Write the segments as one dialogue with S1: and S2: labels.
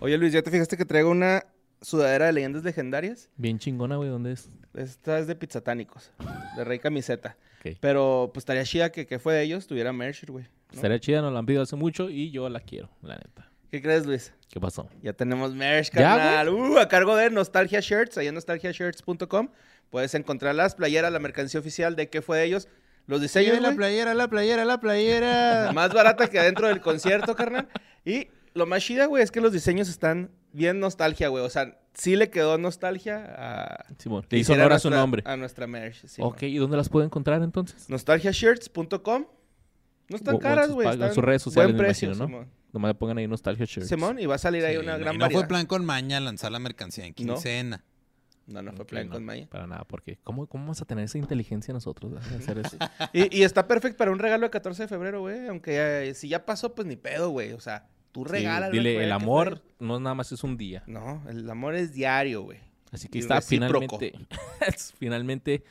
S1: Oye Luis, ¿ya te fijaste que traigo una sudadera de leyendas legendarias?
S2: Bien chingona, güey, ¿dónde es?
S1: Esta es de Pizzatánicos, de Rey Camiseta.
S2: Ok.
S1: Pero pues estaría chida que, que fue de ellos, tuviera merch, güey. ¿no?
S2: Estaría chida, nos la han pedido hace mucho y yo la quiero, la neta.
S1: ¿Qué crees, Luis?
S2: ¿Qué pasó?
S1: Ya tenemos merch,
S2: ¿Ya, güey?
S1: carnal. Uh, a cargo de Nostalgia Shirts, ahí en nostalgiashirts.com. Puedes encontrar las playeras, la mercancía oficial de qué fue de ellos. Los diseños,
S3: la
S1: güey,
S3: playera, la playera, la playera.
S1: más barata que adentro del concierto, carnal. Y lo más chida, güey, es que los diseños están bien nostalgia, güey. O sea, sí le quedó nostalgia a...
S2: Simón, le hizo
S1: hiciera
S2: honor a su
S1: nuestra-
S2: nombre.
S1: A nuestra merch, ah, sí.
S2: ok, ¿y dónde las puedo encontrar entonces?
S1: Nostalgiashirts.com. No están
S2: O- o en
S1: caras,
S2: sus
S1: güey.
S2: pa- en
S1: están
S2: sus redes sociales,
S1: Buen
S2: me
S1: precio,
S2: imagino, ¿no?
S1: Simón.
S2: Nomás le pongan ahí Nostalgia Shirts.
S1: Simón, y va a salir ahí una
S3: Sí,
S1: gran
S3: y no fue
S1: variedad.
S3: plan con maña lanzar la mercancía en
S1: No.
S3: quincena.
S1: No, no fue
S2: Ok,
S1: plan
S2: no,
S1: con Maya.
S2: Para nada, porque ¿cómo, ¿cómo vamos a tener esa inteligencia nosotros? eh, de hacer eso?
S1: Y, y está perfecto para un regalo de 14 de febrero, güey. Aunque eh, si ya pasó, pues ni pedo, güey. O sea, tú
S2: Sí,
S1: regálalo.
S2: dile,
S1: güey,
S2: el
S1: que
S2: amor no nada más es un día.
S1: fue- No, el amor es diario, güey.
S2: Así que
S1: Y
S2: está
S1: recíproco.
S2: finalmente, es finalmente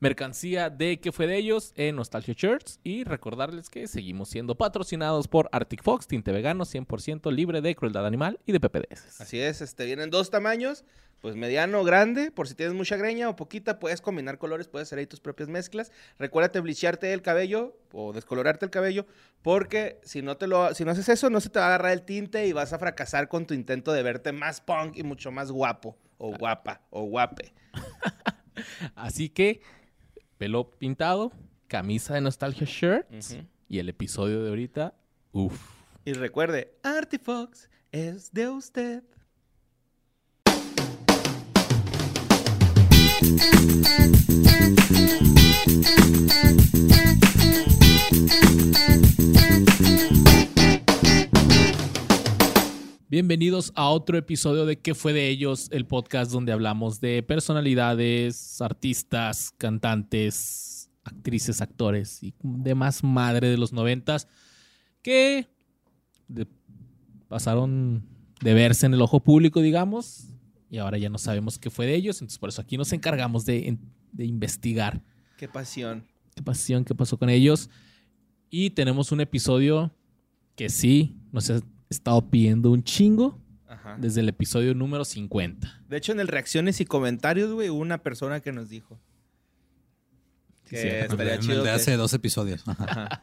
S2: mercancía de que fue de ellos en Nostalgia Shirts y recordarles que seguimos siendo patrocinados por Arctic Fox, tinte vegano 100% libre de crueldad animal y de PPDS.
S1: Así es, este, vienen dos tamaños. Pues mediano, grande, por si tienes mucha greña o poquita, puedes combinar colores, puedes hacer ahí tus propias mezclas. Recuérdate blichearte el cabello o descolorarte el cabello, porque si no te lo, si no haces eso, no se te va a agarrar el tinte y vas a fracasar con tu intento de verte más punk y mucho más guapo o guapa o guape.
S2: Así que pelo pintado, camisa de Nostalgia Shirts
S1: Ujú.
S2: y el episodio de ahorita, uff.
S1: Y recuerde, Artifox es de usted.
S2: Bienvenidos a otro episodio de ¿Qué fue de ellos? El podcast donde hablamos de personalidades, artistas, cantantes, actrices, actores y demás madre de los noventas que de- pasaron de verse en el ojo público, digamos, y ahora ya no sabemos qué fue de ellos, entonces por eso aquí nos encargamos de, de investigar
S1: Qué pasión.
S2: qué pasión, qué pasó con ellos. Y tenemos un episodio que sí nos ha estado pidiendo un chingo
S1: Ajá. De,
S2: desde el episodio número 50.
S1: hecho, en el reacciones y comentarios, güey, hubo una persona que nos dijo.
S2: Sí,
S1: Que
S2: sí.
S1: Eh, estaría
S3: En el
S1: chido.
S3: de
S1: que-
S3: hace dos episodios.
S1: Ajá.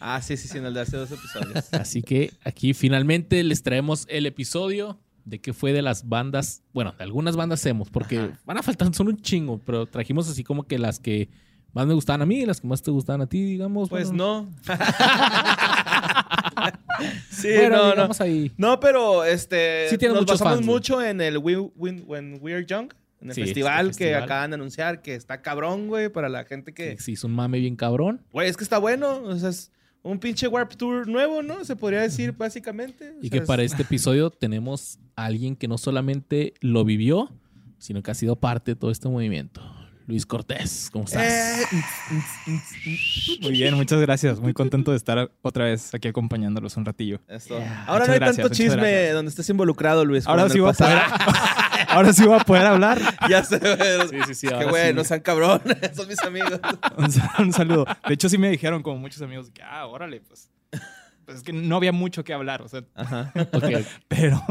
S1: ah, sí, sí, sí, en el de hace dos episodios.
S2: Así que aquí finalmente les traemos el episodio de qué fue de las bandas, bueno, de algunas bandas hemos, porque
S1: Ajá.
S2: van a faltar, son un chingo, pero trajimos así como que las que más me gustaban a mí, las que más te gustaban a ti, digamos.
S1: Pues
S2: bueno.
S1: no. sí,
S2: Bueno,
S1: no, no.
S2: digamos ahí.
S1: No, pero este.
S2: Sí tiene
S1: nos
S2: muchos
S1: basamos
S2: fans, güey.
S1: mucho en el We, We- When We're Young, en el
S2: Sí,
S1: festival
S2: este
S1: que
S2: festival.
S1: acaban de anunciar, que está cabrón, güey, para la gente que.
S2: Que Se hizo un mame bien cabrón.
S1: Güey, es que está bueno. O sea, es un pinche Warp Tour nuevo, ¿no? Se podría decir, básicamente. O
S2: Y
S1: sea,
S2: que
S1: es-
S2: para este episodio tenemos a alguien que no solamente lo vivió, sino que ha sido parte de todo este movimiento. Luis Cortés, ¿cómo estás?
S1: Eh,
S4: Muy bien, muchas gracias. Muy contento de estar otra vez aquí acompañándolos un ratillo.
S1: esto.
S2: Yeah.
S1: Ahora
S4: Muchas
S1: no hay
S4: gracias,
S1: tanto
S4: muchas
S1: chisme
S4: gracias.
S1: donde estés involucrado, Luis.
S4: Ahora
S1: como en
S4: sí
S1: el
S4: voy a
S1: pasado.
S4: poder, ahora sí voy a poder hablar.
S1: ya sé, güey.
S2: sí, sí,
S1: Es que,
S2: ahora
S1: güey,
S2: sí.
S1: no sean cabrones. Son mis amigos.
S4: Un, sa- un saludo. De hecho, sí me dijeron como muchos amigos que, ah, órale, pues, pues es que no había mucho que hablar, o sea,
S1: Ajá.
S2: Ok.
S4: pero,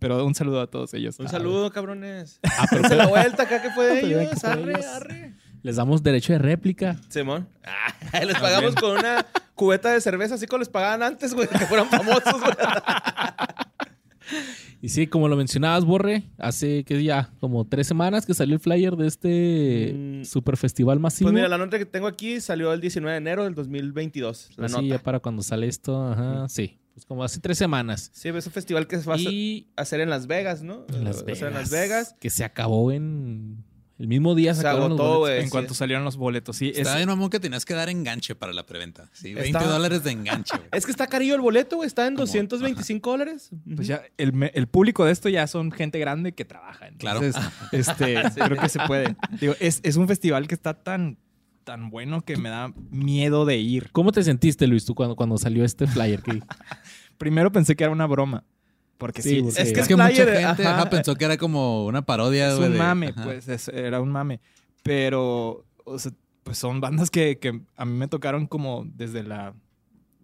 S4: pero un saludo a todos ellos.
S1: Un saludo, cabrones.
S2: Ah, pero
S1: Se la vuelta acá que fue de
S2: Pero vean Pues que
S1: ellos.
S2: fue de
S1: Arre,
S2: ellos.
S1: arre.
S2: les damos derecho de réplica.
S1: Simón. Ah, les pagamos con una cubeta de cerveza, así como les pagaban antes, güey, que fueran famosos, güey.
S2: Y sí, como lo mencionabas, Borre, hace que ya como tres semanas que salió el flyer de este
S1: Mm.
S2: super festival masivo.
S1: Pues mira, la nota que tengo aquí salió el 19 de enero del 2022. La
S2: Pues sí,
S1: nota.
S2: ya para cuando sale esto, ajá, sí. Pues como hace tres semanas.
S1: Sí, es un festival que se va a hacer-
S2: Y
S1: a hacer en Las Vegas, ¿no?
S2: en Las,
S1: O
S2: Vegas,
S1: sea, en Las Vegas.
S2: Que se acabó en. El mismo día se,
S1: Se
S2: acabaron los
S1: agotó,
S2: boletos.
S1: güey.
S4: En cuanto salieron los boletos, sí. Es,
S3: Estaba bien, mamón, que tenías que dar enganche para la preventa. Sí, 20
S1: Estaba-
S3: dólares de enganche. güey.
S1: Es que está carillo el boleto, güey. Está en
S3: Como-
S1: 225 dólares.
S4: pues ya el, me- el público de esto ya son gente grande que trabaja.
S3: Claro.
S4: Entonces, este, creo que se puede. Digo, es, es un festival que está tan, tan bueno que me da miedo de ir.
S2: ¿Cómo te sentiste, Luis, tú cuando, cuando salió este flyer? Que,
S4: Primero pensé que era una broma. Porque
S2: Sí,
S4: sí,
S2: porque-
S4: es,
S2: Es
S4: que
S3: Es que mucha
S1: Flyer,
S3: gente
S1: ajá.
S3: ajá, pensó que era como una parodia.
S4: es
S3: güey,
S4: un
S3: de-
S4: mame,
S3: ajá.
S4: pues es- era un mame. Pero, o sea, pues son bandas que, que a mí me tocaron como desde la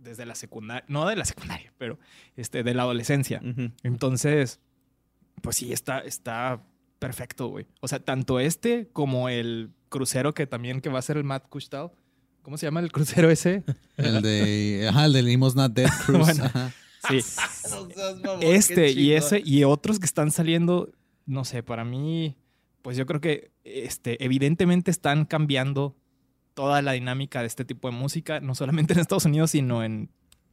S4: desde la secundaria, no de la secundaria, pero este, de la adolescencia. Entonces, pues sí, está, está perfecto, güey. O sea, tanto este como el crucero que también que va a ser el Matt Kushtal. ¿Cómo se llama el crucero ese?
S3: El de. Ajá, el de Limos Not Dead Cruise.
S4: Bueno.
S3: ajá.
S4: Sí. este y ese y otros que están saliendo, no sé, para mí, pues yo creo que este, evidentemente están cambiando toda la dinámica de este tipo de música, no solamente en Estados Unidos, sino en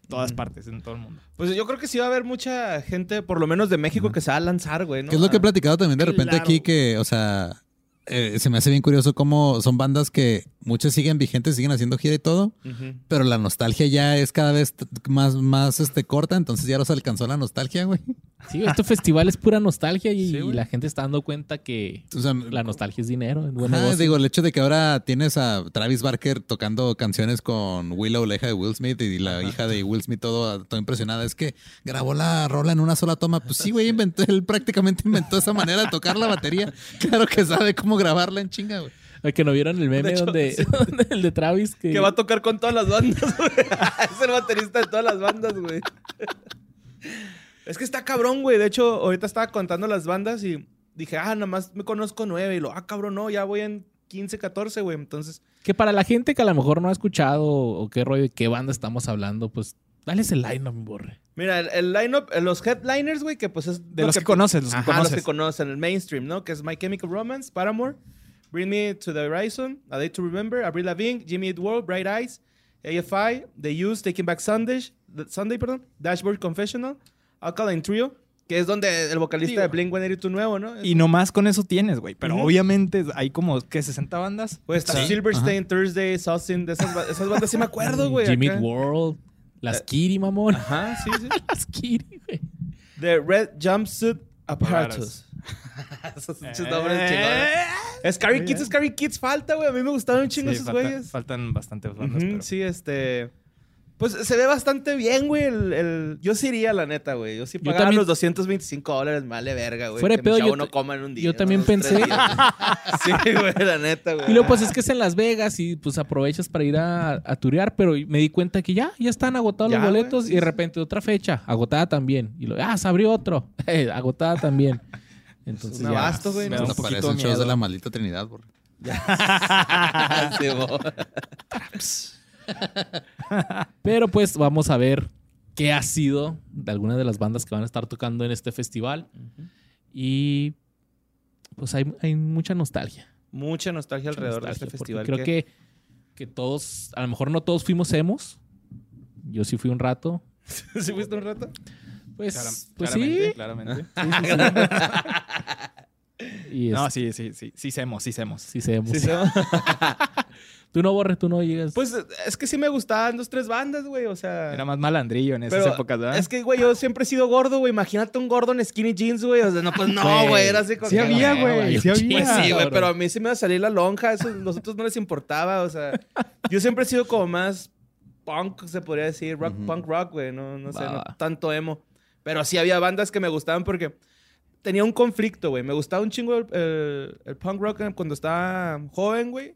S4: todas
S1: Ujú.
S4: partes, en todo el mundo.
S1: Pues yo creo que sí va a haber mucha gente, por lo menos de México,
S3: Ajá.
S1: que se va a lanzar, güey. ¿no?
S3: Que es lo que he
S1: Ah.
S3: platicado también de repente
S4: Claro.
S3: aquí, que, o sea, eh, se me hace bien curioso cómo son bandas que muchas siguen vigentes, siguen haciendo gira y todo,
S1: Ujú.
S3: pero la nostalgia ya es cada vez t- más, más este, corta, entonces ya nos alcanzó la nostalgia, güey.
S2: Sí, este festival es pura nostalgia y,
S1: Sí,
S2: y
S1: güey.
S2: la gente está dando cuenta que
S3: O sea,
S2: la nostalgia es dinero. Es buen
S3: ajá,
S2: negocio.
S3: digo, el hecho de que ahora tienes a Travis Barker tocando canciones con Willow, la hija de Will Smith, y la hija de Will Smith, todo, todo impresionada, es que grabó la rola en una sola toma. Pues sí, güey, inventó, él prácticamente inventó esa manera de tocar la batería. Claro que sabe cómo grabarla en chinga, güey.
S2: El Ah, que no vieron el meme
S1: hecho,
S2: donde,
S1: sí.
S2: donde el de Travis que,
S1: Que va a tocar con todas las bandas, güey. Ah, es el baterista de todas las bandas, güey. es que está cabrón, güey. De hecho, ahorita estaba contando las bandas y dije, ah, nada más me conozco nueve. Y lo, ah, cabrón, no, ya voy en 15, 14, güey. Entonces,
S2: que para la gente que a lo mejor no ha escuchado o qué rollo de qué banda estamos hablando, pues dales el line, no me borre.
S1: mira, el, el lineup, eh, los headliners, güey, que pues es.
S4: De
S1: lo
S4: los que, conoces, los
S1: Ajá,
S4: que conoces.
S1: los que conocen, el mainstream, ¿no? Que es My Chemical Romance, Paramore, Bring Me to the Horizon, A Day to Remember, Avril Lavigne, Jimmy Eat World, Bright Eyes, AFI, The Used, Taking Back Sunday, Sunday, perdón, Dashboard Confessional, Alkaline Trio, que es donde el vocalista
S4: Digo.
S1: de Blink 182 nuevo, ¿no?
S4: Y nomás con eso tienes, güey. Pero
S1: Ujú.
S4: obviamente hay como, ¿qué? 60 bandas.
S1: pues está
S3: Sí.
S1: Silverstein, Thursday, Saucin, de esas, ba- esas bandas sí me acuerdo, güey.
S2: Jimmy
S1: acá. Eh,
S2: World, las Kiri, mamón.
S1: Ajá, sí, sí.
S2: Las Kiri, güey.
S1: The Red Jumpsuit Apparatus. Esos
S2: Eh.
S1: pinches nombres chingones. Scary
S4: Muy
S1: Kids,
S4: bien.
S1: Scary Kids falta, güey. A mí me gustaron un chingo
S4: Sí,
S1: esos
S4: falta-
S1: güeyes.
S4: Faltan bastantes
S1: Ujú,
S4: bandas, pero-
S1: Sí, este. Pues se ve bastante bien, güey. El, el- Yo sí iría, la neta, güey. Yo sí
S2: Yo
S1: pagaba
S2: también-
S1: los 225 dólares, me vale verga, güey.
S2: Fuera
S1: que
S2: de
S1: mi
S2: pedo, yo
S1: chavo
S2: ta-
S1: no coma en un día.
S2: yo
S1: unos
S2: también
S1: dos, tres
S2: pensé-
S1: días, güey. sí, güey, la neta, güey.
S2: Y luego pues es que es en Las Vegas y pues aprovechas para ir a, a turear, pero me di cuenta que ya, ya están agotados
S1: Ya,
S2: los
S1: güey,
S2: boletos
S1: sí,
S2: y de
S1: sí.
S2: repente otra fecha, agotada también. Y lo, ah, se abrió otro, eh, agotada también. Entonces
S1: un
S2: ya,
S1: abasto, güey,
S2: me
S1: ¿no?
S2: da
S3: Nos
S2: un poquito
S3: aparecen
S2: miedo.
S3: shows de la maldita Trinidad, güey.
S1: Sí, güey.
S2: Pero pues vamos a ver qué ha sido de algunas de las bandas que van a estar tocando en este festival. Y pues hay, hay mucha nostalgia.
S1: Mucha nostalgia
S2: mucha
S1: alrededor
S2: nostalgia,
S1: de este
S2: porque
S1: festival.
S2: Creo
S1: que-
S2: que, que todos, a lo mejor no todos fuimos emos. Yo sí fui un rato.
S1: ¿Sí fuiste un rato?
S2: Pues,
S4: Claram-
S2: pues
S4: claramente,
S2: sí.
S4: claramente.
S2: Y
S4: No,
S2: es-
S4: sí, sí, sí. Sí, semos, sí, semos.
S2: sí seamos.
S1: Sí, sí.
S2: Tú no borres, tú no llegas.
S1: Pues es que sí me gustaban dos, tres bandas, güey. O sea.
S4: Era más malandrillo en esas
S1: Pero
S4: épocas, ¿verdad?
S1: Es que, güey, yo siempre he sido gordo, güey. Imagínate un gordo en skinny jeans, güey. O sea, no, pues no, güey. Era así como
S4: Sí
S1: que,
S4: había,
S2: güey,
S4: güey. Sí
S2: un
S4: había.
S1: Pues sí, güey,
S2: cabrón.
S1: pero a mí sí me va a salir la lonja, eso a los otros no les importaba, o sea, yo siempre he sido como más punk, se podría decir, rock,
S3: Ujú.
S1: punk rock, güey, no, no sé,
S2: Va,
S1: no
S2: va.
S1: tanto emo, pero sí había bandas que me gustaban porque tenía un conflicto, güey, me gustaba un chingo el, el- el punk rock cuando estaba joven, güey,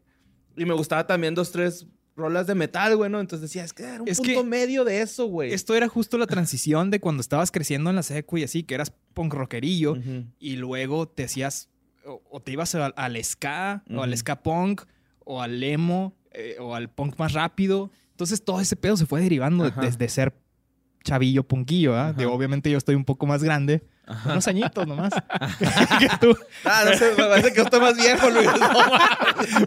S1: y me gustaba también dos, tres rolas de metal, güey, ¿no? Entonces decía, es que era un
S4: Es
S1: punto
S4: que-
S1: medio de eso, güey.
S4: Esto era justo la transición de cuando estabas creciendo en la secu y así, que eras punk rockerillo
S1: Ujú.
S4: y luego te hacías o, o te ibas al, al ska o al
S1: Ujú.
S4: ska punk o al emo eh, o al punk más rápido. Entonces todo ese pedo se fue derivando de-
S1: Ajá.
S4: desde ser chavillo punquillo, ¿ah?
S1: Ajá.
S4: De obviamente yo estoy un poco más grande, unos añitos nomás que tú.
S1: Ah, no sé, me parece que estoy más viejo, Luis.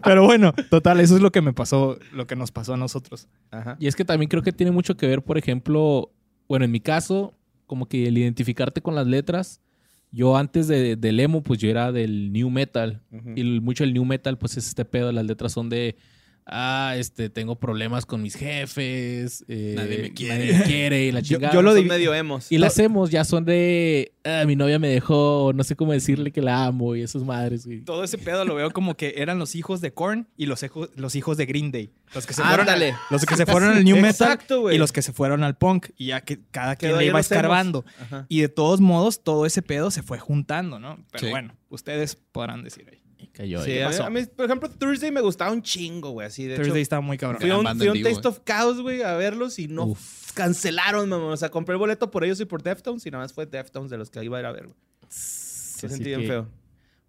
S4: Pero bueno, total, eso es lo que me pasó, lo que nos pasó a nosotros.
S1: Ajá.
S2: Y es que también creo que tiene mucho que ver, por ejemplo, bueno, en mi caso, como que el identificarte con las letras. Yo antes de, del emo, pues yo era del new metal. Y el- mucho el new metal, pues es este pedo. Las letras son de, ah, este, tengo problemas con mis jefes. eh,
S3: Nadie me quiere.
S2: nadie me quiere, y la
S4: Yo-
S2: chingada.
S4: yo lo
S1: Son
S4: divi-
S1: medio Ah, hemos.
S2: y las hemos ya son de, ah, mi novia me dejó, no sé cómo decirle que la amo y esas madres. güey.
S4: Todo ese pedo lo veo como que eran los hijos de Korn y los, ejo- los hijos de Green Day. Los que se fueron,
S1: Ándale.
S4: a- los que se fueron al New Metal
S1: Exacto, güey.
S4: y los que se fueron al punk. Y ya que cada quien
S1: Quedó
S4: le
S1: ahí
S4: iba
S1: los emos.
S4: escarbando.
S1: Ajá.
S4: Y de todos modos, todo ese pedo se fue juntando, ¿no? Pero
S3: Sí.
S4: bueno, ustedes podrán decir ahí.
S2: Cayó.
S1: Sí,
S2: eh.
S1: a mí,
S4: pasó?
S1: a mí, por ejemplo, Thursday me gustaba un chingo, güey. Así de hecho,
S4: Thursday estaba muy cabrón.
S1: Fui a
S3: Gran
S1: un,
S3: banda
S1: fui a
S3: en
S1: un
S3: vivo,
S1: Taste of Chaos, güey, a verlos y no cancelaron, mamá. O sea, compré el boleto por ellos y por Deftones y nada más fue Deftones de los que iba a ir a ver, güey. Se
S2: Así
S1: sentí bien
S2: que,
S1: feo.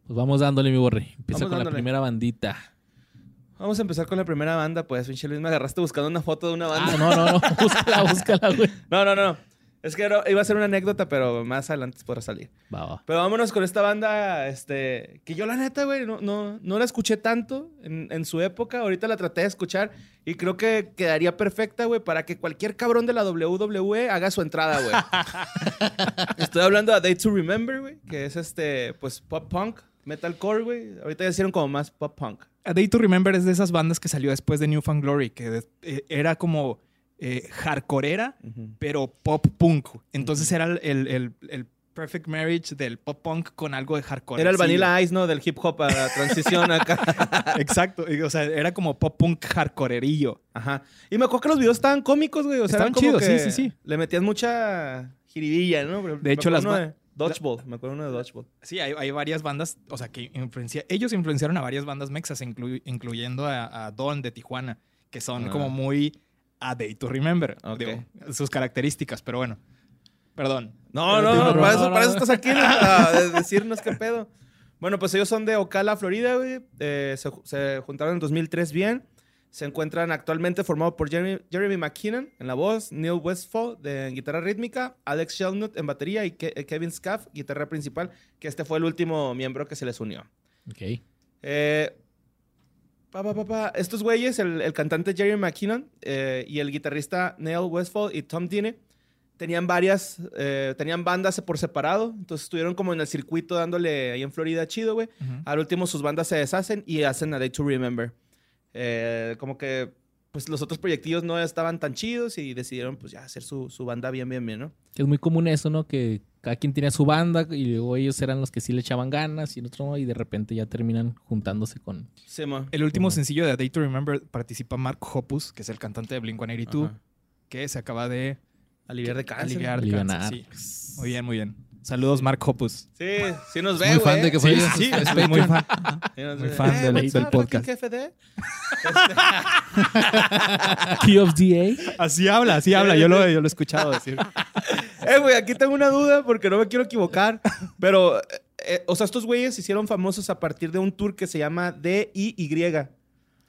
S2: Pues vamos dándole, mi borre. Empieza
S1: Vamos
S2: con la
S1: dándole.
S2: primera bandita.
S1: Vamos a empezar con la primera banda, pues, pinche Luis, me agarraste buscando una foto de una banda.
S2: Ah, no, no, no. Búscala, búscala, güey.
S4: Ah.
S1: No, no, no. Es que era- iba a ser una anécdota, pero más adelante podrá salir.
S2: Va, va.
S1: Pero vámonos con esta banda, este, que yo la neta, güey, no, no, no la escuché tanto en, en su época. Ahorita la traté de escuchar y creo que quedaría perfecta, güey, para que cualquier cabrón de la WWE haga su entrada, güey. Estoy hablando de A Day to Remember, güey, que es este, pues, pop punk, metalcore, güey. Ahorita ya hicieron como más pop punk.
S4: A Day to Remember es de esas bandas que salió después de New Found Glory, que de- eh, era como eh, hardcoreera, pero pop punk. Entonces era el, el- el- el perfect marriage del pop punk con algo de hardcore.
S1: Era el
S4: Sí,
S1: Vanilla Ice, ¿no? Del hip hop a la transición acá.
S4: Exacto. y, O sea, era como pop punk hardcoreerillo.
S1: Ajá. Y me acuerdo que los videos estaban cómicos, güey. O sea,
S4: Estaban
S1: eran como
S4: chidos, sí,
S1: que
S4: sí, sí.
S1: Le metías mucha jiribilla, ¿no? Por ejemplo,
S4: De
S1: me
S4: hecho,
S1: acuerdo
S4: las
S1: uno
S4: ba-
S1: de Dodgeball. Me acuerdo uno de Dodgeball.
S4: Sí, hay, hay varias bandas, o sea, que influencia, ellos influenciaron a varias bandas mexas, inclu- incluyendo a, a Don de Tijuana, que son
S1: Ah.
S4: como muy a Day to Remember,
S1: Ok.
S4: digo, sus características, pero bueno. Perdón.
S1: No,
S4: Pero sí,
S1: no, Eh, no, Ah,
S4: no,
S1: para,
S4: no,
S1: eso,
S4: no,
S1: para
S4: no.
S1: eso estás aquí, ¿no? para decirnos qué pedo. Bueno, pues ellos son de Ocala, Florida, güey. Eh, se, ju- se juntaron en 2003 bien. Se encuentran actualmente formados por Jeremy, Jeremy McKinnon en la voz, Neil Westfall de, en guitarra rítmica, Alex Shelnut en batería y Ke- eh, Kevin Scaff, guitarra principal, que este fue el último miembro que se les unió.
S2: Ok.
S1: Eh, pa, pa, pa, pa. Estos güeyes, el, el cantante Jerry McKinnon eh, y el guitarrista Neil Westfall y Tom Dine, tenían varias, eh, tenían bandas por separado. Entonces estuvieron como en el circuito dándole ahí en Florida chido, güey.
S4: Ah,
S1: Al último sus bandas se deshacen y hacen A Day to Remember. Eh, como que pues los otros proyectillos no estaban tan chidos y decidieron pues ya hacer su, su banda bien, bien, bien, ¿no?
S2: Que es muy común eso, ¿no? Que cada quien tenía su banda y luego ellos eran los que sí le echaban ganas y el otro no, y de repente ya terminan juntándose con.
S1: Sí, mo.
S4: El último
S2: Ujú.
S4: sencillo de A Day to Remember participa Mark Hoppus, que es el cantante de Blink-182,
S1: Ajá.
S4: que se acaba de
S1: Aliviar de cáncer.
S4: aliviar
S2: Alivianar.
S4: cáncer, sí. Muy bien, muy bien. Saludos, Mark Hoppus.
S1: Sí, sí nos ve,
S3: Muy fan
S1: güey.
S3: de que fue.
S4: Sí, sí, es muy fan. Muy fan
S1: Eh,
S4: del- del podcast.
S2: Key of DA.
S4: Así habla, así habla. Yo lo, yo lo he escuchado decir.
S1: Eh, güey, aquí tengo una duda porque no me quiero equivocar. Pero, eh, eh, o sea, estos güeyes se hicieron famosos a partir de un tour que se llama D-I-Y.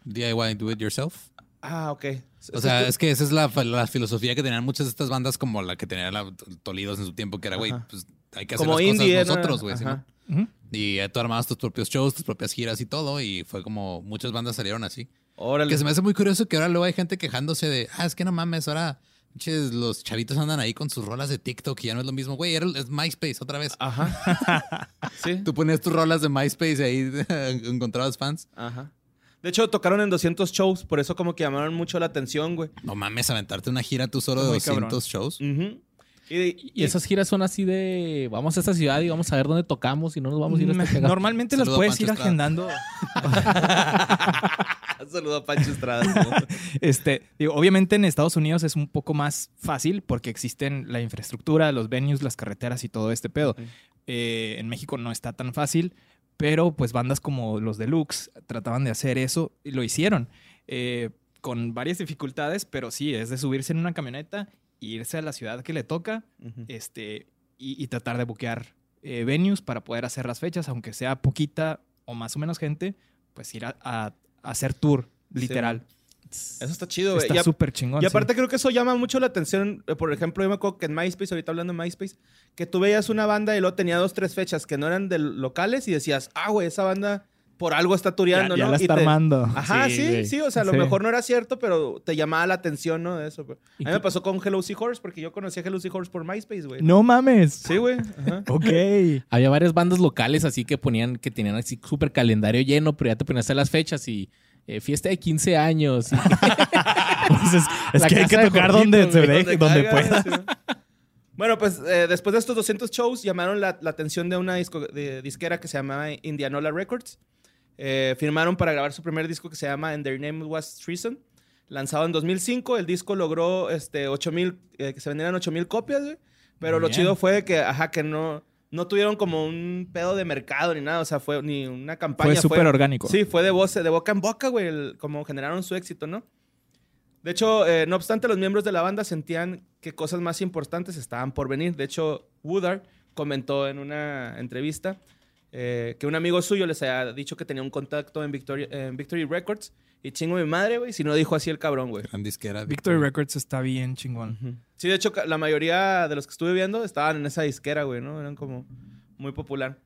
S3: DIY, do it yourself.
S1: Ah, ok.
S3: O sea, es que esa es la, la filosofía que tenían muchas de estas bandas, como la que tenía la Tolidos en su tiempo, que era, güey,
S1: Ajá.
S3: pues hay que hacer
S1: como
S3: las
S1: indie.
S3: cosas
S1: ¿no?
S3: nosotros, güey. ¿sí,
S1: Ajá.
S3: no? Y eh, tú armabas tus propios shows, tus propias giras y todo, y fue como muchas bandas salieron así.
S1: Órale.
S3: Que se me hace muy curioso que ahora luego hay gente quejándose de, ah, es que no mames, ahora pinches, los chavitos andan ahí con sus rolas de TikTok y ya no es lo mismo. Güey, era, es MySpace otra vez.
S1: Ajá. sí.
S3: Tú ponías tus rolas de MySpace y ahí encontrabas fans.
S1: Ajá. De hecho, tocaron en 200 shows, por eso como que llamaron mucho la atención, güey.
S3: No mames, aventarte una gira tú solo de
S4: Está muy
S3: 200
S4: cabrón.
S3: shows.
S1: Ujú. Y,
S2: Y esas giras son así de vamos a esta ciudad y vamos a ver dónde tocamos y no nos vamos a este ir hasta que haga-
S4: Mm, Normalmente las
S3: Saludo a
S4: puedes
S3: Pancho
S4: ir
S3: Estrada.
S4: agendando.
S1: Saludo a Pancho Estrada.
S4: Este, digo, obviamente en Estados Unidos es un poco más fácil porque existen la infraestructura, los venues, las carreteras y todo este pedo.
S1: Ujú.
S4: Eh, en México no está tan fácil, pero pues bandas como los Deluxe trataban de hacer eso y lo hicieron. Eh, con varias dificultades, pero sí, es de subirse en una camioneta, irse a la ciudad que le toca
S1: Ujú.
S4: este, y, y tratar de buquear eh, venues para poder hacer las fechas, aunque sea poquita o más o menos gente, pues ir a, a- a hacer tour, literal.
S1: Eso está chido, güey.
S4: Está
S1: Ya-
S4: súper chingón.
S1: Y
S4: Oh, sí.
S1: aparte creo que eso llama mucho la atención. Eh, Por ejemplo, yo me acuerdo que en MySpace, ahorita hablando de MySpace, que tú veías una banda y luego tenía dos, tres fechas que no eran de locales y decías, ah, güey, esa banda por algo está
S4: ya,
S1: tureando,
S4: ya
S1: ¿no?
S4: la
S1: Y
S4: está
S1: te-
S4: armando.
S1: Ajá,
S2: Sí,
S1: sí, sí,
S2: güey.
S1: o sea, a lo
S4: Sí.
S1: mejor no era cierto, pero te llamaba la atención, ¿no? De eso. güey.
S2: ¿Y
S1: A mí
S2: qué-
S1: me pasó con Hello Sea Horse, porque yo conocí a Hello Sea Horse por MySpace, güey.
S4: No mames.
S1: Sí, güey. Ajá.
S4: Ok. Pues
S2: Había varias bandas locales así que ponían, que tenían así súper calendario lleno, pero ya te ponías a las fechas y eh, fiesta de 15 años. y-
S4: Pues es es
S2: La
S4: que hay que
S2: casa de
S4: tocar
S2: Jorgito,
S4: donde
S2: güey,
S4: se deje, donde
S1: caiga,
S4: pueda.
S1: sí. Bueno, pues eh, después de estos 200 shows llamaron la, la atención de una disco- de- disquera que se llamaba Indianola Records. Eh, firmaron para grabar su primer disco que se llama And Their Name Was Treason. Lanzado en 2005, el disco logró este, 8000, eh, que se vendieran 8000 copias, güey. Pero
S4: Muy
S1: lo
S4: bien.
S1: chido fue que, ajá, que no, no tuvieron como un pedo de mercado ni nada, o sea, fue ni una campaña.
S4: Fue súper orgánico.
S1: Sí, fue de, voz, de boca en boca, güey, el- como generaron su éxito, ¿no? De hecho, eh, no obstante, los miembros de la banda sentían que cosas más importantes estaban por venir. De hecho, Woodard comentó en una entrevista eh, que un amigo suyo les había dicho que tenía un contacto en Victoria- en Victory Records y chingo mi madre, güey, si no dijo así el cabrón, güey.
S3: Gran disquera.
S4: Victory Records está bien chingón.
S1: Sí, de hecho, ca- la mayoría de los que estuve viendo estaban en esa disquera, güey, ¿no? Eran como muy popular.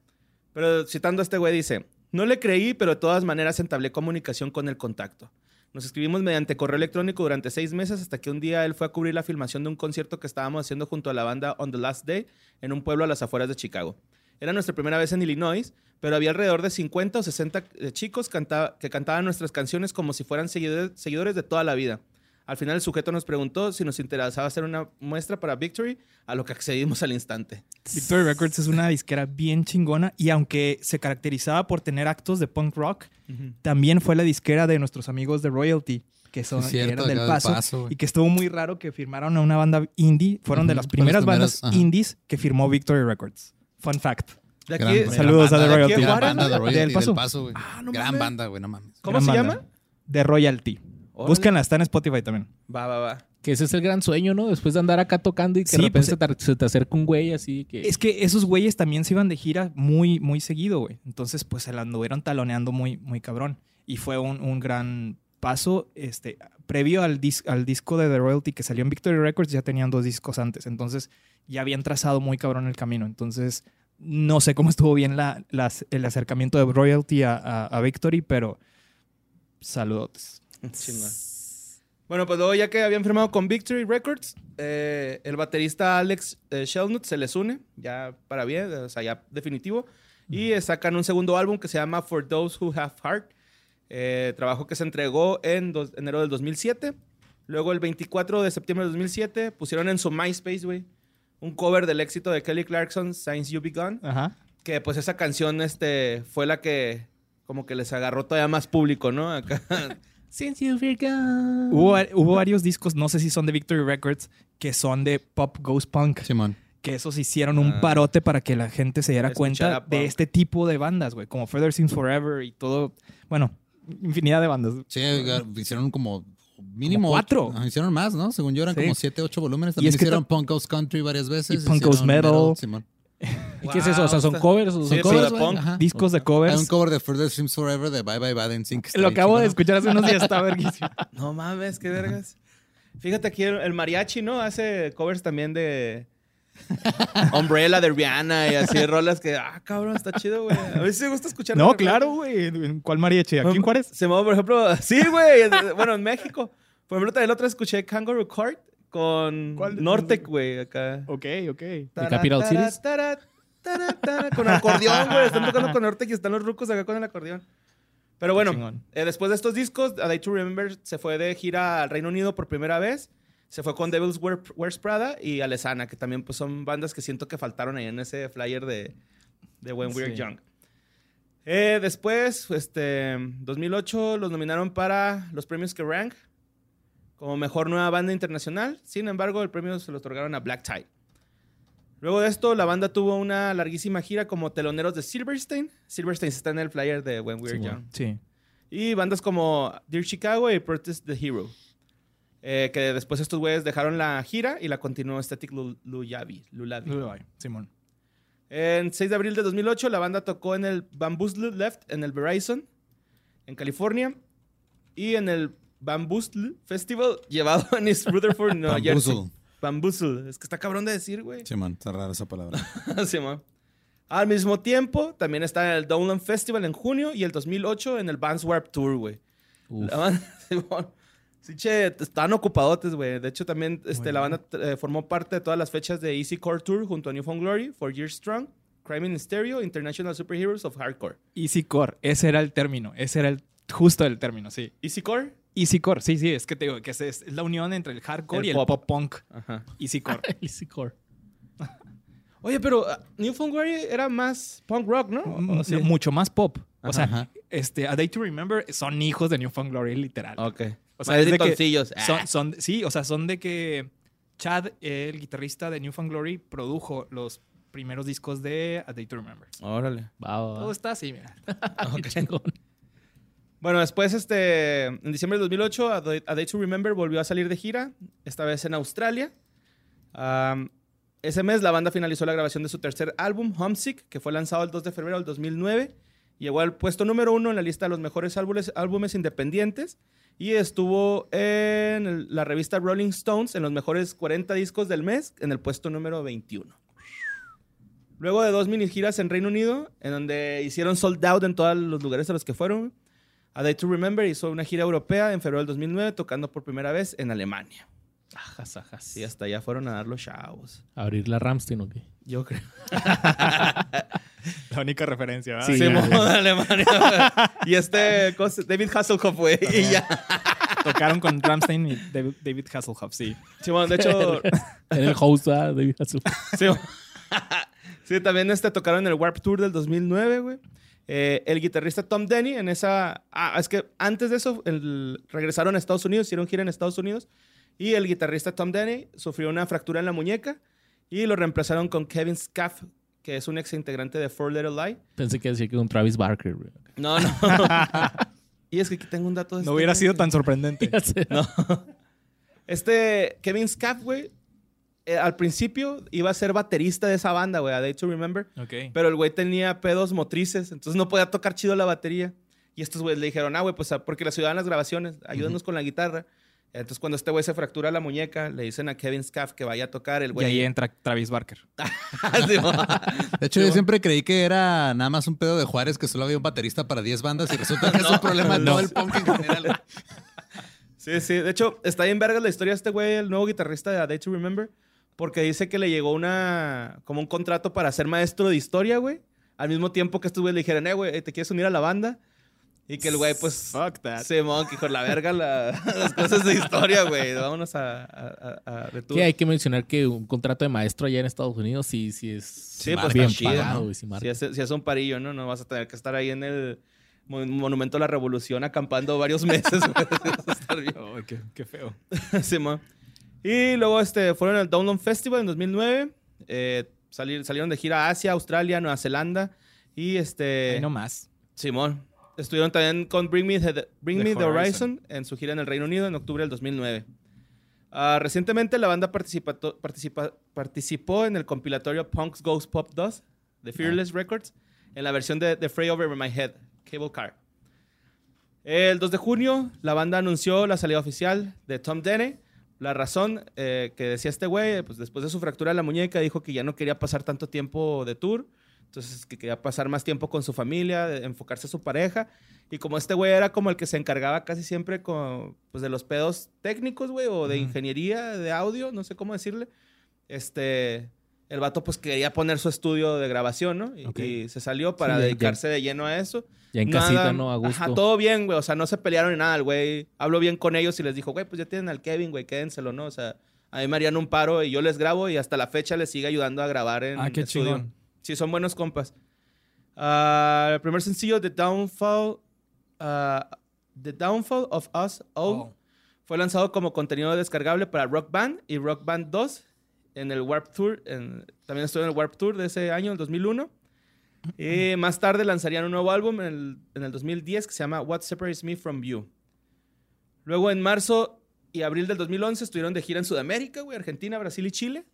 S1: Pero citando a este güey, dice: No le creí, pero de todas maneras entablé comunicación con el contacto. Nos escribimos mediante correo electrónico durante seis meses hasta que un día él fue a cubrir la filmación de un concierto que estábamos haciendo junto a la banda On the Last Day en un pueblo a las afueras de Chicago. Era nuestra primera vez en Illinois, pero había alrededor de 50 o 60 chicos canta- que cantaban nuestras canciones como si fueran seguidores- seguidores de toda la vida. Al final el sujeto nos preguntó si nos interesaba hacer una muestra para Victory, a lo que accedimos al instante.
S4: Victory Records es una disquera bien chingona y aunque se caracterizaba por tener actos de punk rock, también fue la disquera de nuestros amigos de Royalty, que son
S3: Es
S4: que
S3: cierto,
S4: eran del
S3: acá del
S4: paso,
S3: Paso, güey.
S4: y que estuvo muy raro que firmaron a una banda indie, fueron de
S3: Ujú,
S4: las
S3: fue las
S4: primeras bandas
S3: primeras, ajá.
S4: indies que firmó Victory Records. Fun fact.
S1: De aquí,
S3: Gran-
S4: saludos
S3: gran
S4: a The
S3: banda,
S4: Royalty.
S3: gran
S4: Juárez,
S3: banda
S4: ¿no?
S3: de Royalty
S4: Del
S3: del
S4: Paso.
S3: Paso, güey.
S1: Ah, no
S3: gran
S1: mames.
S3: banda, güey, no mames.
S1: ¿Cómo
S4: Gran
S1: se
S4: banda.
S1: llama?
S4: De Royalty.
S1: Órale.
S4: Búsquenla, está en Spotify también.
S1: Va, va, va.
S2: Que ese es el gran sueño, ¿no? Después de andar acá tocando y que
S4: Sí,
S2: de repente
S4: pues,
S2: se, te, se te acerca un güey así que...
S4: Es que esos güeyes también se iban de gira muy, muy seguido, güey. Entonces, pues se la anduvieron taloneando muy, muy cabrón. Y fue un, un gran paso. Este, previo al, dis- al disco de The Royalty que salió en Victory Records, ya tenían dos discos antes. Entonces, ya habían trazado muy cabrón el camino. Entonces, no sé cómo estuvo bien la, las- el acercamiento de Royalty a, a- a Victory, pero saludotes.
S1: Chingón. Bueno, pues luego ya que habían firmado con Victory Records, eh, el baterista Alex eh, Shelnut se les une, ya para bien, o sea, ya definitivo, y eh, sacan un segundo álbum que se llama For Those Who Have Heart, eh, trabajo que se entregó en dos- enero del 2007. Luego el 24 de septiembre del 2007 pusieron en su MySpace, güey, un cover del éxito de Kelly Clarkson, Since You Be Gone,
S4: Ajá.
S1: que pues esa canción este, fue la que como que les agarró todavía más público, ¿no? Acá.
S2: Since you began.
S4: Hubo, hubo varios discos, no sé si son de Victory Records, que son de pop ghost punk.
S3: Simón.
S4: que esos hicieron un
S1: Ah.
S4: parote para que la gente se diera
S1: Escuchara
S4: cuenta
S1: punk.
S4: de este tipo de bandas, güey, como Further Things Forever y todo, bueno, infinidad de bandas.
S3: Sí, gar- hicieron como mínimo
S4: Como cuatro.
S3: ocho- ajá, hicieron más, ¿no? Según yo eran
S4: Sí.
S3: como siete, ocho volúmenes. También
S4: es que
S3: hicieron Punk Ghost Country varias veces.
S4: Y Punk Goes
S3: hicieron
S4: Metal.
S3: Simón.
S2: ¿Y ¿Qué es eso? O sea, son
S1: Wow,
S2: covers.
S1: Sí,
S2: Son
S1: pero
S2: covers.
S1: de
S2: güey?
S1: punk.
S2: Ajá.
S4: Discos de
S3: Hay un
S4: covers.
S3: cover de Further Sims Forever de Bye Bye Bad Sync. que está
S4: Lo
S3: bien
S4: acabo de
S3: chingón.
S4: escuchar hace unos días, está verguísimo.
S1: No mames, qué vergas. Fíjate aquí el, el mariachi, ¿no? Hace covers también de Umbrella de Rihanna y así rolas que, ah, cabrón, está chido, güey. A veces me gusta escuchar.
S4: No, claro, güey. ¿En ¿Cuál mariachi? ¿Aquí en Juárez?
S1: Se mueve, por ejemplo, sí, güey. Bueno, en México. Por ejemplo, también la otra escuché Kangaroo Court con
S4: ¿Cuál de-
S1: Nortec, güey, acá.
S4: Ok, ok.
S2: ¿De Capital Cities?
S1: Tara, tara, tara, tara, Con acordeón, güey. Están tocando con Nortec y están los rucos acá con el acordeón. Pero
S4: Qué
S1: bueno,
S4: chingón.
S1: eh, después de estos discos, A Day to Remember se fue de gira al Reino Unido por primera vez. Se fue con Devil's Wear- Wears Prada y Alesana, que también pues, son bandas que siento que faltaron ahí en ese flyer de, de When We Were
S4: Sí.
S1: Young. Eh, después, este, 2008 los nominaron para los premios que rank como mejor nueva banda internacional. Sin embargo, el premio se lo otorgaron a Black Tie. Luego de esto, la banda tuvo una larguísima gira como teloneros de Silverstein. Silverstein está en el flyer de When We Were
S2: Sí,
S1: Young.
S2: bueno.
S4: Sí.
S1: Y bandas como Dear Chicago y Protest the Hero. Eh, que después estos güeyes dejaron la gira y la continuó Static Lu- Lullaby. Lullaby.
S4: Simón.
S1: En 6 de abril de 2008, la banda tocó en el Bamboozle Left en el Verizon, en California, y en el Bamboozle Festival llevado en East Rutherford, Nueva Jersey.
S3: Bamboozle.
S1: Bamboozle. Es que está cabrón de decir, güey.
S3: Simón, está rara esa palabra.
S1: Sí, ma. Al mismo tiempo, también está en el Downland Festival en junio y el 2008 en el Vans Warped Tour, güey.
S2: Uf.
S1: La banda, Simón. Sí, che, t- están ocupadotes, güey. De hecho, también este, la banda eh, formó parte de todas las fechas de Easy Core Tour junto a Newfound Glory, For Years Strong, Crime in Stereo, International Superheroes of Hardcore.
S4: Easy Core, ese era el término, ese era el justo el término, sí.
S1: ¿Easy Core?
S4: Easy Core, sí, sí, es que te digo que ese es la unión entre el hardcore
S1: El
S4: y el
S1: pop. Oh,
S4: pop, punk.
S1: Ajá.
S4: Easy Core.
S2: Easy core.
S1: Oye, pero ah, Newfound Glory era más punk rock, ¿no? ¿O- o oh, sí?
S4: Mm, Mucho más pop. O sea,
S3: Ajá.
S4: este, A Day to Remember son hijos de Newfound Glory, literal.
S1: Ok.
S4: O sea, es
S1: Más
S4: de que
S1: gritoncillos. Ah.
S4: Son, son- sí, o sea, son de que Chad, el guitarrista de Newfound Glory, produjo los primeros discos de A Day to Remember.
S1: Órale.
S2: Va, va, va.
S4: Todo está así, mira.
S2: Ah, qué chingón.
S1: Bueno, después, este, en diciembre de 2008, A Day, A Day to Remember volvió a salir de gira, esta vez en Australia. Am, ese mes, la banda finalizó la grabación de su tercer álbum, Homesick, que fue lanzado el 2 de febrero del 2009. Llegó al puesto número uno en la lista de los mejores álbumes, álbumes independientes y estuvo en el- la revista Rolling Stones en los mejores 40 discos del mes, en el puesto número 21. Luego de dos mini giras en Reino Unido, en donde hicieron sold out en todos los lugares a los que fueron, a Day to Remember hizo una gira europea en febrero del 2009, tocando por primera vez en Alemania.
S2: Ajas, ajas.
S1: Sí, hasta allá fueron a dar los chavos.
S2: Abrir la Ramstein o qué.
S1: Yo creo.
S4: La única referencia, ¿verdad?
S1: Sí,
S2: ya.
S1: mo- Alemania. y este, cosa- David Hasselhoff, güey. Y ya.
S4: Tocaron con Rammstein y David David Hasselhoff, sí.
S1: Simón, de hecho,
S2: Era el host ¿verdad? de Viva Azul.
S1: Sí, Sí, también este, tocaron en el Warp Tour del 2009, güey. Eh, el guitarrista Tom Denny en esa... Ah, es que antes de eso el- regresaron a Estados Unidos, hicieron gira en Estados Unidos. Y el guitarrista Tom Denny sufrió una fractura en la muñeca y lo reemplazaron con Kevin Scaff, que es un ex integrante de Four Little Lie.
S2: Pensé que decía que un Travis Barker. güey.
S1: No, no. y es que aquí tengo un dato de
S4: No
S1: este,
S4: hubiera
S1: güey.
S4: sido tan sorprendente.
S2: Ya sé.
S1: Este Kevin Scaff, güey, eh, al principio iba a ser baterista de esa banda, güey, a Day to Remember.
S4: Ok.
S1: Pero el güey tenía pedos motrices, entonces no podía tocar chido la batería. Y estos güeyes le dijeron, ah, güey, pues ah, porque les ayudaban las grabaciones, ayúdanos con la guitarra. Entonces, cuando este güey se fractura la muñeca, le dicen a Kevin Scaff que vaya a tocar el
S4: Y ahí
S1: güey. Ah,
S4: entra Travis Barker.
S1: Sí, va.
S3: De hecho, yo siempre creí que era nada más un pedo de Juárez que solo había un baterista para 10 bandas y resulta que es un problema de todo el punk en general.
S1: sí, sí. De hecho, está bien verga la historia de este güey, el nuevo guitarrista de A Day to Remember, porque dice que le llegó una, como un contrato para ser maestro de historia, güey. Al mismo tiempo que estos güeyes le dijeron, eh, güey, ¿te quieres unir a la banda? Y que el güey, pues,
S4: Fuck that.
S1: Simón, que con la verga la- las cosas de historia, güey. Vámonos a, a, a- a de tour.
S2: Sí, hay que mencionar que un contrato de maestro allá en Estados Unidos sí, sí es
S1: Sí, pues,
S2: bien
S1: está chido,
S2: pagado,
S1: ¿no?
S2: güey, sí marca.
S1: Si, es, si es un parillo, ¿no? No vas a tener que estar ahí en el mon- Monumento a la Revolución acampando varios meses. güey. Vas a estar bien.
S4: Ay, qué, qué feo.
S1: Simón. Y luego este, fueron al Download Festival en 2009. Eh, salir- salieron de gira a Asia, Australia, Nueva Zelanda. Y este...
S3: Eh,
S4: Ahí no más.
S1: Simón. Estuvieron también con Bring Me the, Bring
S4: The
S1: Me the
S4: Horizon.
S1: Horizon en su gira en el Reino Unido en octubre del 2009. Ah, recientemente la banda participato- participa- participó en el compilatorio Punks Goes Pop 2 de Fearless Records en la versión de The Fray Over My Head, Cable Car. El 2 de junio la banda anunció la salida oficial de Tom Dene. La razón eh, que decía este güey, pues después de su fractura de la muñeca, dijo que ya no quería pasar tanto tiempo de tour. Entonces, que quería pasar más tiempo con su familia, de- enfocarse a su pareja. Y como este güey era como el que se encargaba casi siempre con, pues, de los pedos técnicos, güey, o de
S4: Ujú.
S1: ingeniería, de audio, no sé cómo decirle. Este, el vato, pues, quería poner su estudio de grabación, ¿no? Y,
S4: Ok.
S1: y se salió para
S2: Sí, ya- ya-
S1: dedicarse de lleno a eso.
S2: Ya en
S1: Nada-
S2: casita, ¿no? A gusto.
S1: Ajá, todo bien, güey. O sea, no se pelearon ni nada, el güey. Habló bien con ellos y les dijo, güey, pues ya tienen al Kevin, güey, quédenselo, ¿no? O sea, a mí me harían un paro y yo les grabo y hasta la fecha les sigue ayudando a grabar en
S4: Ah, qué
S1: estudio.
S4: chingón.
S1: Sí, son buenos compas. Ah, el primer sencillo, The Downfall, ah, The Downfall of Us All,
S4: Oh.
S1: fue lanzado como contenido descargable para Rock Band y Rock Band 2 en el Warp Tour. en- también estuvo en el Warp Tour de ese año, el 2001. Y más tarde lanzarían un nuevo álbum en el, en el 2010 que se llama What Separates Me From You. Luego en marzo y abril del 2011 estuvieron de gira en Sudamérica, güey, Argentina, Brasil y Chile.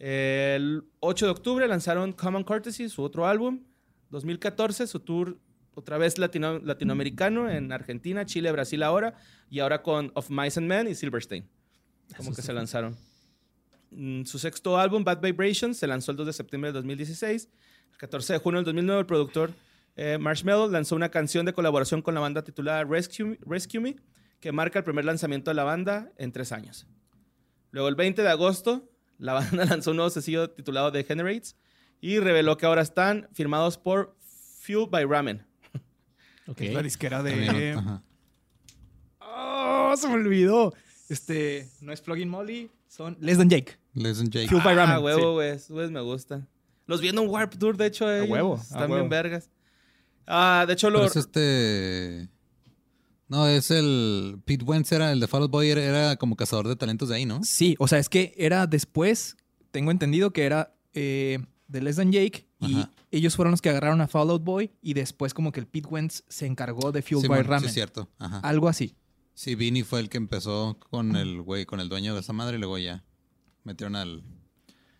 S1: El 8 de octubre lanzaron Common Courtesy, su otro álbum. 2014, su tour otra vez latino- latinoamericano en Argentina, Chile, Brasil ahora. Y ahora con Of Mice and Men y Silverstein. Como
S2: Eso
S1: que
S2: sí.
S1: se lanzaron. Mm, Su sexto álbum, Bad Vibrations, se lanzó el 2 de septiembre del 2016. El 14 de junio del 2009, el productor eh, Marshmello lanzó una canción de colaboración con la banda titulada Rescue Me, Rescue Me, que marca el primer lanzamiento de la banda en tres años. Luego, el 20 de agosto, la banda lanzó un nuevo sencillo titulado The Generates y reveló que ahora están firmados por Fueled by Ramen.
S2: Ok.
S4: Que es la disquera
S3: También,
S4: de.
S3: ajá.
S4: ¡Oh! Se me olvidó. Este. No es Plugin Molly, son Les Than Jake.
S3: Listen, Jake.
S4: Fueled by Ramen.
S1: Ah, huevo, güey. Esos güeyes me gustan. Los vi en un Warp Tour, de hecho. ellos.
S4: huevo, a
S1: Están
S4: huevo.
S1: bien vergas. Ah, de hecho,
S3: Pero
S1: lo...
S3: es este. No, es el. Pete Wentz era el de Fall Out Boy, era, era como cazador de talentos de ahí, ¿no?
S4: Sí, o sea, es que era después. Tengo entendido que era eh, de Les Than Jake y
S3: Ajá.
S4: ellos fueron los que agarraron a Fallout Boy y después como que el Pete Wentz se encargó de Fuel
S3: Simón,
S4: by
S3: sí,
S4: Ramen. Ah.
S3: es cierto. Ajá.
S4: Algo así.
S3: Sí, Vinny fue el que empezó con el güey, con el dueño de esa madre y luego ya metieron al...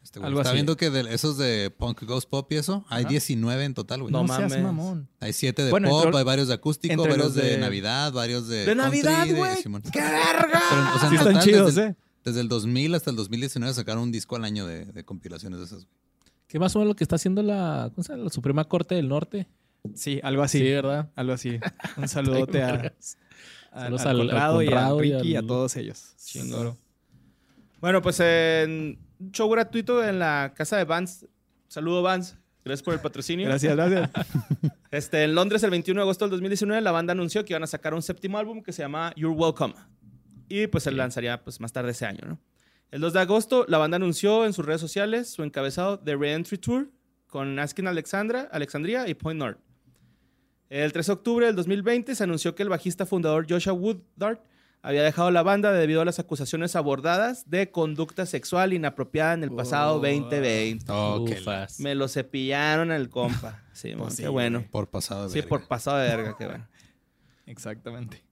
S3: Este güey.
S4: Algo
S3: Está
S4: así.
S3: viendo que de esos de Punk Ghost Pop y eso, hay
S4: Ajá.
S3: 19 en total, güey.
S1: No
S4: seas
S1: mames.
S4: mamón.
S3: Hay 7 de
S4: Bueno,
S3: pop,
S4: entró-
S3: hay varios de acústico,
S4: entre los
S3: varios de...
S4: de-
S3: Navidad, varios de...
S1: ¡De
S3: country,
S1: Navidad,
S3: de-
S1: güey!
S3: Simón.
S1: ¡Qué verga!
S3: Pero, o sea, en
S4: Sí están
S3: total,
S4: chidos,
S3: desde,
S4: eh.
S3: desde el 2000 hasta el 2019 sacaron un disco al año de, de compilaciones de esas. güey.
S2: Que más o menos lo que está haciendo la, ¿cómo se llama? la Suprema Corte del Norte.
S4: Sí, algo así.
S2: Sí, ¿verdad?
S4: Algo así. Un saludote a, a,
S2: Saludos
S4: al
S2: al- al
S4: Conrado y a
S2: Conrado y
S4: Ricky y a
S2: al-
S4: todos ellos.
S1: Chingón. Bueno, pues en un show gratuito en la casa de Vans. Saludo, Vans. Gracias por el patrocinio.
S4: Gracias, gracias.
S1: Este, en Londres, el 21 de agosto del 2019, la banda anunció que iban a sacar un séptimo álbum que se llama You're Welcome. Y pues se lanzaría pues, más tarde ese año, ¿no? El 2 de agosto, la banda anunció en sus redes sociales su encabezado The Reentry Tour con Askin Alexandra, Alexandria y Point North. El 3 de octubre del 2020 se anunció que el bajista fundador Joshua Woodard había dejado la banda debido a las acusaciones abordadas de conducta sexual inapropiada en el pasado
S4: Oh.
S1: 2020.
S3: Oh, qué la-
S2: Ufas.
S1: Me lo cepillaron al compa. Sí, mon,
S4: Pues
S1: qué
S4: sí,
S1: bueno.
S4: güey.
S3: Por pasado de
S1: Sí,
S3: verga.
S1: por pasado de verga, qué bueno.
S4: Exactamente.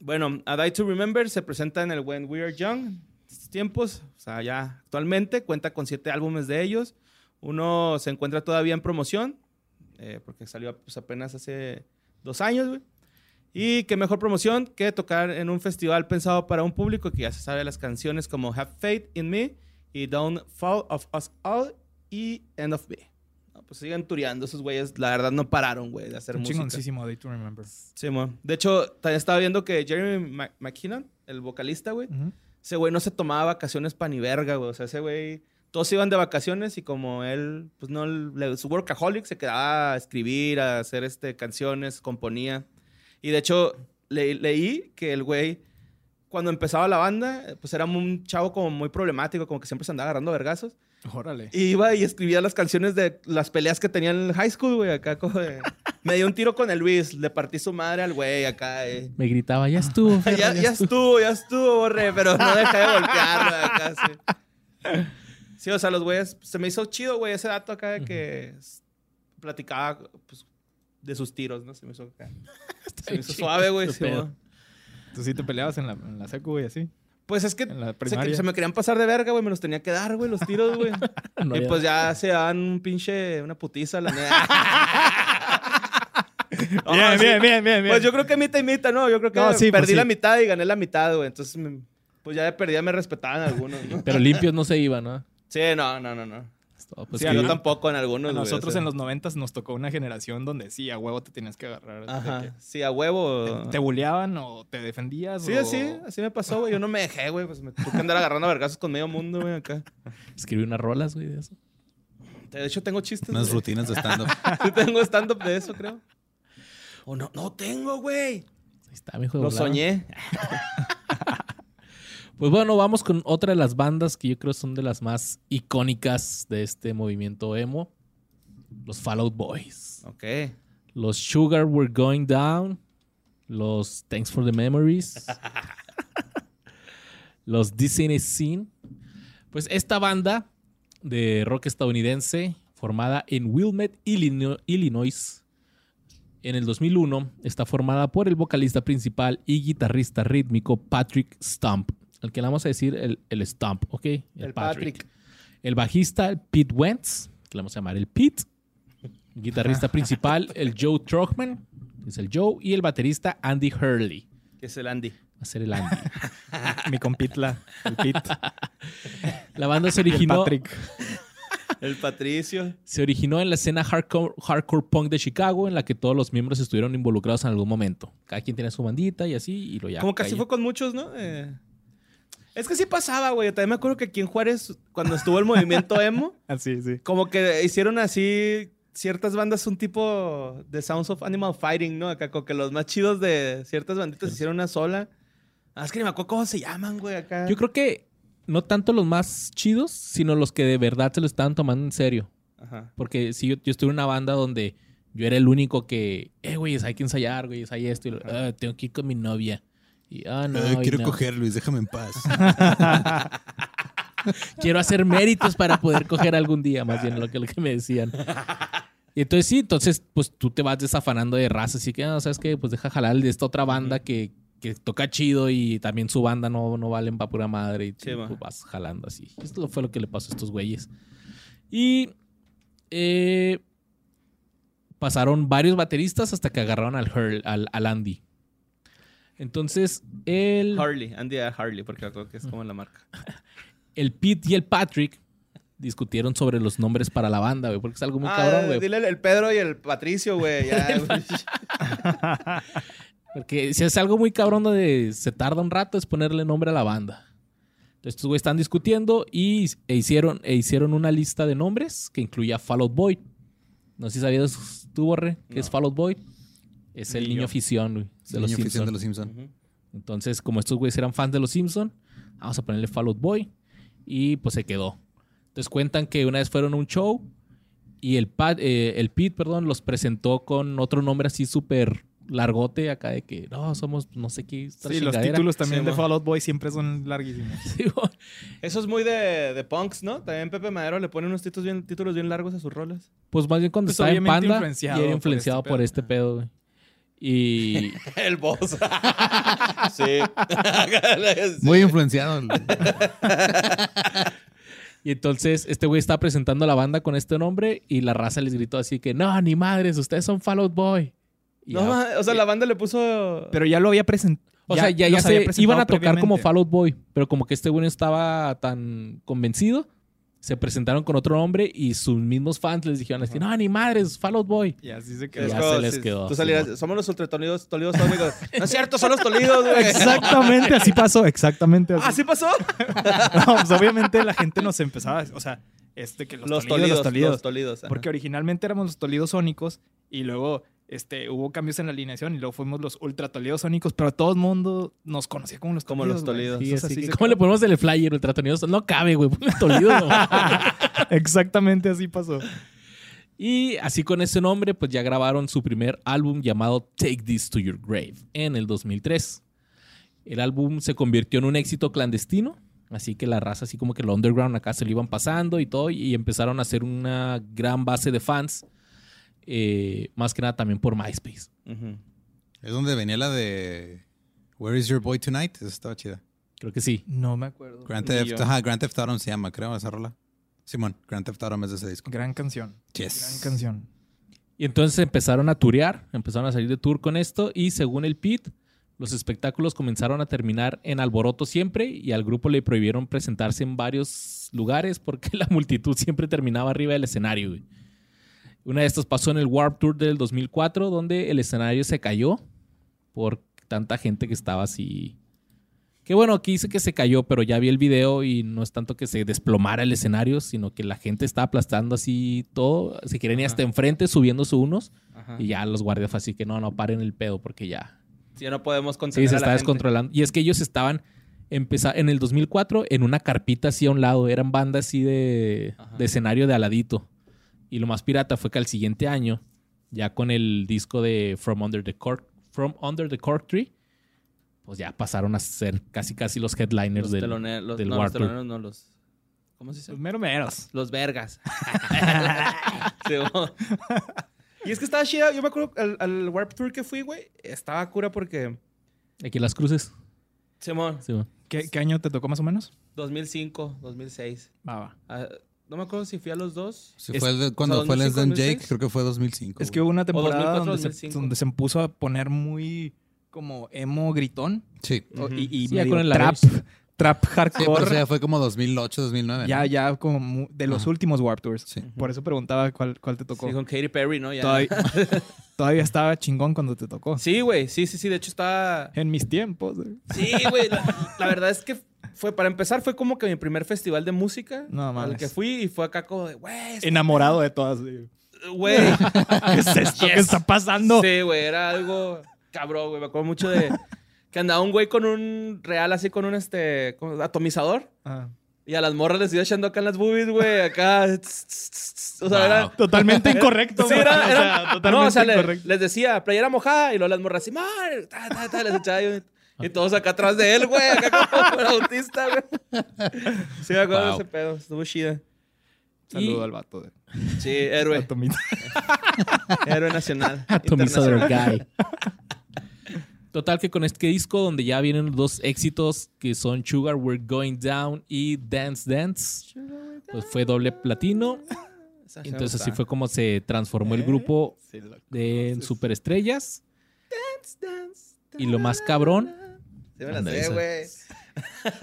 S1: Bueno, A Die to Remember se presenta en el When We Are Young. Estos tiempos, o sea, ya actualmente cuenta con siete álbumes de ellos. Uno se encuentra todavía en promoción, eh, porque salió pues, apenas hace dos años, güey. Y qué mejor promoción que tocar en un festival pensado para un público que ya se sabe las canciones como Have Faith in Me y Don't Fall of Us All y End of Me. No, pues siguen tureando esos güeyes. La verdad no pararon, güey, de hacer
S4: Un
S1: música.
S4: chingoncísimo Day to Remember.
S1: Sí, mo. De hecho, también estaba viendo que Jeremy Ma- McKinnon, el vocalista, güey,
S4: Ujú.
S1: ese güey no se tomaba vacaciones pa' ni verga, güey. O sea, ese güey. Todos iban de vacaciones y como él, pues no, le- su workaholic se quedaba a escribir, a hacer este, canciones, componía. Y de hecho, le- leí que el güey, cuando empezaba la banda, eh, pues era un chavo como muy problemático, como que siempre se andaba agarrando a vergazos.
S4: Órale.
S1: Y Iba y escribía las canciones de las peleas que tenían en el high school, güey. Acá como de- Me dio un tiro con el Luis, le partí su madre al güey acá. eh.
S2: Me gritaba, ya estuvo.
S1: Ya,
S2: perro,
S1: ya estuvo, ya estuvo, borre, pero no dejé de voltear, güey, acá, sí. Sí, o sea, los güeyes, pues, se me hizo chido, güey, ese dato acá de que s- platicaba, pues, de sus tiros, ¿no? Se me hizo acá. Se me hizo suave, güey.
S2: Tu
S1: sí,
S2: pedo.
S1: güey.
S4: Tú sí te peleabas en la, en la secu y así.
S1: Pues es que
S4: En la
S1: se,
S4: primaria.
S1: se me querían pasar de verga, güey, me los tenía que dar, güey, los tiros, güey.
S2: No
S1: y
S2: había-
S1: pues ya se dan un pinche, una putiza, la neta. No,
S4: Bien,
S1: sí.
S4: bien, bien, bien, bien.
S1: Pues yo creo que mitad y mitad, ¿no? Yo creo que
S4: No, sí, pues
S1: perdí
S4: sí.
S1: la mitad y gané la mitad, güey. Entonces, me- pues ya de perdida me respetaban algunos, ¿no?
S2: Pero limpios no se iban, ¿no?
S1: Sí, no, no, no, no.
S2: Estaba, pues,
S4: Sí,
S1: Sí,
S2: que-
S1: yo tampoco en
S4: A
S1: algunos, güey,
S4: nosotros
S1: o sea.
S4: en los noventas nos tocó una generación donde sí, a huevo te tenías que agarrar. de que
S1: Ajá, sí, a huevo.
S4: te- ¿Te buleaban o te defendías?
S1: Sí,
S4: o-
S1: así, así me pasó, güey. Yo no me dejé, güey. Pues me tuve que andar agarrando a vergazos con medio mundo, güey, acá.
S2: escribí unas rolas, güey, de eso.
S1: De hecho, tengo chistes.
S3: Unas
S1: güey.
S3: rutinas de stand-up.
S1: Sí, tengo stand-up de eso, creo. O no, no tengo, güey.
S2: Ahí está, mijo. de
S1: Lo
S2: volada.
S1: soñé.
S2: Pues bueno, vamos con otra de las bandas que yo creo son de las más icónicas de este movimiento emo. Los Fallout Boys.
S1: Ok.
S2: Los Sugar We're Going Down. Los Thanks for the Memories. los This Scene Is Sin. Pues esta banda de rock estadounidense formada en Wilmette, Illino- Illinois. En el 2001 está formada por el vocalista principal y guitarrista rítmico Patrick Stump, al que le vamos a decir el, el Stump, ¿ok? El,
S1: El Patrick.
S2: El bajista el Pete Wentz, que le vamos a llamar el Pete. El guitarrista principal el Joe Trochman, que es el Joe, y el baterista Andy Hurley,
S1: Que es el Andy.
S2: va a ser el Andy.
S4: Mi compitla, el Pit,
S2: La banda se
S4: el
S2: originó
S4: Patrick.
S1: El Patricio.
S2: Se originó en la escena hardcore, hardcore punk de Chicago, en la que todos los miembros estuvieron involucrados en algún momento. Cada quien tenía su bandita y así, y lo ya.
S1: Como casi
S2: caía.
S1: fue con muchos, ¿no? Eh, Es que sí pasaba, güey. También me acuerdo que aquí en Juárez, cuando estuvo el movimiento emo,
S4: Así, Ah, sí.
S1: como que hicieron así ciertas bandas un tipo de Sounds of Animal Fighting, ¿no? Acá como que los más chidos de ciertas banditas hicieron una sola. Ah, es que ni me acuerdo cómo se llaman, güey, acá.
S2: Yo creo que no tanto los más chidos, sino los que de verdad se lo estaban tomando en serio.
S1: Ajá.
S2: Porque si yo, yo estuve en una banda donde yo era el único que, eh, güey, hay que ensayar, güey, hay esto, y lo- "Ah, tengo que ir con mi novia. Y, ah, no,
S3: Eh,
S2: y
S3: quiero
S2: no".
S3: coger, Luis, déjame en paz.
S2: Quiero hacer méritos para poder coger algún día, más bien lo que, lo que me decían. Y entonces sí, entonces pues tú te vas desafanando de raza, así que, no, ¿sabes qué? Pues deja jalar el de esta otra banda que, que toca chido y también su banda no, no valen para pura madre y tú,
S1: Sí, ma.
S2: pues, vas jalando así. Esto fue lo que le pasó a estos güeyes. Y eh, pasaron varios bateristas hasta que agarraron al, Hurl- al, al Andy. Entonces, el...
S1: Harley, Andy era Harley, porque creo
S2: Mm.
S1: que es como la marca.
S2: el Pete y el Patrick discutieron sobre los nombres para la banda, güey, porque es algo muy cabrón, güey.
S1: Ah, dile el- el Pedro y el Patricio, güey. ya, güey.
S2: Porque si es algo muy cabrón donde se tarda un rato es ponerle nombre a la banda. Entonces, estos güeyes están discutiendo y e hicieron, e hicieron una lista de nombres que incluía Fall Out Boy. No sé si sabías tú, Borre, que es
S1: No.
S2: Fall Out Boy. Es el
S1: Niño.
S2: niño afición, güey, de los
S3: Niño
S2: Simpson.
S3: afición de los Simpson.
S1: Ujú.
S2: Entonces, como estos güeyes eran fans de los Simpson, vamos a ponerle Fall Out Boy. Y pues se quedó. Entonces cuentan que una vez fueron a un show y el, Pat- eh, el Pete perdón, los presentó con otro nombre así súper largote acá de que no, somos no sé qué. esta
S4: Sí, los
S2: chingadera".
S4: títulos también
S1: Sí,
S4: de
S1: mo.
S4: Fall Out Boy siempre son larguísimos.
S2: Sí, güey.
S1: Eso es muy de, de punks, ¿no? También Pepe Madero le pone unos títulos bien, títulos bien largos a sus roles.
S2: pues más bien cuando
S4: Pues,
S2: estaba en
S4: obviamente
S2: Panda, y
S4: influenciado
S2: era
S4: por
S2: influenciado
S4: este
S2: por
S4: pedo.
S2: este pedo. güey. Y
S1: El boss. sí.
S3: Muy influenciado.
S2: Y entonces este güey estaba presentando a la banda con este nombre y la raza les gritó así que no, ni madres, ustedes son Fall Out Boy. Y
S1: No,
S2: ya,
S1: ma- o sea, la banda le puso.
S4: Pero ya lo había presentado.
S2: o sea, ya, ya se iban a tocar como
S4: Fall
S2: Fall Out Boy, pero como que este güey no estaba tan convencido, se presentaron con otro nombre y sus mismos fans les dijeron así, no, ni madres, Fall Out Boy.
S4: Y así se
S1: Es
S4: quedó.
S2: Ya
S1: como
S2: se les
S1: si
S2: quedó,
S1: Tú salieras, somos los ultratolidos, tolidos tónicos. No es cierto, son los tolidos, güey.
S4: Exactamente, así pasó, exactamente
S2: Ah,
S4: así.
S1: ¿Así pasó?
S4: No, pues obviamente la gente nos empezaba, o sea, este que los, tolidos, los tolidos.
S1: Los tolidos. ajá.
S4: porque originalmente éramos los tolidos sónicos y luego este, hubo cambios en la alineación y luego fuimos los ultra tolidos sónicos, pero todo el mundo nos conocía como los
S1: Como
S4: tolidos.
S1: los
S4: güey.
S1: Tolidos.
S2: Sí,
S4: Entonces,
S2: así
S4: así
S2: que,
S4: se
S2: ¿Cómo le
S4: quedó.
S2: ponemos el flyer, ultratonidos? No cabe, güey, ponle Tolido. güey.
S4: Exactamente así pasó.
S2: Y así con ese nombre, pues ya grabaron su primer álbum llamado Take This to Your Grave en el 2003. El álbum se convirtió en un éxito clandestino, así que la raza, así como que lo underground acá se lo iban pasando y todo, y empezaron a hacer una gran base de fans, eh, más que nada también por MySpace.
S1: Ujú.
S3: es donde venía la de Where is your boy tonight? Esa estaba chida.
S2: Creo que sí.
S4: No me acuerdo.
S3: Grand
S1: Ni
S3: Theft,
S1: yo.
S3: ajá, Grand Theft Auto se llama, creo, esa rola. Simón, Grand Theft Auto es de ese disco.
S4: Gran canción. Gran
S3: Yes.
S4: canción.
S2: Y entonces empezaron a turear, empezaron a salir de tour con esto y según el PIT, los espectáculos comenzaron a terminar en alboroto siempre y al grupo le prohibieron presentarse en varios lugares porque la multitud siempre terminaba arriba del escenario. güey. Una de estas pasó en el Warp Tour del 2004 donde el escenario se cayó por tanta gente que estaba así. Que bueno, aquí dice que se cayó, pero ya vi el video y no es tanto que se desplomara el escenario, sino que la gente estaba aplastando así todo. Se quieren ir
S1: Ajá.
S2: hasta enfrente subiéndose unos.
S1: Ajá.
S2: Y ya los guardias fue así que no, no, paren el pedo porque ya.
S1: Sí, ya no podemos contener
S2: Sí, se
S1: a la
S2: está
S1: gente.
S2: descontrolando. Y es que ellos estaban empeza- en el 2004 en una carpita así a un lado. Eran bandas así de,
S1: Ajá.
S2: de escenario de aladito. Y lo más pirata fue que al siguiente año, ya con el disco de From Under the Cork, From Under the Cork Tree, pues ya pasaron a ser casi casi los headliners
S1: Los
S2: del-
S1: teloneros, los,
S2: del
S1: no,
S2: War
S1: los
S2: Tour.
S1: teloneros no, los... ¿Cómo se dice?
S4: Los mero Pues, meros.
S1: Los vergas. Sí, mo. y es que estaba chida. Yo me acuerdo al, al Warp Tour que fui, güey. Estaba cura porque.
S2: Aquí en las cruces.
S1: Simón,
S2: Sí, bueno.
S4: ¿Qué, qué año te tocó más o menos?
S1: 2005, 2006.
S4: Va, va.
S1: Ah, no me acuerdo si fui a los dos.
S3: Si
S4: Es-
S3: fue el- cuando
S1: o sea,
S3: fue Les
S1: 2005,
S3: Don Jake,
S1: 2006.
S3: creo que fue 2005.
S4: Es que uh,
S3: güey.
S4: hubo una temporada
S1: 2004,
S4: donde, se,
S1: 2005.
S4: donde se puso a poner muy como emo gritón
S3: Sí.
S1: Ujú.
S4: y, y
S2: Sí, ya
S4: medio
S2: con el
S4: trap,
S2: Avenged.
S4: trap
S3: Sí, pero
S4: hardcore.
S3: eso ya fue como 2008, 2009.
S4: ya,
S3: ¿no?
S4: ya como mu- de los
S3: Ajá.
S4: últimos Warp Tours.
S3: Sí.
S4: Por eso preguntaba cuál, cuál te tocó.
S1: Sí, con Katy Perry, ¿no? Ya.
S4: todavía, todavía estaba chingón cuando te tocó.
S1: Sí, güey. Sí, sí, sí. De hecho, estaba.
S4: En mis tiempos. eh.
S1: Sí, güey. La, la verdad es que fue, para empezar, fue como que mi primer festival de música.
S4: No
S1: Al
S4: mames.
S1: que fui y fue acá como de, güey. este-
S4: Enamorado de todas. eh.
S1: Güey.
S4: ¿Qué es esto
S1: Yes.
S4: que está pasando?
S1: Sí, güey, era algo cabrón, güey. Me acuerdo mucho de que andaba un güey con un real así, con un este con un atomizador.
S4: Ah.
S1: Y a las morras les iba echando acá en las boobies, güey. Acá. tss, tss, tss, o sea,
S2: Wow.
S1: era. pues
S4: Totalmente incorrecto.
S1: Sí,
S4: güey.
S1: era-
S4: O sea,
S1: era-
S4: totalmente
S1: no, o sea, le-
S4: incorrecto.
S1: les decía, playera mojada. Y luego las morras así, "Mar", ta, ta, ta, les echaba ahí un-
S2: Ah.
S1: Y todos acá atrás de él, güey. Acá como un autista, güey. Sí, me acuerdo
S3: Wow.
S1: de ese pedo. Estuvo chida.
S4: Saludo
S2: Y-
S4: al vato de
S1: Sí, héroe.
S4: Atomita.
S1: héroe nacional.
S2: Atomizador
S1: internacional.
S2: Guy. Total que con este disco donde ya vienen los dos éxitos que son Sugar We're Going Down y Dance Dance, pues fue doble platino.
S1: Esa sí me
S2: Entonces así
S1: gustaba.
S2: fue como se transformó el
S1: ¿Eh?
S2: grupo
S4: Sí, lo
S2: de en
S4: conoces.
S2: superestrellas. Y lo más cabrón,
S1: Sí me la
S3: Anda,
S1: sé,
S3: esa.
S1: güey.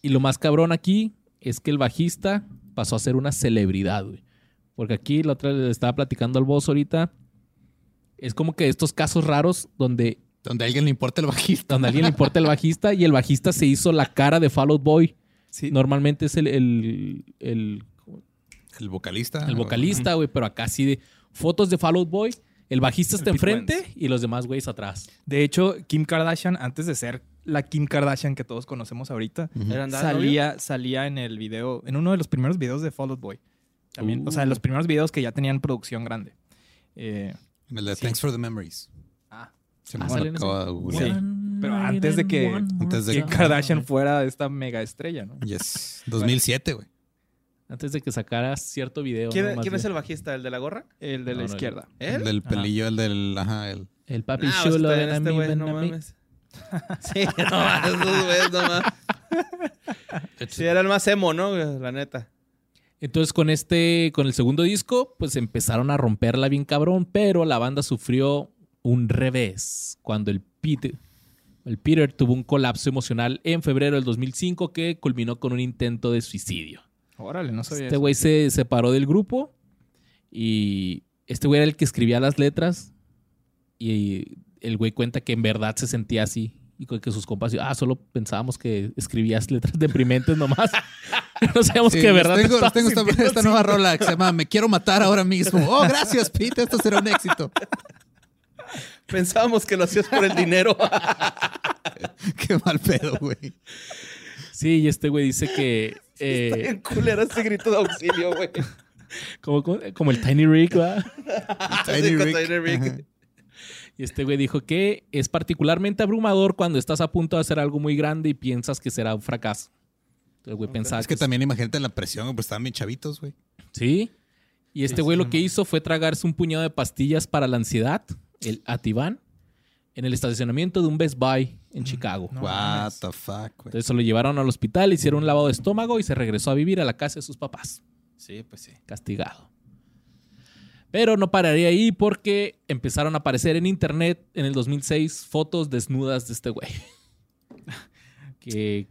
S2: y lo más cabrón aquí es que el bajista pasó a ser una celebridad, güey. Porque aquí la otra le estaba platicando al boss ahorita. Es como que estos casos raros donde
S3: Donde a alguien le importa el bajista.
S2: donde a alguien le importa el bajista y el bajista se hizo la cara de Fall Out Boy.
S4: Sí,
S2: Normalmente es el, el, el-
S3: El
S4: Ah,
S3: vocalista.
S2: el vocalista, güey, pero acá sí de fotos de Fall Out Boy. El bajista está
S4: El Pete
S2: enfrente y los demás güeyes atrás.
S4: De hecho, Kim Kardashian, antes de ser la Kim Kardashian que todos conocemos ahorita,
S3: Ujú.
S1: Era andar,
S4: salía, salía en el video, en uno de los primeros videos de Fall Out Boy. También, O sea,
S2: Uh.
S4: los primeros videos que ya tenían producción grande. Eh,
S3: El de Thanks for the Memories.
S4: ah,
S3: Se
S2: Ah,
S3: me
S2: sale en
S3: acaba de googlear.
S4: Sí. Pero antes de que-
S3: Antes de
S4: Kim Kardashian fuera esta mega estrella, ¿no?
S3: Yes. 2007, güey.
S2: Antes de que sacaras cierto video.
S1: ¿Quién,
S2: ¿no? Más
S1: quién es
S2: bien.
S1: el bajista? ¿El de la gorra?
S4: El de
S2: No,
S4: la
S2: no,
S4: izquierda.
S3: El
S1: ¿Él?
S3: del
S4: Ajá.
S3: pelillo, el del. Ajá, el.
S2: El papi
S4: Ah,
S1: Nah, pues,
S2: chulo
S1: está
S2: de
S1: en
S2: la
S1: este
S2: mi,
S1: güey,
S2: ven
S1: no
S2: a mí.
S1: mames. Sí, no mames, esos güeyes, no mames. Sí, era el más emo, ¿no? güey? La neta.
S2: Entonces con este, con el segundo disco, pues empezaron a romperla bien cabrón, pero la banda sufrió un revés cuando el Peter, el Peter tuvo un colapso emocional en febrero del 2005 que culminó con un intento de suicidio.
S4: Órale, no sabía
S2: Este
S4: eso.
S2: güey se separó del grupo y este güey era el que escribía las letras y el güey cuenta que en verdad se sentía así y con que sus compas, ah, solo pensábamos que escribías letras deprimentes nomás. no sabíamos
S3: Sí,
S2: que de
S3: les
S2: verdad te
S3: tengo, les
S2: estabas
S3: tengo
S2: sintiendo
S3: esta, esta
S2: así.
S3: nueva rola que se llama Me quiero matar ahora mismo. Oh, gracias, Pete. Esto será un éxito.
S1: Pensábamos que lo hacías por el dinero. Ah,
S3: Qué mal pedo, güey.
S2: Sí, y este güey dice que. eh,
S1: Está bien culero este grito de auxilio, güey.
S2: como, como- como el Tiny Rick, ¿verdad?
S3: Ah, Tiny
S1: Sí, con
S3: Rick.
S1: Tiny Rick.
S3: Ajá.
S2: Y este güey dijo que es particularmente abrumador cuando estás a punto de hacer algo muy grande y piensas que será un fracaso. Entonces, El güey pensaba.
S3: Es que también imagínate la presión, pues estaban bien chavitos, güey.
S2: Sí. Y este
S4: Sí,
S2: güey
S4: sí,
S2: lo
S4: no
S2: que
S4: mames.
S2: hizo fue tragarse un puñado de pastillas para la ansiedad, el Ativan, en el estacionamiento de un Best Buy en Chicago.
S4: No
S3: What
S4: mames.
S3: the fuck, güey.
S2: Entonces se lo llevaron al hospital, hicieron un lavado de estómago y se regresó a vivir a la casa de sus papás.
S1: Sí, pues sí.
S2: castigado. Pero no pararía ahí porque empezaron a aparecer en internet en el 2006 fotos desnudas de este güey. Que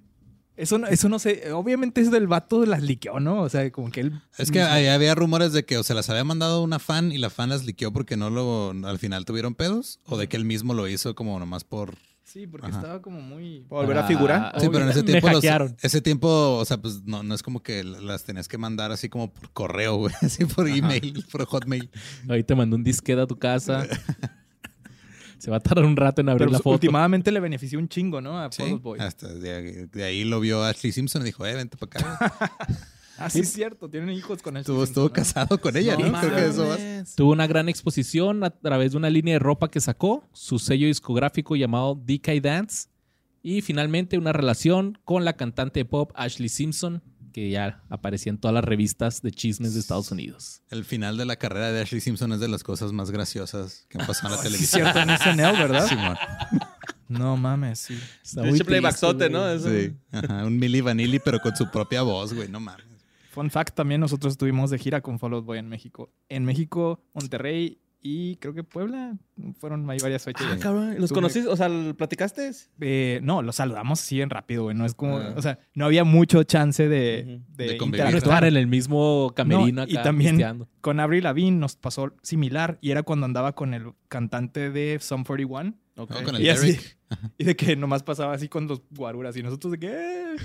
S4: Eso no, eso no sé. Obviamente es del vato las liqueó, ¿no? O sea, como que él.
S3: Es que ahí había rumores de que o se las había mandado una fan y la fan las liqueó porque no lo al final tuvieron pedos o de que él mismo lo hizo como nomás por
S4: Sí, porque
S3: Ajá.
S4: estaba como muy.
S1: ¿Para volver a
S2: Ah,
S1: figurar?
S3: Sí, pero en ese
S2: Me
S3: tiempo los-
S2: hackearon.
S3: ese tiempo, o sea, pues no, no es como que las tenías que mandar así como por correo, güey, así por email, por Hotmail.
S2: ahí te mandó un disquete a tu casa. Se va a tardar un rato en abrir
S4: Pero
S2: la
S4: pues,
S2: foto.
S4: últimamente le benefició un chingo, ¿no? A
S3: Sí, Ah,
S4: Fall Out Boy.
S3: hasta de, ahí- de ahí lo vio Ashley Simpson y dijo, "Eh, vente para acá."
S4: Ah, sí, es cierto. Tienen hijos con él.
S3: Estuvo, estuvo casado con ella, ¿no?
S4: No
S3: Creo que de eso vas.
S1: mames.
S2: Tuvo una gran exposición a través de una línea de ropa que sacó, su sello discográfico llamado DK Dance y finalmente una relación con la cantante de pop Ashley Simpson, que ya aparecía en todas las revistas de chismes de Estados Unidos.
S3: El final de la carrera de Ashley Simpson es de las cosas más graciosas que han pasado en la
S4: Sí, es
S3: televisión.
S4: cierto, en SNL, ¿verdad?
S3: Simón.
S4: No mames, sí.
S2: Está
S1: Pinche
S2: triste,
S1: playbacksote,
S2: güey.
S1: ¿no? Eso.
S3: Sí. Ajá, un Milli Vanilli, pero con su propia voz, güey, no mames.
S4: Fun fact, también nosotros estuvimos de gira con Fall Out Boy en México. En México, Monterrey y creo que Puebla. Fueron ahí varias fechas.
S1: Ah, cabrón. ¿Los
S4: Tú
S1: conociste? O sea, ¿lo ¿platicaste?
S4: Eh, no, los saludamos así bien rápido, güey. No es como...
S1: Ah.
S4: O sea, no había mucho chance de,
S1: Ujú.
S4: de,
S3: De convivir.
S2: No
S4: interactuar.
S2: estaban en el mismo camerino
S4: No,
S2: acá.
S4: y también-
S2: pisteando.
S4: Con Avril Lavigne nos pasó similar y era cuando andaba con el cantante de Sum 41.
S1: Ok.
S3: No, con el
S4: Y así...
S3: Derek.
S4: Y de que nomás pasaba así con los guaruras y nosotros de que... "Eh".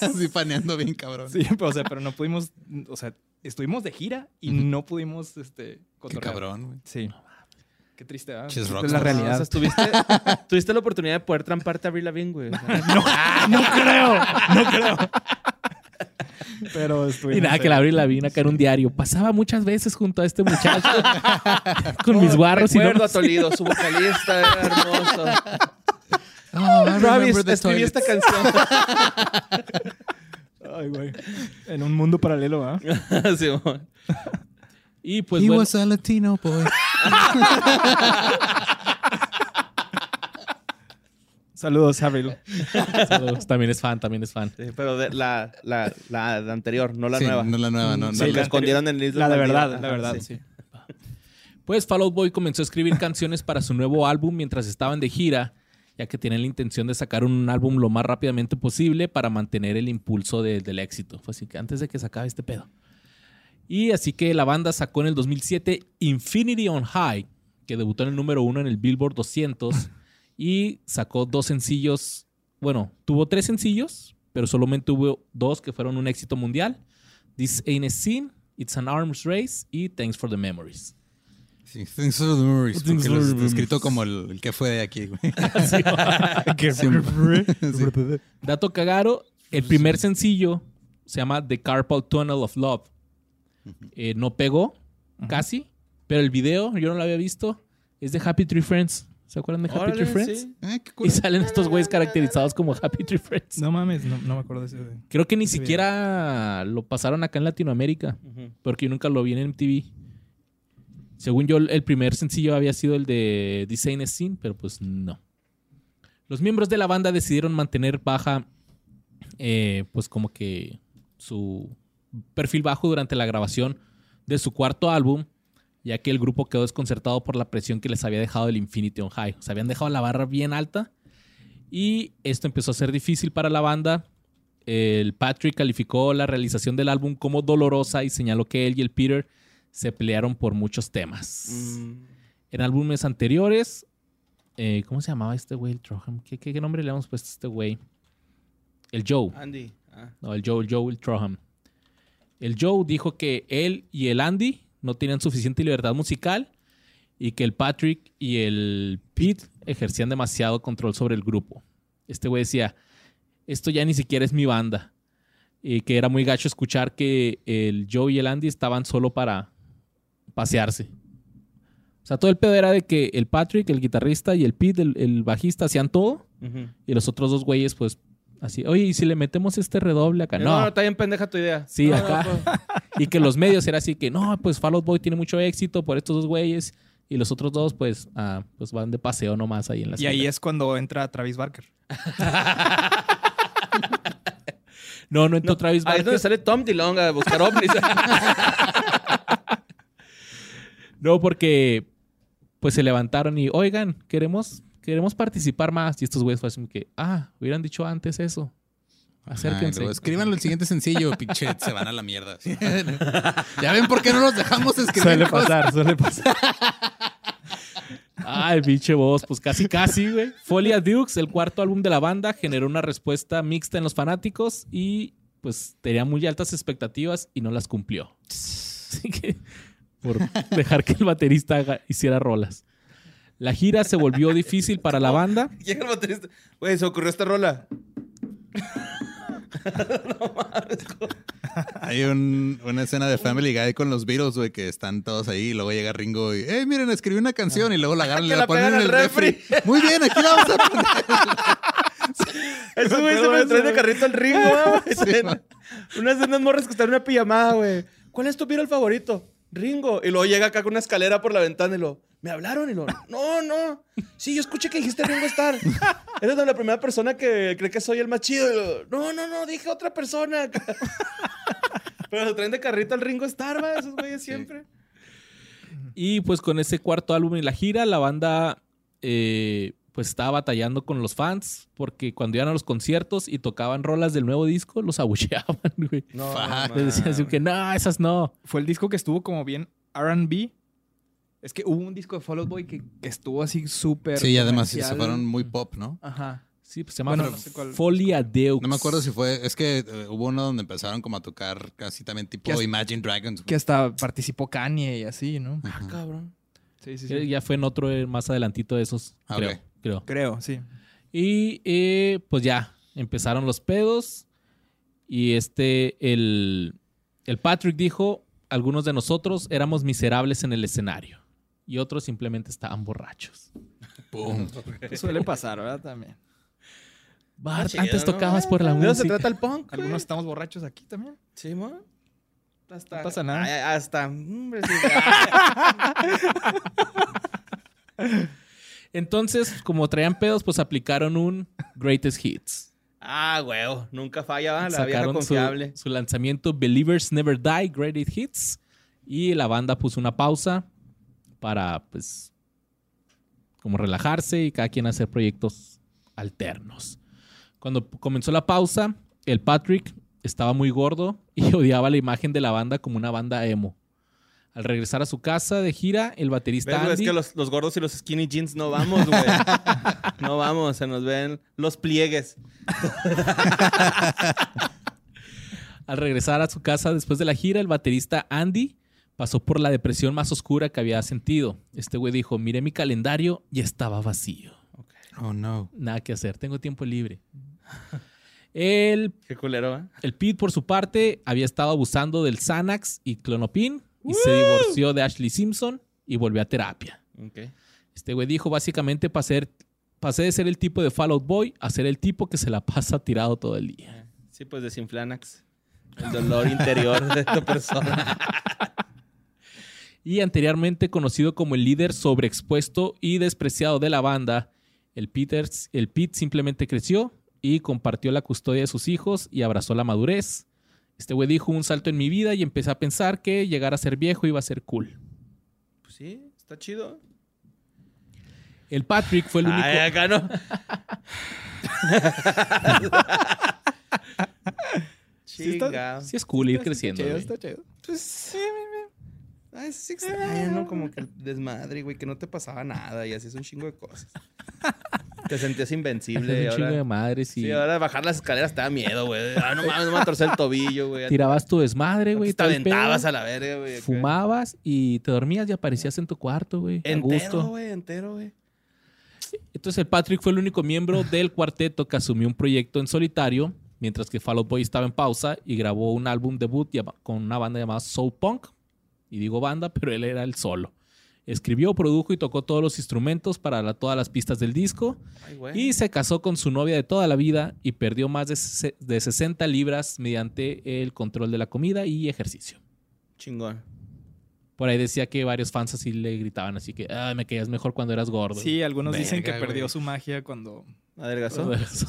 S3: Así paneando bien, cabrón.
S4: Sí, pero, o sea, pero no pudimos, o sea, estuvimos de gira y
S3: Ujú.
S4: no pudimos, este,
S3: Qué
S4: cotorrear.
S3: cabrón, güey.
S4: Sí. Qué triste, ¿verdad?
S3: Chis
S4: Esta
S3: rock,
S4: es la
S3: ¿no?
S1: O
S4: realidad.
S1: sea, tuviste, tuviste la oportunidad de poder tramparte a Avril Lavigne, güey. O sea,
S4: no creo, Ah, no creo. Pero estuvimos.
S2: Y nada, que la abrí la vina acá en un diario. Pasaba muchas veces junto a este muchacho con
S1: no,
S2: mis guarros y no
S1: Recuerdo a
S2: nos-
S1: Toledo, su vocalista era hermoso.
S3: Oh, I
S1: Travis,
S3: remember the
S1: escribí
S3: toilet.
S1: esta canción.
S4: Ay, güey. En un mundo paralelo, ¿ah?
S1: Simón.
S2: Y pues
S3: He
S2: bueno,
S3: was a Latino boy.
S4: Saludos, Avril.
S2: saludos. también es fan, también es fan.
S1: Sí, Eh, pero de- la, la, la anterior, no la
S3: Sí,
S1: nueva.
S3: No la nueva, no. no
S1: Sí,
S3: la-
S1: la escondieron en el Isla
S4: La de
S1: Bandida.
S4: verdad, la
S1: Ajá,
S4: verdad, sí.
S2: Pues Fall Out Boy comenzó a escribir canciones para su nuevo álbum mientras estaban de gira, ya que tienen la intención de sacar un álbum lo más rápidamente posible para mantener el impulso de- del éxito. Fue así que antes de que se acabe este pedo. Y así que la banda sacó en el 2007 Infinity on High, que debutó en el número uno en el Billboard 200 y sacó dos sencillos. Bueno, tuvo tres sencillos, pero solamente hubo dos que fueron un éxito mundial: This Ain't a Scene, It's an Arms Race y Thanks for the Memories.
S3: Sí, Things for the Memories.
S2: Things
S3: Porque
S2: for
S3: lo
S2: the
S3: es
S2: Memories. Ah,
S3: escrito como el, el que fue de aquí, güey.
S4: Sí.
S2: Dato cagaro, el primer sencillo se llama The Carpal Tunnel of Love. Eh, no pegó, casi, pero el video, yo no lo había visto, es de Happy Tree Friends. ¿Se acuerdan de Happy
S1: Órale,
S2: Tree Friends?
S1: sí.
S3: Ah, qué cool.
S2: Y salen estos güeyes caracterizados como Happy Tree Friends.
S4: No mames, no, no me acuerdo de ese. güey.
S2: Creo que ni
S4: Ese video.
S2: siquiera lo pasaron acá en Latinoamérica,
S1: Ujú.
S2: porque yo nunca lo vi en MTV. Según yo, el primer sencillo había sido el de Design Scene, pero pues no. Los miembros de la banda decidieron mantener baja, eh, pues como que su perfil bajo durante la grabación de su cuarto álbum, ya que el grupo quedó desconcertado por la presión que les había dejado el Infinity on High. O sea, habían dejado la barra bien alta y esto empezó a ser difícil para la banda. El Patrick calificó la realización del álbum como dolorosa y señaló que él y el Peter se pelearon por muchos temas.
S1: Mm.
S2: En álbumes anteriores, eh, ¿cómo se llamaba este güey? El Troham. ¿Qué, qué, qué nombre le hemos puesto a este güey? El Joe.
S1: Andy. Ah.
S2: No, el Joe, el Joe, el Troham. El Joe dijo que él y el Andy no tenían suficiente libertad musical y que el Patrick y el Pete ejercían demasiado control sobre el grupo. Este güey decía, esto ya ni siquiera es mi banda. Y que era muy gacho escuchar que el Joe y el Andy estaban solo para pasearse. O sea, todo el pedo era de que el Patrick, el guitarrista y el Pete, el- el bajista, hacían todo.
S1: Ujú.
S2: Y los otros dos güeyes, pues, así, oye, ¿y si le metemos este redoble acá?
S1: No,
S2: No.
S1: no, está bien pendeja tu idea.
S2: Sí,
S1: No, no,
S2: acá.
S1: pues,
S2: Y que los medios era así que, no, pues Fall Out Boy tiene mucho éxito por estos dos güeyes. Y los otros dos, pues, ah, pues van de paseo nomás ahí en la
S4: Y ahí
S2: esquina.
S4: es cuando entra Travis Barker.
S2: No, no entró Travis
S1: Ahí es donde
S2: Barker.
S1: sale Tom DeLonge a buscar ovnis.
S2: No, porque pues se levantaron y, oigan, queremos, queremos participar más. Y estos güeyes fueron que, ah, hubieran dicho antes eso.
S3: Ajá, y
S2: Acérquense.
S3: luego, Escríbanlo el siguiente sencillo, pinchet. Se van a la mierda. ya ven por qué no los dejamos escribir. cosas.
S4: pasar, suele pasar.
S2: Ay, pinche voz, pues casi, casi, güey. Folia Dukes, el cuarto álbum de la banda, generó una respuesta mixta en los fanáticos y pues tenía muy altas expectativas y no las cumplió. Así que, por dejar que el baterista haga- hiciera rolas. La gira se volvió difícil para la banda.
S1: Llega el baterista. Güey, se ocurrió esta rola.
S3: Hay un- una escena de Family Guy con los Beatles, güey, que están todos ahí. Y luego llega Ringo y, hey, miren, escribí una canción. Y luego la agarran y
S1: Que
S3: la,
S1: la
S3: ponen en
S1: pegan
S3: el
S1: al
S3: refri.
S1: refri.
S3: Muy bien, aquí la vamos a poner.
S1: Eso, güey, se me trae de carrito el ringo. güey. unas de unas morras que están en una pijamada, güey. ¿Cuál es tu Beatle favorito? Ringo. Y luego llega acá con una escalera por la ventana y lo. Me hablaron y lo. No, no. Sí, yo escuché que dijiste Ringo Starr. Eres la primera persona que cree que soy el más chido. Y lo, no, no, no. Dije otra persona. Pero se traen de carrito al Ringo Starr, güey. Esos güeyes siempre.
S2: Y pues con ese cuarto álbum y la gira, la banda eh, pues estaba batallando con los fans porque cuando iban a los conciertos y tocaban rolas del nuevo disco, los abucheaban, güey.
S1: No,
S3: Fuck.
S2: Les decían así que, no, esas no.
S4: Fue el disco que estuvo como bien RB. Es que hubo un disco de Fall Out Boy que, que estuvo así súper.
S3: Sí, y además se
S4: comercial.
S3: fueron muy pop, ¿no?
S4: Ajá.
S2: Sí, pues se llama
S4: Bueno, no sé cuál.
S2: Folia Deux.
S3: No me acuerdo si fue. Es que eh, hubo uno donde empezaron como a tocar casi también
S4: Que
S3: tipo
S4: hasta-
S3: Imagine Dragons. güey.
S4: Que hasta participó Kanye y así, ¿no?
S1: Cabrón.
S4: Sí, sí,
S2: Eh, Ya fue en otro eh, más adelantito de esos,
S3: Ah,
S2: creo,
S3: ok.
S2: creo.
S4: Creo, sí.
S2: Y eh, pues ya, empezaron los pedos. Y este, el, el Patrick dijo, algunos de nosotros éramos miserables en el escenario. Y otros simplemente estaban borrachos.
S3: Pum.
S4: Suele pasar, ¿verdad? También.
S2: Bart,
S1: Ah, chido,
S2: antes
S1: ¿no?
S2: tocabas por la
S1: ¿De eso se
S2: música.
S1: trata el punk? güey?
S4: Algunos estamos borrachos aquí también.
S1: Sí, mo. Hasta,
S4: No pasa nada.
S1: Ay, ay, hasta. hombre, sí.
S2: Entonces, como traían pedos, pues aplicaron un Greatest Hits.
S1: ah, huevo. Nunca falla, ¿va? la vieja
S2: Sacaron su-
S1: confiable.
S2: Su, lanzamiento Believers Never Die, Greatest Hits. Y la banda puso una pausa para, pues, como relajarse y cada quien hacer proyectos alternos. Cuando p- comenzó la pausa, el Patrick estaba muy gordo y odiaba la imagen de la banda como una banda emo. Al regresar a su casa de gira, el
S1: ¿Ves,
S2: baterista
S1: güey? Es
S2: Andy...
S1: que los, los gordos y los skinny jeans no vamos, güey. no vamos, se nos ven los pliegues.
S2: Al regresar a su casa después de la gira, el baterista Andy pasó por la depresión más oscura que había sentido. Este güey dijo, miré mi calendario y estaba vacío.
S3: Oh, no.
S2: Nada que hacer, tengo tiempo libre. El,
S1: Qué culero, ¿eh?
S2: el Pete, por su parte, había estado abusando del Xanax y Clonopin y se divorció de Ashley Simpson y volvió a terapia.
S1: Ok.
S2: Este güey dijo, básicamente, pasé, pasé de ser el tipo de Fallout Boy a ser el tipo que se la pasa tirado todo el día.
S1: Sí, pues desinflanax. El dolor interior de esta persona.
S2: y anteriormente conocido como el líder sobreexpuesto y despreciado de la banda, el, Peters, el Pete simplemente creció y compartió la custodia de sus hijos y abrazó la madurez. Este güey dijo un salto en mi vida y empecé a pensar que llegar a ser viejo iba a ser cool.
S1: Pues sí, está chido.
S2: El Patrick fue el único...
S1: Ay, acá no.
S4: Sí está-
S1: Chingado.
S2: Sí es cool ir
S4: Está- está
S2: creciendo.
S4: chido,
S2: güey.
S4: está chido.
S1: Pues sí, me- me- Ay, sí
S2: Ah.
S1: extraña, ¿no? Como que el desmadre, güey, que no te pasaba nada y hacías un chingo de cosas. Te sentías invencible.
S2: Haces un chingo de
S1: ahora,
S2: madre, sí.
S1: sí, ahora bajar las escaleras te da miedo, güey. Ah, no mames, no me va a torcer el tobillo, güey.
S2: Tirabas tu desmadre, güey.
S1: Antes Te
S2: todo el pedo,
S1: aventabas a la verga, güey. acá.
S2: Fumabas y te dormías y aparecías en tu cuarto, güey. A
S1: Entero,
S2: gusto.
S1: güey, entero, güey.
S2: Entonces el Patrick fue el único miembro del cuarteto que asumió un proyecto en solitario, mientras que Fall Out Boy estaba en pausa y grabó un álbum debut llama- con una banda llamada Soul Punk. Y digo banda, pero él era el solo. Escribió, produjo y tocó todos los instrumentos para la- todas las pistas del disco.
S1: Ay, güey.
S2: Y se casó con su novia de toda la vida y perdió más de, se- de 60 libras mediante el control de la comida y ejercicio.
S1: Chingón.
S2: Por ahí decía que varios fans así le gritaban, así que, "Ay, me caías mejor cuando eras gordo.
S3: eh.
S4: Sí, algunos dicen que
S3: Verga,
S4: perdió
S3: güey.
S4: su magia cuando.
S1: Adelgazó.
S2: Pues,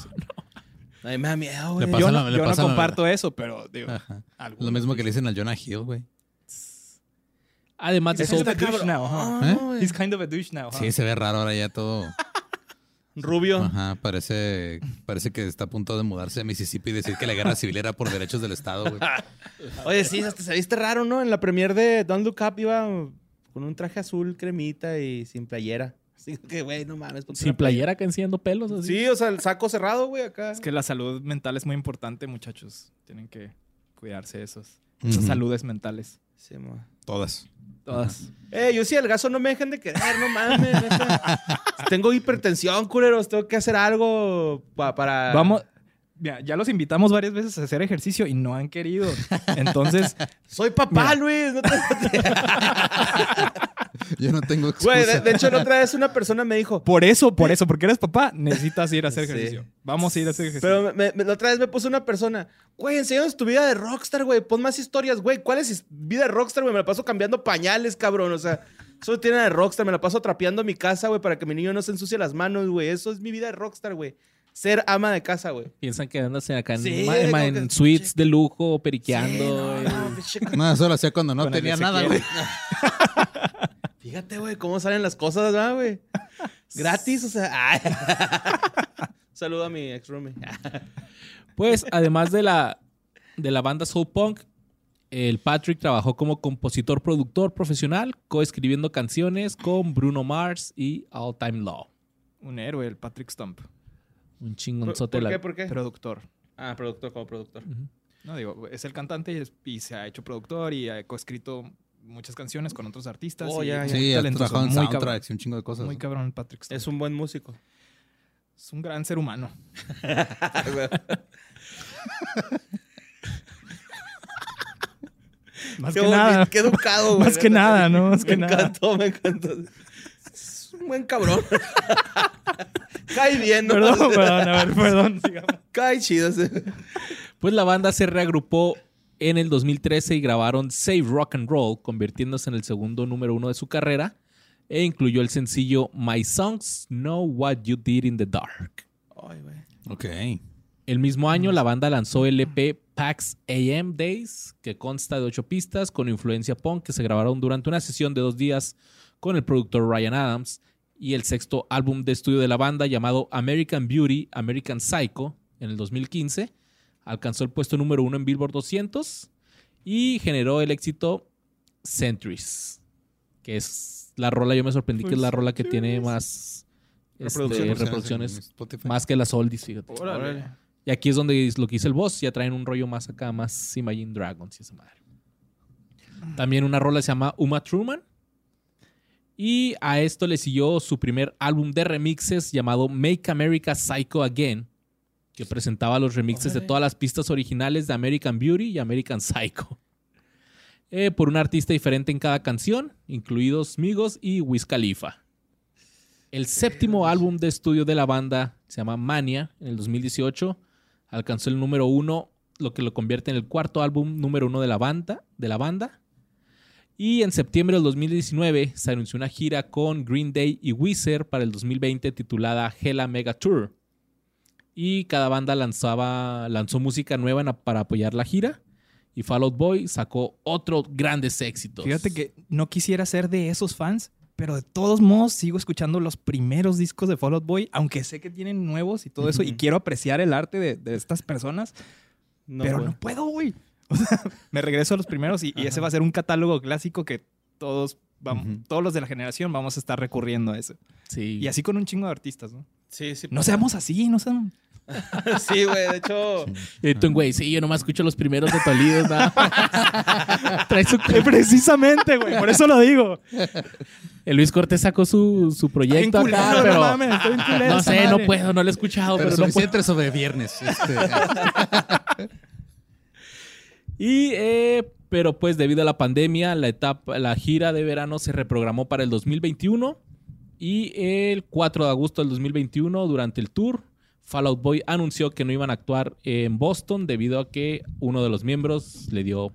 S1: Ay, me da miedo,
S3: Le
S1: güey.
S3: pasa
S4: yo
S3: la-
S4: no,
S3: le
S4: yo no
S3: pasa la-
S4: comparto eso, pero digo.
S3: Ajá.
S4: algunos.
S3: Lo mismo que le dicen al Jonah Hill, güey.
S2: Además de
S4: Eso
S2: Soul
S4: está
S1: Está
S4: douche
S1: cabrón.
S4: now, huh?
S2: ¿Eh?
S1: Ah, no, güey.
S4: He's kind of a douche now. huh?
S3: Sí, se ve raro ahora ya todo.
S1: Rubio.
S3: Ajá, parece, parece que está a punto de mudarse a Mississippi y decir que la guerra civil era por derechos del Estado, güey.
S1: Oye, sí, hasta se viste raro, ¿no? En la premier de Don't Look Up iba con un traje azul, cremita y sin playera. Así que, güey, no mames. ponte
S2: Sin
S1: una playa-
S2: playera canciendo pelos así.
S1: Sí, o sea, el saco cerrado, güey, acá.
S4: Es que la salud mental es muy importante, muchachos. Tienen que cuidarse esos,
S3: Ujú.
S4: esas saludes mentales.
S1: Sí, mo.
S3: Todas.
S4: Todas.
S1: Eh, yo sí, el gaso no me dejen de querer, no mames. neta. tengo hipertensión, culeros. Tengo que hacer algo pa- para.
S4: Vamos. Mira, ya los invitamos varias veces a hacer ejercicio y no han querido. Entonces,
S1: Soy
S4: Mira.
S1: papá, Luis. no te-
S3: Yo no tengo excusa.
S1: Güey, de, de hecho, la otra vez una persona me dijo.
S4: por eso, por eso, porque eres papá, necesitas ir a hacer
S1: Sí.
S4: ejercicio. Vamos a ir a hacer ejercicio.
S1: Pero me- me- la otra vez me puso una persona, güey, enséñanos tu vida de rockstar, güey. Pon más historias, güey. ¿Cuál es his- vida de rockstar, güey? Me la paso cambiando pañales, cabrón. O sea, eso tiene de rockstar. Me la paso trapeando mi casa, güey, para que mi niño no se ensucie las manos, güey. Eso es mi vida de rockstar, güey. Ser ama de casa, güey.
S2: Piensan que andas en acá en,
S1: Sí,
S2: ma- en-
S1: como
S2: en
S1: que-
S2: suites de lujo,
S1: Sí,
S2: periqueando.
S1: no,
S2: eh.
S1: no, pinche-
S3: No, eso lo hacía cuando no
S4: Con el
S3: tenía
S4: Ezequiel.
S3: nada, güey.
S1: Fíjate, güey, cómo salen las cosas, ¿verdad, güey? Gratis, o sea. ay. Saludo a mi ex roomie.
S2: Pues, además de la, de la banda Soul Punk, el Patrick trabajó como compositor-productor profesional, coescribiendo canciones con Bruno Mars y All Time Law.
S4: Un héroe, el Patrick Stump.
S2: Un
S1: ¿Por, por
S2: chingonzote. de la-
S1: qué? ¿Por qué?
S4: Productor.
S1: Ah, productor, como productor.
S2: Ujú.
S4: No, digo, es el cantante y, es- y se ha hecho productor y ha coescrito muchas canciones con otros artistas.
S1: Oh,
S4: y
S1: ya, ya.
S4: es
S3: Sí,
S4: muy
S3: ha trabajado en
S4: muy cabrón.
S3: soundtracks y un chingo de cosas.
S4: Muy cabrón el Patrick Stump.
S1: Es un buen músico.
S4: Es un gran ser humano. Más
S1: Qué
S4: que
S1: bonito,
S4: nada.
S1: Qué educado, güey.
S4: Más que nada, ¿no? Más que
S1: me
S4: nada.
S1: encantó, me encantó. Es un buen cabrón. Cae bien, ¿no?
S4: Perdón, perdón, a ver, perdón. sigamos.
S1: Cae chido. ese.
S2: Pues la banda se reagrupó en el 2013 y grabaron Save Rock and Roll, convirtiéndose en el segundo número uno de su carrera, e incluyó el sencillo My Songs Know What You Did in the Dark.
S1: Ay, güey.
S3: Ok.
S2: El mismo año, la banda lanzó el EP PAX AM Days, que consta de ocho pistas con influencia punk que se grabaron durante una sesión de dos días con el productor Ryan Adams, y el sexto álbum de estudio de la banda llamado American Beauty, American Psycho, en el 2015. Alcanzó el puesto número uno en Billboard 200 y generó el éxito Centuries, que es la rola, yo me sorprendí que es la rola que tiene más este,
S3: Reproducciones.
S2: reproducciones
S3: Spotify.
S2: más que las oldies, fíjate.
S4: Órale.
S2: Y aquí es donde es lo que dice el boss, ya traen un rollo más acá, más Imagine Dragons y esa madre. También una rola se llama Uma Truman. Y a esto le siguió su primer álbum de remixes llamado Make America Psycho Again, que presentaba los remixes de
S1: Órale.
S2: todas las pistas originales de American Beauty y American Psycho. Eh, por un artista diferente en cada canción, incluidos Migos y Wiz Khalifa. El séptimo álbum de estudio de la banda se llama Mania, en el 2018. Alcanzó el número uno, lo que lo convierte en el cuarto álbum número uno de la banda. De la banda. Y en septiembre del 2019 se anunció una gira con Green Day y Weezer para el 2020 titulada Hella Mega Tour. Y cada banda lanzaba, lanzó música nueva en- para apoyar la gira. Y Fall Out Boy sacó otros grandes éxitos.
S4: Fíjate que no quisiera ser de esos fans, pero de todos modos sigo escuchando los primeros discos de Fall Out Boy, aunque sé que tienen nuevos y todo eso, y
S1: Ujú.
S4: quiero apreciar el arte de, de estas personas,
S1: No,
S4: pero
S1: güey.
S4: no puedo, güey. O sea, me regreso a los primeros y, y ese
S1: Ajá.
S4: va a ser un catálogo clásico que todos, vamos,
S3: Ujú.
S4: todos los de la generación vamos a estar recurriendo a eso.
S2: Sí.
S4: Y así con un chingo de artistas, ¿no?
S1: Sí, sí.
S4: No seamos así, no seamos...
S1: Sí, güey. De hecho,
S2: Y tú, güey, sí, yo nomás escucho los primeros de Tolidos, nada más. Trae su-
S4: Precisamente, güey, por eso lo digo.
S2: El Luis Cortés sacó su, su
S4: Estoy
S2: proyecto
S4: bien
S2: acá,
S4: culero,
S2: pero...
S4: no mames, estoy bien culero
S2: no
S4: esa
S2: sé,
S4: madre.
S2: no puedo, no lo he escuchado,
S3: Pero
S2: pero, no puedo.
S3: suficiente sobre viernes. Este,
S2: Y, eh, pero pues debido a la pandemia, la etapa, la gira de verano se reprogramó para el 2021 y el 4 de agosto del 2021, durante el tour, Fallout Boy anunció que no iban a actuar en Boston debido a que uno de los miembros le dio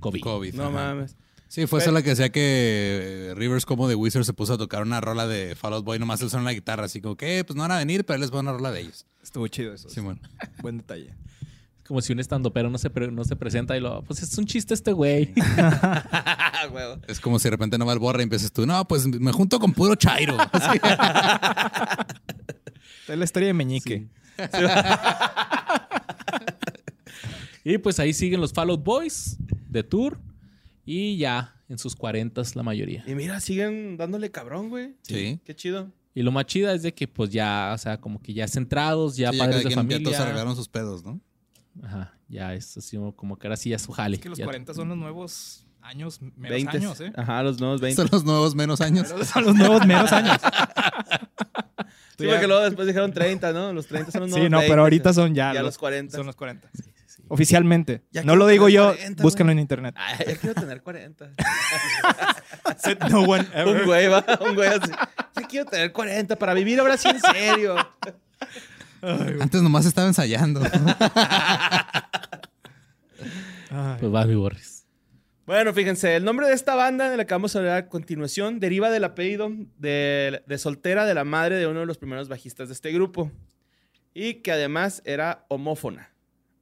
S2: COVID.
S3: COVID.
S1: no
S3: ajá.
S1: mames.
S3: Sí, fue esa la que decía que eh, Rivers como de Wizard se puso a tocar una rola de Fall Out Boy, nomás él sonó la guitarra, así como que, eh, pues no van a venir, pero les va una rola de ellos.
S4: Estuvo chido eso.
S3: Sí, bueno.
S4: Buen detalle.
S2: Como si un estandopero no se, pre- no se presenta y lo... Pues es un chiste este güey.
S1: Ah, güey.
S3: Es como si de repente no va el borra y empiezas tú, no, pues me junto con puro Chairo. Sí.
S4: Esta es la historia de Meñique.
S2: Y pues ahí siguen los Fallout Boys de tour y ya en sus 40 la mayoría.
S1: Y mira, siguen dándole cabrón, güey.
S3: Sí.
S1: Qué chido.
S2: Y lo más chida es de que pues ya, o sea, como que ya centrados, ya
S3: Sí, ya
S2: padres
S3: cada
S2: de
S3: quien- ya todos
S2: familia.
S3: arreglaron sus pedos, ¿no?
S2: Ajá, ya es así como- como que ahora sí ya su jale.
S4: Es que los
S2: ya-
S4: 40 son los nuevos años, menos
S1: 20.
S4: años, ¿eh?
S1: Ajá, los nuevos 20.
S3: Son los nuevos menos años.
S4: Pero son los nuevos menos años.
S1: Sí, porque luego después dijeron 30, ¿no? Los 30 son los nuevos
S4: sí, no,
S1: 20,
S4: pero ahorita
S1: sí.
S4: son ya,
S1: Ya los,
S4: los,
S1: 40.
S4: son los 40.
S2: sí.
S4: Oficialmente.
S1: Ya
S4: no
S1: quiero
S4: lo digo
S1: tener
S4: yo,
S1: 40,
S4: búscalo
S1: güey.
S4: en internet.
S1: Ay, ya quiero tener 40.
S4: Said no one
S1: un
S4: ever.
S1: güey, va. Un güey así. Ya quiero tener 40 para vivir ahora sí en serio.
S3: Antes nomás estaba ensayando.
S4: Ay,
S2: Pues vas, mi Boris.
S1: Bueno, fíjense, el nombre de esta banda de la que vamos a hablar a continuación deriva del apellido de, de soltera de la madre de uno de los primeros bajistas de este grupo y que además era homófona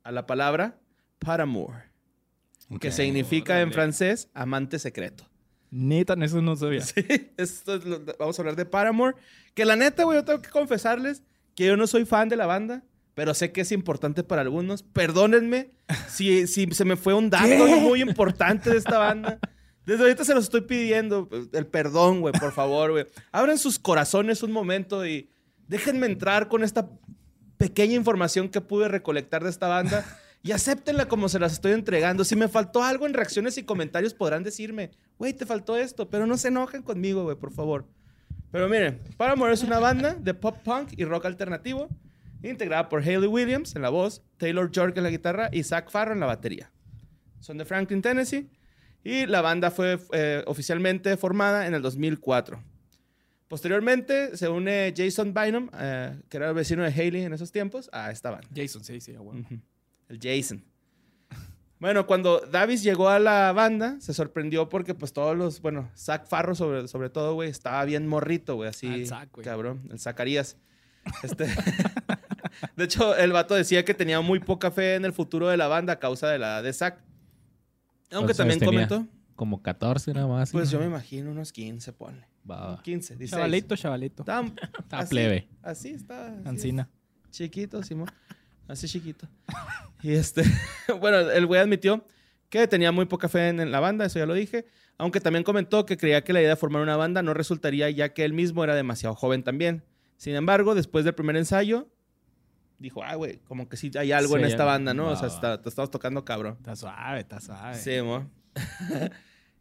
S1: a la palabra paramour, que
S3: Ok.
S1: significa en
S4: órale.
S1: francés amante secreto.
S4: Neta, eso no sabía.
S1: Sí, esto es lo- vamos a hablar de Paramore. Que la neta, güey, yo tengo que confesarles que yo no soy fan de la banda, pero sé que es importante para algunos. Perdónenme si, si se me fue un dato muy importante de esta banda. Desde ahorita se los estoy pidiendo pues, el perdón, güey, por favor, güey. Abran sus corazones un momento y déjenme entrar con esta pequeña información que pude recolectar de esta banda y acéptenla como se las estoy entregando. Si me faltó algo en reacciones y comentarios podrán decirme, güey, te faltó esto, pero no se enojen conmigo, güey, por favor. Pero miren, Paramore es una banda de pop punk y rock alternativo integrada por Haley Williams en la voz, Taylor York en la guitarra y Zach Farro en la batería. Son de Franklin, Tennessee y la banda fue eh, oficialmente formada en el 2004. Posteriormente se une Jason Bynum, eh, que era el vecino de Haley en esos tiempos, a esta banda.
S4: Jason, sí, sí, a
S2: Mm,
S4: huevo.
S1: Ujú. El Jason. Bueno, cuando Davis llegó a la banda, se sorprendió porque pues todos los, bueno, Zach Farro sobre, sobre todo, güey, estaba bien morrito, güey, así,
S4: Ah, el Zach, güey.
S1: cabrón, el Zacarías. Este, de hecho, el vato decía que tenía muy poca fe en el futuro de la banda a causa de la edad de Zach. Aunque
S2: ¿Cuántos
S1: también
S2: años tenía?
S1: comentó,
S2: Como 14 nada más.
S1: pues yo
S2: ¿no?
S1: me imagino unos 15, ponle.
S2: Va, va.
S1: 15, 16.
S4: Ah. Chavalito, chavalito.
S1: Estaba,
S2: Está
S1: así,
S2: plebe.
S1: Así estaba. así,
S4: Ancina.
S1: Chiquito, Simón. Así chiquito. Y este, bueno, el güey admitió que tenía muy poca fe en, en la banda, eso ya lo dije. Aunque también comentó que creía que la idea de formar una banda no resultaría ya que él mismo era demasiado joven también. Sin embargo, después del primer ensayo, dijo, ah, güey, como que sí hay algo
S2: Sí,
S1: en
S2: hay
S1: esta
S2: algo".
S1: banda, ¿no? o
S2: Va,
S1: sea,
S2: va.
S1: está- te estamos tocando cabrón.
S4: Está suave, está suave.
S1: Sí, mo.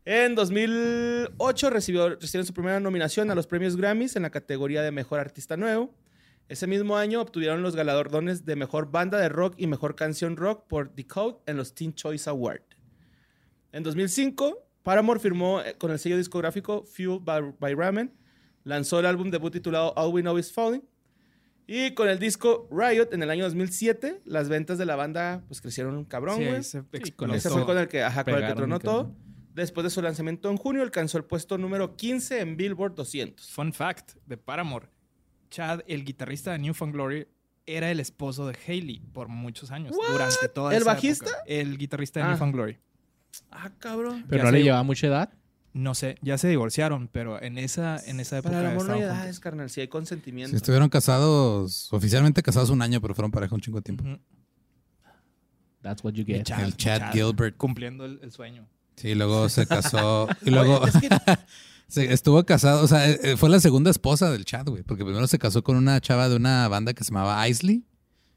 S1: En 2008 recibió, recibieron su primera nominación a los premios Grammys en la categoría de Mejor Artista Nuevo. Ese mismo año obtuvieron los galardones de Mejor Banda de Rock y Mejor Canción Rock por Decode en los Teen Choice Award. En 2005, Paramore firmó eh, con el sello discográfico Fueled by, by Ramen, lanzó el álbum debut titulado All We Know Is Falling y con el disco Riot en el año 2007 las ventas de la banda pues crecieron un cabrón,
S4: Sí,
S1: güey.
S4: ahí se
S2: con
S4: explotó.
S1: Ese fue con el que, ajá, con el que
S2: pegaron,
S1: tronó
S2: cabrón.
S1: todo. Después de su lanzamiento en junio, alcanzó el puesto número 15 en Billboard 200.
S4: Fun fact de Paramore. Chad, el guitarrista de New Found Glory, era el esposo de Haley por muchos años. Durante toda
S1: ¿El
S4: esa
S1: bajista?
S4: época. El guitarrista de
S1: Ah.
S4: New Found Glory.
S1: Ah, cabrón.
S2: Pero
S4: Ya
S2: no
S4: sé,
S2: le
S4: güey.
S2: llevaba mucha edad.
S4: No sé, ya se divorciaron, pero en esa, en esa época
S1: Para el amor no hay
S4: estaban
S1: edades, carnal. Si hay consentimiento.
S3: Sí, estuvieron casados, oficialmente casados un año, pero fueron pareja un chingo de tiempo.
S4: juntos. Ujú.
S2: That's what you
S4: Mi
S2: get.
S4: Chad,
S3: El Chad
S4: Chad.
S3: Gilbert.
S4: Cumpliendo el, el sueño.
S3: Sí, luego se casó. y luego
S1: Oye, es que-
S3: se- estuvo casado. O sea, eh, eh, fue la segunda esposa del Chad, güey. Porque primero se casó con una chava de una banda que se llamaba Isley,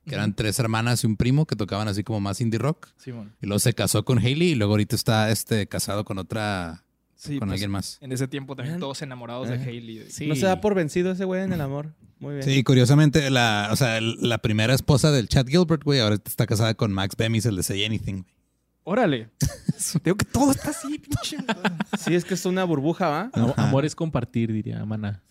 S3: que eran tres hermanas y un primo que tocaban así como más indie rock.
S4: Simón.
S3: Y luego se casó con Haley y luego ahorita está este casado con otra,
S4: Sí,
S3: con
S4: pues,
S3: alguien más.
S4: En ese tiempo también
S1: Vean.
S4: todos enamorados de
S1: Ajá.
S4: Haley. de-
S2: Sí.
S1: No se da por vencido ese güey en el amor. Muy bien.
S3: Sí, curiosamente, la, o sea, el- la primera esposa del Chad Gilbert, güey, ahora está casada con Max Bemis, el de Say Anything. güey.
S4: Órale. Digo que todo está así, pinche.
S1: Sí, es que es una burbuja, ¿va?
S2: Am-
S3: Ajá.
S2: Amor es compartir, diría Mana.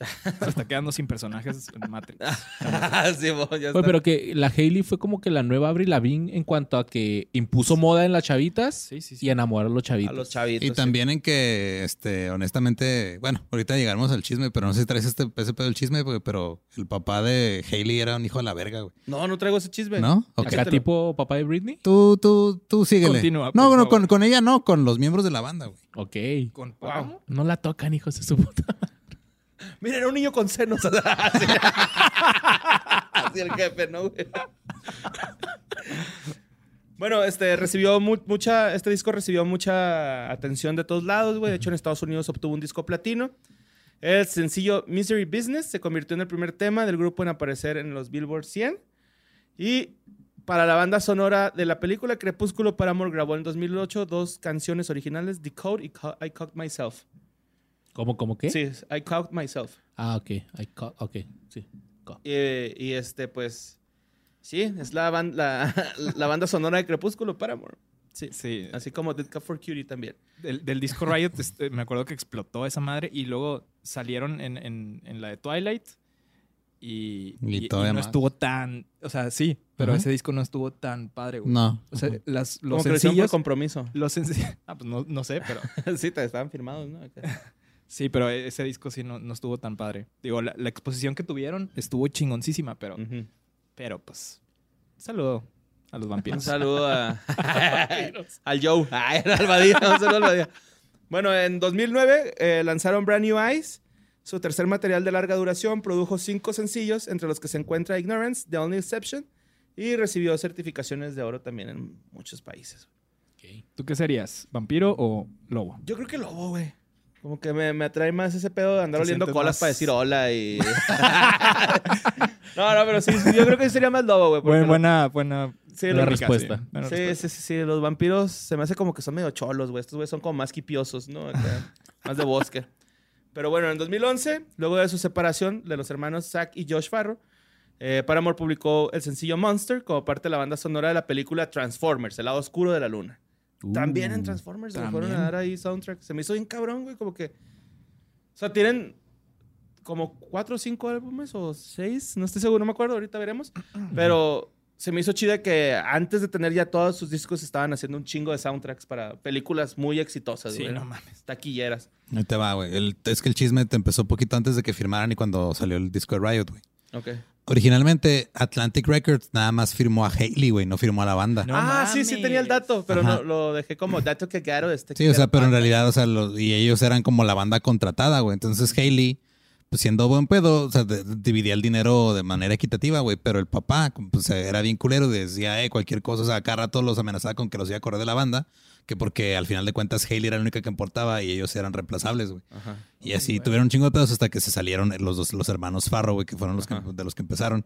S4: Se está quedando sin personajes en Matrix.
S3: Ah,
S1: sí, mo, ya
S2: Oye,
S1: está.
S2: pero que la Hailey fue como que la nueva Avril Lavigne en cuanto a que impuso moda en las chavitas
S4: Sí, sí,
S2: y
S4: sí.
S2: enamoró a los
S1: A
S2: chavitos.
S1: los chavitos.
S3: Y
S1: sí.
S3: también en que, este, honestamente, bueno, ahorita llegaremos al chisme, pero no sé si traes este ese pedo del chisme, güey, pero el papá de Haley era un hijo de la verga, güey.
S1: No, no traigo ese chisme.
S3: ¿No? Ok.
S2: Acá tipo papá de Britney.
S3: Tú, tú, tú síguele.
S4: Continúa,
S3: no,
S4: por
S3: no,
S4: favor.
S3: con, con ella no, con los miembros de la banda, güey.
S2: Ok.
S4: Con
S1: Wow.
S2: No la tocan, hijos de su puta.
S1: Mira, era un niño con senos. Así así el jefe, ¿no? güey? Bueno, este recibió mu- mucha, este disco recibió mucha atención de todos lados, güey. De hecho, en Estados Unidos obtuvo un disco platino. El sencillo Misery Business se convirtió en el primer tema del grupo en aparecer en los Billboard 100. Y para la banda sonora de la película Crepúsculo, Paramore grabó en 2008 dos canciones originales, Decode y Ca- I Caught Myself.
S2: ¿Cómo, cómo qué?
S1: Sí, I Caught Myself.
S2: Ah, ok. I ca- ok, sí.
S1: Eh, y este, pues. Sí, es la, ban- la, la banda sonora de Crepúsculo, Paramore. Sí.
S4: Sí.
S1: Así como Dead Cup for Cutie también.
S4: Del, del disco Riot, este, me acuerdo que explotó esa madre y luego salieron en, en- en la de Twilight y,
S3: Y
S4: y- y
S3: todavía
S4: no
S3: más.
S4: estuvo tan. O sea, sí, pero
S3: Ajá.
S4: ese disco no estuvo tan padre, güey.
S3: No.
S4: O sea,
S3: Ujú.
S4: las,
S1: como
S4: los
S1: que lo hicieron por
S4: sencillos.
S1: compromiso.
S4: Los sencillos. Ah, pues no, no sé, pero.
S1: sí, te estaban firmados, ¿no? Acá.
S4: Sí, pero e-, ese disco sí no, no estuvo tan padre. Digo, la, la exposición que tuvieron estuvo chingoncísima, pero,
S1: Ujú.
S4: pero pues. Saludo a los
S1: Un
S4: vampiros.
S1: saludo a, al Joe, Ay, al Badía, un saludo al Badía. Bueno, en 2009 eh, lanzaron Brand New Eyes, su tercer material de larga duración, produjo cinco sencillos, entre los que se encuentra Ignorance, The Only Exception, y recibió certificaciones de oro también en muchos países.
S2: Ok.
S4: ¿Tú qué serías? ¿Vampiro o lobo?
S1: Yo creo que lobo, güey. Como que me, me atrae más ese pedo de andar
S4: Te
S1: oliendo
S4: sientes
S1: colas
S4: más-
S1: para decir hola y. no, no, pero sí, sí, yo creo que sería más lobo, güey. porque
S4: Buen-
S1: lo-
S4: buena, buena.
S1: sí,
S2: buena
S4: técnica,
S1: lo-
S2: respuesta.
S4: buena
S1: Sí,
S4: respuesta.
S1: sí, sí, sí, los vampiros se me hace como que son medio cholos, güey. Estos güeyes son como más quipiosos, ¿no? Acá, más de bosque. Pero bueno, en 2011, luego de su separación de los hermanos Zack y Josh Farro, eh, Paramore publicó el sencillo Monster como parte de la banda sonora de la película Transformers, El lado oscuro de la luna. También en
S2: Uh,
S1: Transformers se le
S4: Mm, también.
S1: fueron a dar ahí soundtrack. Se me hizo bien cabrón, güey, como que... O sea, tienen como cuatro o cinco álbumes o seis, no estoy seguro, no me acuerdo, ahorita veremos. Pero se me hizo chida que antes de tener ya todos sus discos estaban haciendo un chingo de soundtracks para películas muy exitosas,
S4: Sí,
S1: güey,
S4: no mames.
S1: Taquilleras.
S3: Ahí te va, güey. El- Es que el chisme te empezó poquito antes de que firmaran y cuando salió el disco de Riot, güey.
S1: Ok.
S3: Originalmente, Atlantic Records nada más firmó a Haley, güey, no firmó a la banda.
S4: No
S1: ah, sí, sí
S4: mames.
S1: tenía el dato, pero
S3: Ajá.
S1: no, lo dejé como dato que quedaron. Este
S3: Sí, o sea, pero en realidad, o sea, los- y ellos eran como la banda contratada, güey. Entonces Haley, pues siendo buen pedo, o sea, de- dividía el dinero de manera equitativa, güey. Pero el papá, pues era bien culero, decía, eh, cualquier cosa, o sea, cada rato los amenazaba con que los iba a correr de la banda, que porque al final de cuentas Haley era la única que importaba y ellos eran reemplazables, güey.
S1: Ajá.
S3: Y así tuvieron un chingo de pedos hasta que se salieron los dos, los hermanos Farro, güey, que fueron los que-
S1: Ajá.
S3: de los que empezaron.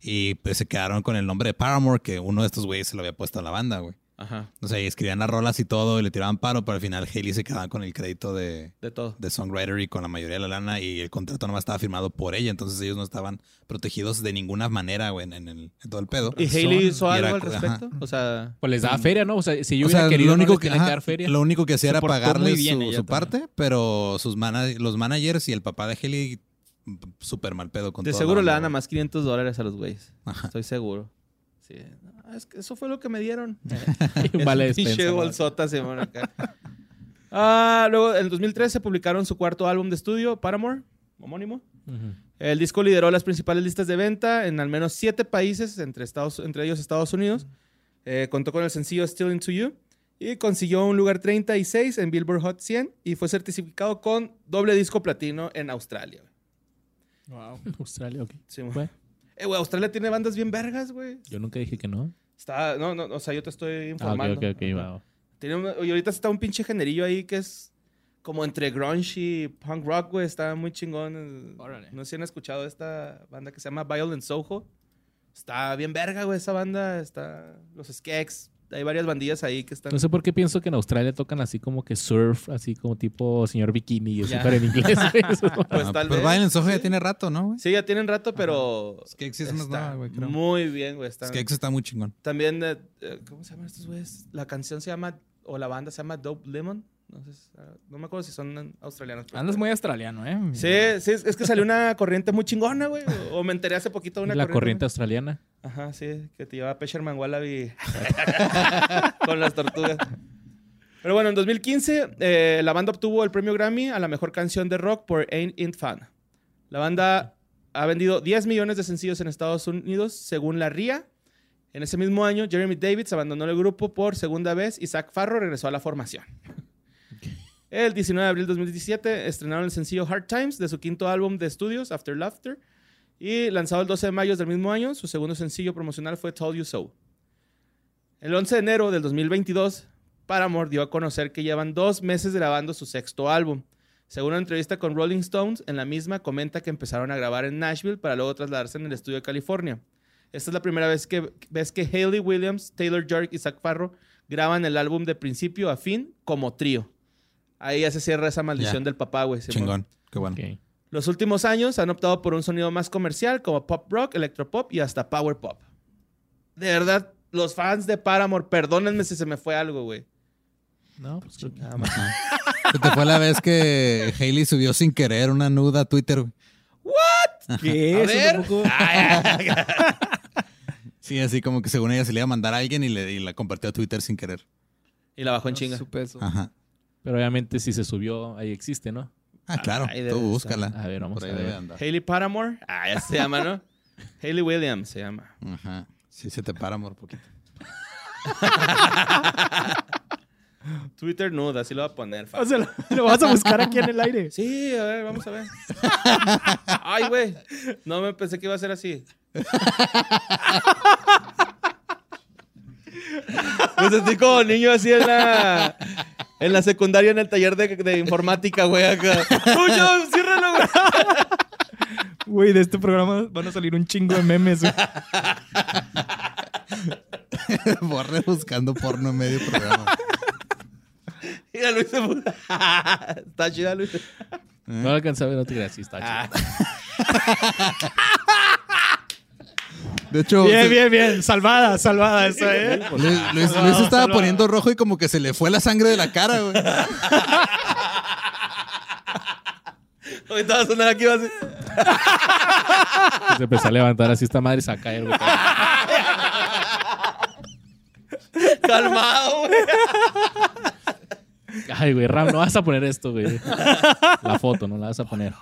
S3: Y pues se quedaron con el nombre de Paramore, que uno de estos güeyes se lo había puesto a la banda, güey.
S1: Ajá.
S3: O sea, y escribían las rolas y todo, y le tiraban paro, pero al final Haley se quedaba con el crédito de,
S1: De todo.
S3: de songwriter y con la mayoría de la lana, y el contrato nomás estaba firmado por ella, entonces ellos no estaban protegidos de ninguna manera, güey, en, en el, en todo el pedo.
S1: ¿Y
S2: razón.
S1: Haley hizo
S3: Y
S1: algo
S3: era
S1: al
S3: co- ajá.
S1: respecto? O sea.
S2: Pues les daba feria, ¿no? O sea, si yo
S3: O
S2: hubiera
S3: sea,
S2: querido,
S3: lo
S2: no
S3: único,
S2: les
S3: que,
S2: tienen que
S3: ajá,
S2: dar feria.
S3: lo único que
S4: Se
S3: hacía era
S4: portó muy
S3: pagarles
S4: bien
S3: su,
S4: ella
S3: su
S4: también.
S3: parte, pero sus mana- los managers y el papá de Haley, m- súper mal pedo con
S1: De
S3: toda
S1: seguro le
S3: la
S1: dan a
S3: banda,
S1: más 500 dólares a los güeyes.
S3: Ajá.
S1: Estoy seguro. Sí. No, es que eso fue lo que me dieron.
S2: Un vale
S1: Es un pinche
S2: despensa, ¿no?
S1: bolsota, se van acá. Ah, luego, en el 2013 se publicaron su cuarto álbum de estudio, Paramore, homónimo.
S2: Ujú.
S1: El disco lideró las principales listas de venta en al menos siete países, entre, Estados, entre ellos Estados Unidos. Eh, contó con el sencillo Still Into You y consiguió un lugar 36 en Billboard Hot 100 y fue certificado con doble disco platino en Australia. güey.
S4: Wow.
S2: Australia, ok.
S1: Sí, güey.
S2: Bueno,
S1: Eh, güey, Australia tiene bandas bien vergas, güey.
S2: yo nunca dije que no.
S1: Está, no, no, o sea, yo te estoy
S2: Ah, ok,
S1: informando.
S2: ok, ok, va, va.
S1: Tiene una- y ahorita está un pinche generillo ahí que es como entre grunge y punk rock, güey. Está muy chingón.
S4: Órale.
S1: No sé si han escuchado esta banda que se llama Violent Soho. Está bien verga, güey, esa banda. Está los Skeks. Hay varias bandillas ahí que están...
S2: No sé por qué pienso que en Australia tocan así como que surf, así como tipo señor bikini, y eso,
S1: Ya.
S2: pero en inglés. güey, eso es-
S1: pues,
S3: Ah,
S1: tal vez,
S3: pero Violence Soho
S1: sí.
S3: ya tiene rato, ¿no, güey?
S1: Sí, ya tienen rato, pero...
S3: Skeks es más
S1: está
S3: nueva, güey, creo.
S1: Muy bien, güey. Está...
S3: Skeks está muy chingón.
S1: También, eh, eh, ¿cómo se llaman estos güeyes? La canción se llama, o la banda se llama Dope Lemon. No, sé, si- ah, no me acuerdo si son australianos. pero-
S4: Andas muy australiano, ¿eh?
S1: Sí, sí, es es que salió una corriente muy chingona, güey. O- O me enteré hace poquito de una
S2: la corriente australiana.
S1: Ajá, sí, que te llevaba Pesherman Wallaby con las tortugas. Pero bueno, en 2015 eh, la banda obtuvo el premio Grammy a la mejor canción de rock por Ain't It Fun. La banda ha vendido 10 millones de sencillos en Estados Unidos, según la RIA. En ese mismo año, Jeremy Davids abandonó el grupo por segunda vez y Zach Farro regresó a la formación. El 19 de abril de 2017 estrenaron el sencillo Hard Times de su quinto álbum de estudios, After Laughter. Y lanzado el 12 de mayo del mismo año, su segundo sencillo promocional fue Told You So. El 11 de enero del 2022, Paramore dio a conocer que llevan dos meses grabando su sexto álbum. Según una entrevista con Rolling Stones, en la misma comenta que empezaron a grabar en Nashville para luego trasladarse en el estudio de California. Esta es la primera vez que, ves que Haley Williams, Taylor York y Zach Farro graban el álbum de principio a fin como trío. Ahí ya se cierra esa maldición
S3: Ya.
S1: del papá, güey. Simón.
S3: Chingón. Qué bueno.
S2: Ok.
S1: Los últimos años han optado por un sonido más comercial como pop rock, electropop y hasta power pop. De verdad, los fans de Paramore, perdónenme si se me fue algo, güey.
S2: No, pues creo que-
S3: Ajá. Se te fue la vez que Haley subió sin querer una nuda a Twitter, güey.
S4: ¿Qué?
S1: A
S4: Eso
S1: ver.
S4: tampoco-
S3: Sí, así como que según ella se le iba a mandar a alguien y, le, y la compartió a Twitter sin querer.
S1: Y la bajó en
S4: No
S1: chinga.
S4: supe eso.
S3: Ajá.
S2: Pero obviamente si se subió, ahí existe, ¿no?
S3: Ah, claro.
S1: Ahí debe
S3: Tú
S1: de
S3: búscala.
S2: estar. A ver, ah, vamos
S3: Ah, Por ahí
S2: a ver.
S3: debe andar.
S1: Hailey Paramore. Ah, ya se llama, ¿no? Hailey Williams se llama.
S3: Ajá. Sí, se te para, amor, poquito.
S1: Twitter nude, así lo va a poner. fa-
S4: O sea, lo, lo vas a buscar aquí en el aire.
S1: Sí, a ver, vamos a ver. Ay, güey. No me pensé que iba a ser así. Me sentí como niño así en la, en la secundaria, en el taller de, de informática, güey, acá. ¡Uy, no! ¡Ciérralo, güey!
S4: Güey, de este programa van a salir un chingo de memes. güey.
S3: Borre buscando porno en medio programa.
S1: Mira, Luis se puso- Está chida, Luis.
S2: No lo alcanzaba a ver, no te creas, sí, está
S1: Ah.
S2: chido.
S3: De hecho, se-
S4: Bien, bien, bien. Salvada, salvada esa, ¿eh?
S3: Lu- Luis, Luis
S4: Salvado,
S3: estaba
S4: salvado.
S3: poniendo rojo y como que se le fue la sangre de la cara, güey.
S1: Hoy estaba sonando aquí, va a ser-
S2: Se empezó a levantar así esta madre y se va a caer, güey.
S1: Calmado, güey.
S2: Ay, güey, Ram, no vas a poner esto, güey. La foto, no la vas a poner.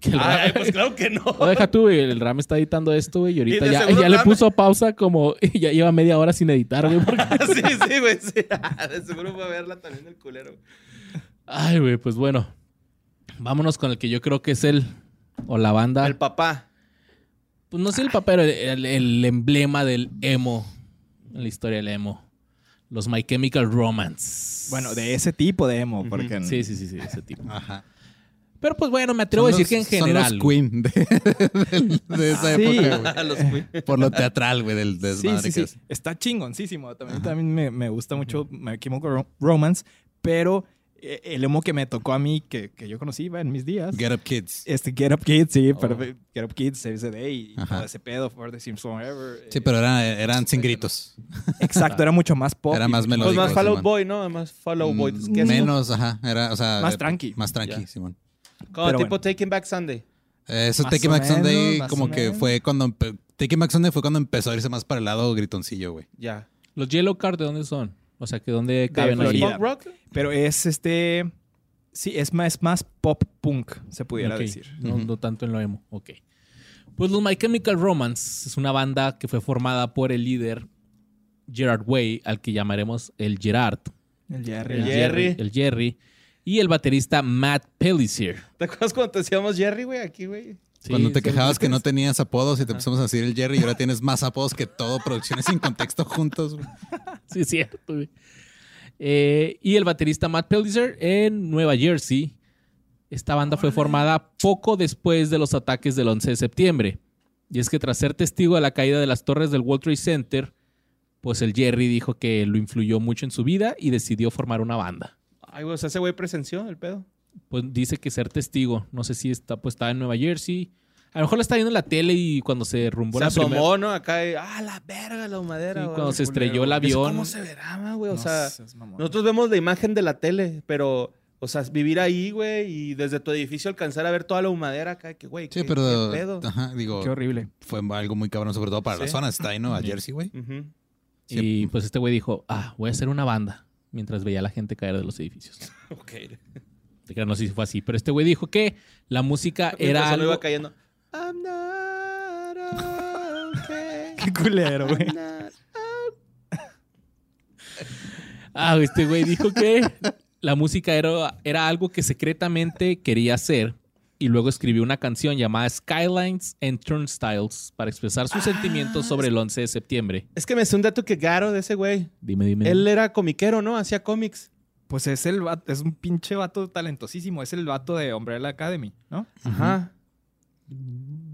S2: Que el Ram-
S1: Ay, pues claro que no.
S2: No, deja tú, güey. El Ram está editando esto, güey. Y ahorita
S1: de
S2: ya,
S1: seguro
S2: ya le
S1: Ram-
S2: puso pausa como... y Ya lleva media hora sin editar, güey. porque-
S1: sí, sí, güey. Sí. De seguro fue a verla también el culero.
S2: Ay, güey, pues bueno. Vámonos con el que yo creo que es el... O la banda.
S1: El papá.
S2: Pues no sé el papel, el, el emblema del emo. En la historia del emo. Los My Chemical Romance.
S4: Bueno, de ese tipo de emo, porque...
S2: Sí, sí, sí, sí, ese tipo.
S3: Ajá.
S2: Pero pues bueno, me atrevo a decir
S3: Ah. Son
S2: que en
S3: los-
S2: general.
S3: Son los
S2: güey.
S3: Queen de, de- de esa
S4: Sí.
S3: época, güey.
S1: A los güey.
S3: Por lo teatral, güey, del desmadre
S4: sí,
S3: que
S4: sí,
S3: es.
S4: sí. Está chingoncísimo. También, también me, me gusta mucho My Chemical Ro- Romance, pero eh, el emo que me tocó a mí, que, que yo conocí va, en mis días,
S3: Get Up Kids.
S4: este Get Up Kids, sí,
S2: Oh.
S4: perfecto. Get Up Kids, Save the Day, y
S3: Ajá.
S4: todo ese pedo, For the Simpsons Ever. eh,
S3: Sí, pero eran, eran sin gritos.
S4: Exacto, era mucho más pop.
S3: Era
S4: y
S3: más
S4: mucho
S1: Pues
S3: melódico.
S1: más
S3: Simón.
S1: Fall Out Boy, ¿no? Más Fall Out Boy.
S2: Mm,
S1: Es que es
S3: Mm, Menos, ajá. Era, o sea,
S4: Más
S3: eh,
S4: tranqui.
S3: Más tranqui,
S1: Ya.
S3: Simón.
S1: Como
S4: Pero
S1: tipo
S4: bueno.
S1: Taking Back Sunday.
S3: Eh, Eso
S4: Más
S3: Take
S4: o
S3: Max Sunday
S4: menos, más
S3: como
S4: o
S3: que
S4: menos.
S3: fue cuando... empe- Take Max Sunday fue cuando empezó a irse más para el lado gritoncillo, güey.
S1: Ya.
S2: Los Yellow Card, ¿de dónde son? O sea, que dónde
S4: De
S2: caben ahí.
S4: Florida.
S1: ¿Punk rock?
S4: Pero es este. Sí, es más, es más pop punk, se pudiera
S2: Ok,
S4: decir.
S2: No,
S3: Ujú.
S2: no tanto en lo emo. Ok. Pues los My Chemical Romance es una banda que fue formada por el líder Gerard Way, al que llamaremos el Gerard.
S4: El
S1: El
S2: El
S1: Jerry.
S2: El Jerry. Y el baterista Matt Pellicer.
S1: ¿Te acuerdas cuando te decíamos Jerry, güey? Aquí, güey.
S2: Sí,
S3: Cuando te
S2: sí,
S3: quejabas que no tenías apodos y
S4: Ah.
S3: te empezamos a decir el Jerry y ahora tienes más apodos que todo, producciones sin contexto juntos. güey.
S2: Sí, es cierto. güey. Eh, y el baterista Matt Pellicer en Nueva Jersey. Esta banda fue formada poco después de los ataques del 11 de septiembre. Y es que tras ser testigo de la caída de las torres del World Trade Center, pues el Jerry dijo que lo influyó mucho en su vida y decidió formar una banda.
S1: Ay, güey, o sea, ese güey presenció el pedo.
S2: Pues dice que ser testigo, no sé si está pues estaba en Nueva Jersey. A lo mejor lo está viendo en la tele y cuando se rumbó
S1: se
S2: la primera-
S1: asomó, ¿no? Acá, eh, ah, la verga, la madera.
S2: Sí,
S1: güey,
S2: cuando se
S1: culero.
S2: estrelló el avión.
S1: ¿Cómo se verá, ma, güey? O
S4: No
S1: sea,
S4: seas mamón.
S1: nosotros vemos la imagen de la tele, pero, o sea, vivir ahí, güey, y desde tu edificio alcanzar a ver toda la humadera acá, que, güey,
S3: Sí,
S1: qué-
S3: pero...
S1: qué pedo.
S3: Ajá, digo,
S4: Qué horrible.
S3: fue algo muy cabrón, sobre todo para
S1: Sí.
S3: la zona. Está ahí, ¿no? A
S2: Ujú.
S3: Jersey, güey.
S1: Ujú.
S2: Y pues este güey dijo, ah, voy a hacer una banda. Mientras veía a la gente caer de los edificios.
S1: Ok.
S2: Te creo, no sé si fue así, pero este güey dijo que la música
S1: Mientras
S2: era
S1: solo iba
S2: algo...
S1: cayendo. I'm not okay.
S4: Qué culero, güey.
S1: I'm not-
S2: Ah, güey, este güey dijo que la música era, era algo que secretamente quería hacer y luego escribió una canción llamada Skylines and Turnstiles para expresar
S1: Ah,
S2: sus sentimientos sobre el 11 de septiembre.
S1: Es que me sé un dato que Garo de ese güey.
S2: Dime, dime.
S1: Él era comiquero, ¿no? Hacía cómics.
S4: Pues es el vato- es un pinche vato talentosísimo. Es el vato de Umbrella Academy, ¿no?
S1: Ajá.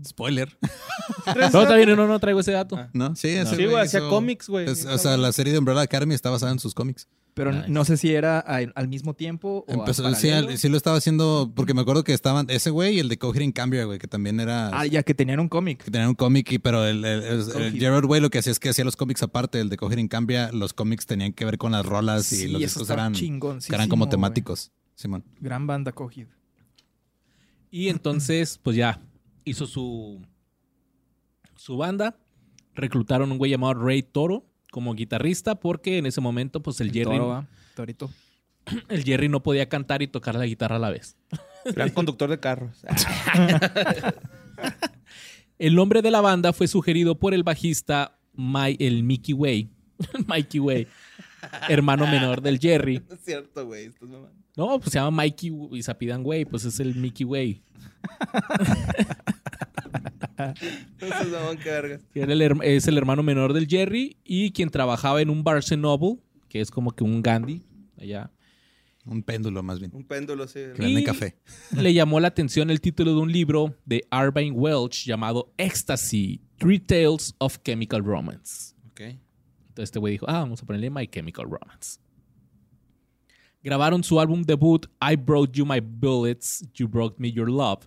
S3: Spoiler,
S2: No, está bien, no, no traigo ese dato.
S1: Ah.
S3: ¿no? Sí, ese
S1: Sí, güey, hacía
S3: hizo-
S1: cómics, güey.
S3: Es- o sea, la serie de Umbrella Academy está basada en sus cómics.
S4: Pero
S2: Nice.
S4: no sé si era a- al mismo tiempo o
S3: Empezó,
S4: a
S3: sí,
S4: paralelo.
S3: al- sí lo estaba haciendo porque me acuerdo que estaban ese güey y el de Coheed and Cambria, güey, que también era
S4: Ah, ya que tenían un cómic.
S3: que tenía un cómic, y- pero el, el- el-
S4: Coheed.
S3: el Gerard Way lo que hacía es que hacía los cómics aparte, el de Coheed and Cambria, los cómics tenían que ver con las rolas y Ah, los discos
S4: estaba
S3: eran, que
S4: chingoncísimo,
S3: eran como
S4: güey.
S3: temáticos. Simón.
S4: Gran banda Coheed.
S2: Y entonces, pues ya, hizo su, su banda. Reclutaron un güey llamado Ray Toro como guitarrista porque en ese momento, pues el, Jerry...
S1: ah.
S4: Toro, ¿va? Torito.
S2: el Jerry no podía cantar y tocar la guitarra a la vez.
S1: Gran conductor de carros.
S2: El nombre de la banda fue sugerido por el bajista Mi- el Mickey Way, Mikey Way, hermano menor del Jerry.
S1: No es cierto, güey. Estás mamando.
S2: No, pues se llama Mikey W- y Zapidan Way, pues es el Mickey Way.
S1: No seas mamón, qué verga.
S2: que era el her- es el hermano menor del Jerry y quien trabajaba en un Barnes Noble, que es como que un Gandhi allá.
S3: Un péndulo más bien.
S1: Un péndulo, sí.
S3: Que vende
S2: Y-
S3: café.
S2: Le llamó la atención el título de un libro de Irvine Welch llamado Ecstasy: Three Tales of Chemical Romance.
S1: Ok.
S2: Entonces este güey dijo, ah, vamos a ponerle My Chemical Romance. Grabaron su álbum debut, I Brought You My Bullets, You Brought Me Your Love,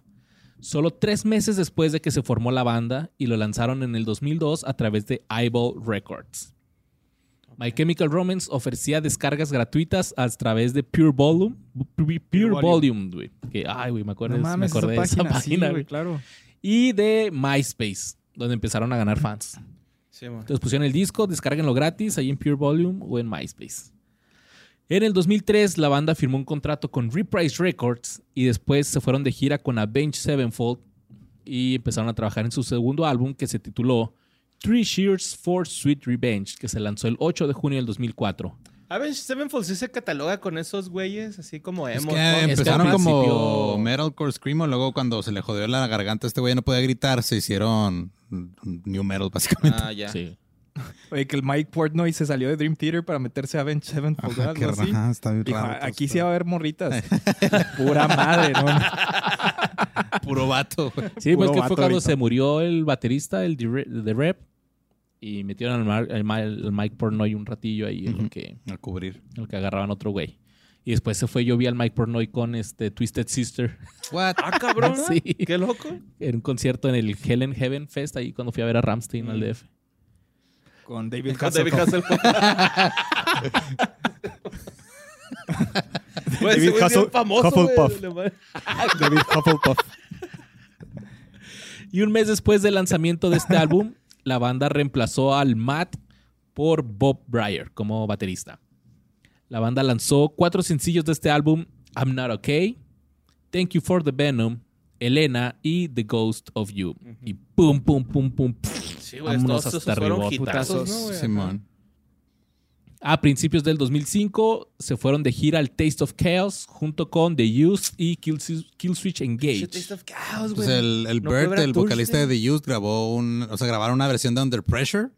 S2: solo tres meses después de que se formó la banda y lo lanzaron en el 2002 a través de Eyeball Records. My Chemical Romance ofrecía descargas gratuitas a través de Pure Volume. Pure, Pure
S4: Volume.
S2: Volume, güey. Que, ay, güey, me acuerdo,
S4: No mames,
S2: me acordé
S4: esa página,
S2: de esa página,
S4: sí,
S2: güey.
S4: güey, claro.
S2: Y de MySpace, donde empezaron a ganar fans.
S1: Sí, mo.
S2: Entonces pusieron el disco, descárguenlo gratis ahí en Pure Volume o en MySpace. En el 2003 la banda firmó un contrato con Reprise Records y después se fueron de gira con Avenged Sevenfold y empezaron a trabajar en su segundo álbum que se tituló Three Shears for Sweet Revenge que se lanzó el 8 de junio del 2004.
S1: Avenged Sevenfold sí se cataloga con esos güeyes, así como
S3: Es
S1: emo.
S3: que eh,
S1: punk.
S3: empezaron
S2: al
S3: como
S2: principio-
S3: metalcore screamo, luego cuando se le jodió la garganta a este güey no podía gritar, se hicieron new metal básicamente.
S1: Ah, ya.
S2: Sí.
S4: Oye, que el Mike Portnoy se salió de Dream Theater para meterse a Ben Sevenfold o
S3: Ajá,
S4: Ah, pues algo
S3: qué
S4: así.
S3: raro, está bien
S4: Dijo,
S3: raro pues, todo
S4: aquí
S3: esto".
S4: sí va a haber morritas. Pura madre, ¿no?
S3: Puro vato, güey.
S2: Sí, pues
S4: Puro
S2: que
S4: vato
S2: fue cuando
S4: ahorita.
S2: se murió el baterista, el de The Rep, y metieron al, Mar- al Ma- al Mike Pornoy un ratillo ahí en lo
S3: Ujú.
S2: que...
S3: A cubrir.
S2: El que agarraban otro güey. Y después se fue, yo vi al Mike Pornoy con este Twisted Sister
S3: What?
S1: Ah, cabrón.
S2: Sí.
S1: Qué loco.
S2: en un concierto en el Helen Heaven Fest, ahí cuando fui a ver a Ramstein al DF.
S4: Con David
S1: Con David
S4: Hasselhoff.
S1: Hasselhoff. Güey,
S4: David
S1: ese güey es bien
S4: Hassel-
S1: famoso, güey,
S4: Hufflepuff.
S1: la madre.
S4: David Hufflepuff.
S2: Y un mes después del lanzamiento de este álbum, la banda reemplazó al Matt por Bob Breyer como baterista. La banda lanzó cuatro sencillos de este álbum: I'm Not Okay, Thank You for the Venom, Elena y The Ghost of You. Y pum, pum, pum, pum. pff.
S1: Sí, güey,
S2: Vámonos
S1: todos esos
S2: hasta
S1: fueron
S2: arriba,
S1: hitazos,
S4: putazos,
S1: ¿no, güey?
S3: Simón.
S2: A principios del 2005 se fueron de gira al Taste of Chaos junto con The Used y Killswi- Killswitch Engage.
S1: Shit, Taste of Chaos,
S3: Pues
S1: güey.
S3: el, el
S1: No puede
S3: Bert,
S1: ver a
S3: el vocalista de
S1: Thursday.
S3: The Used, grabó un, o sea, grabaron una versión de Under Pressure,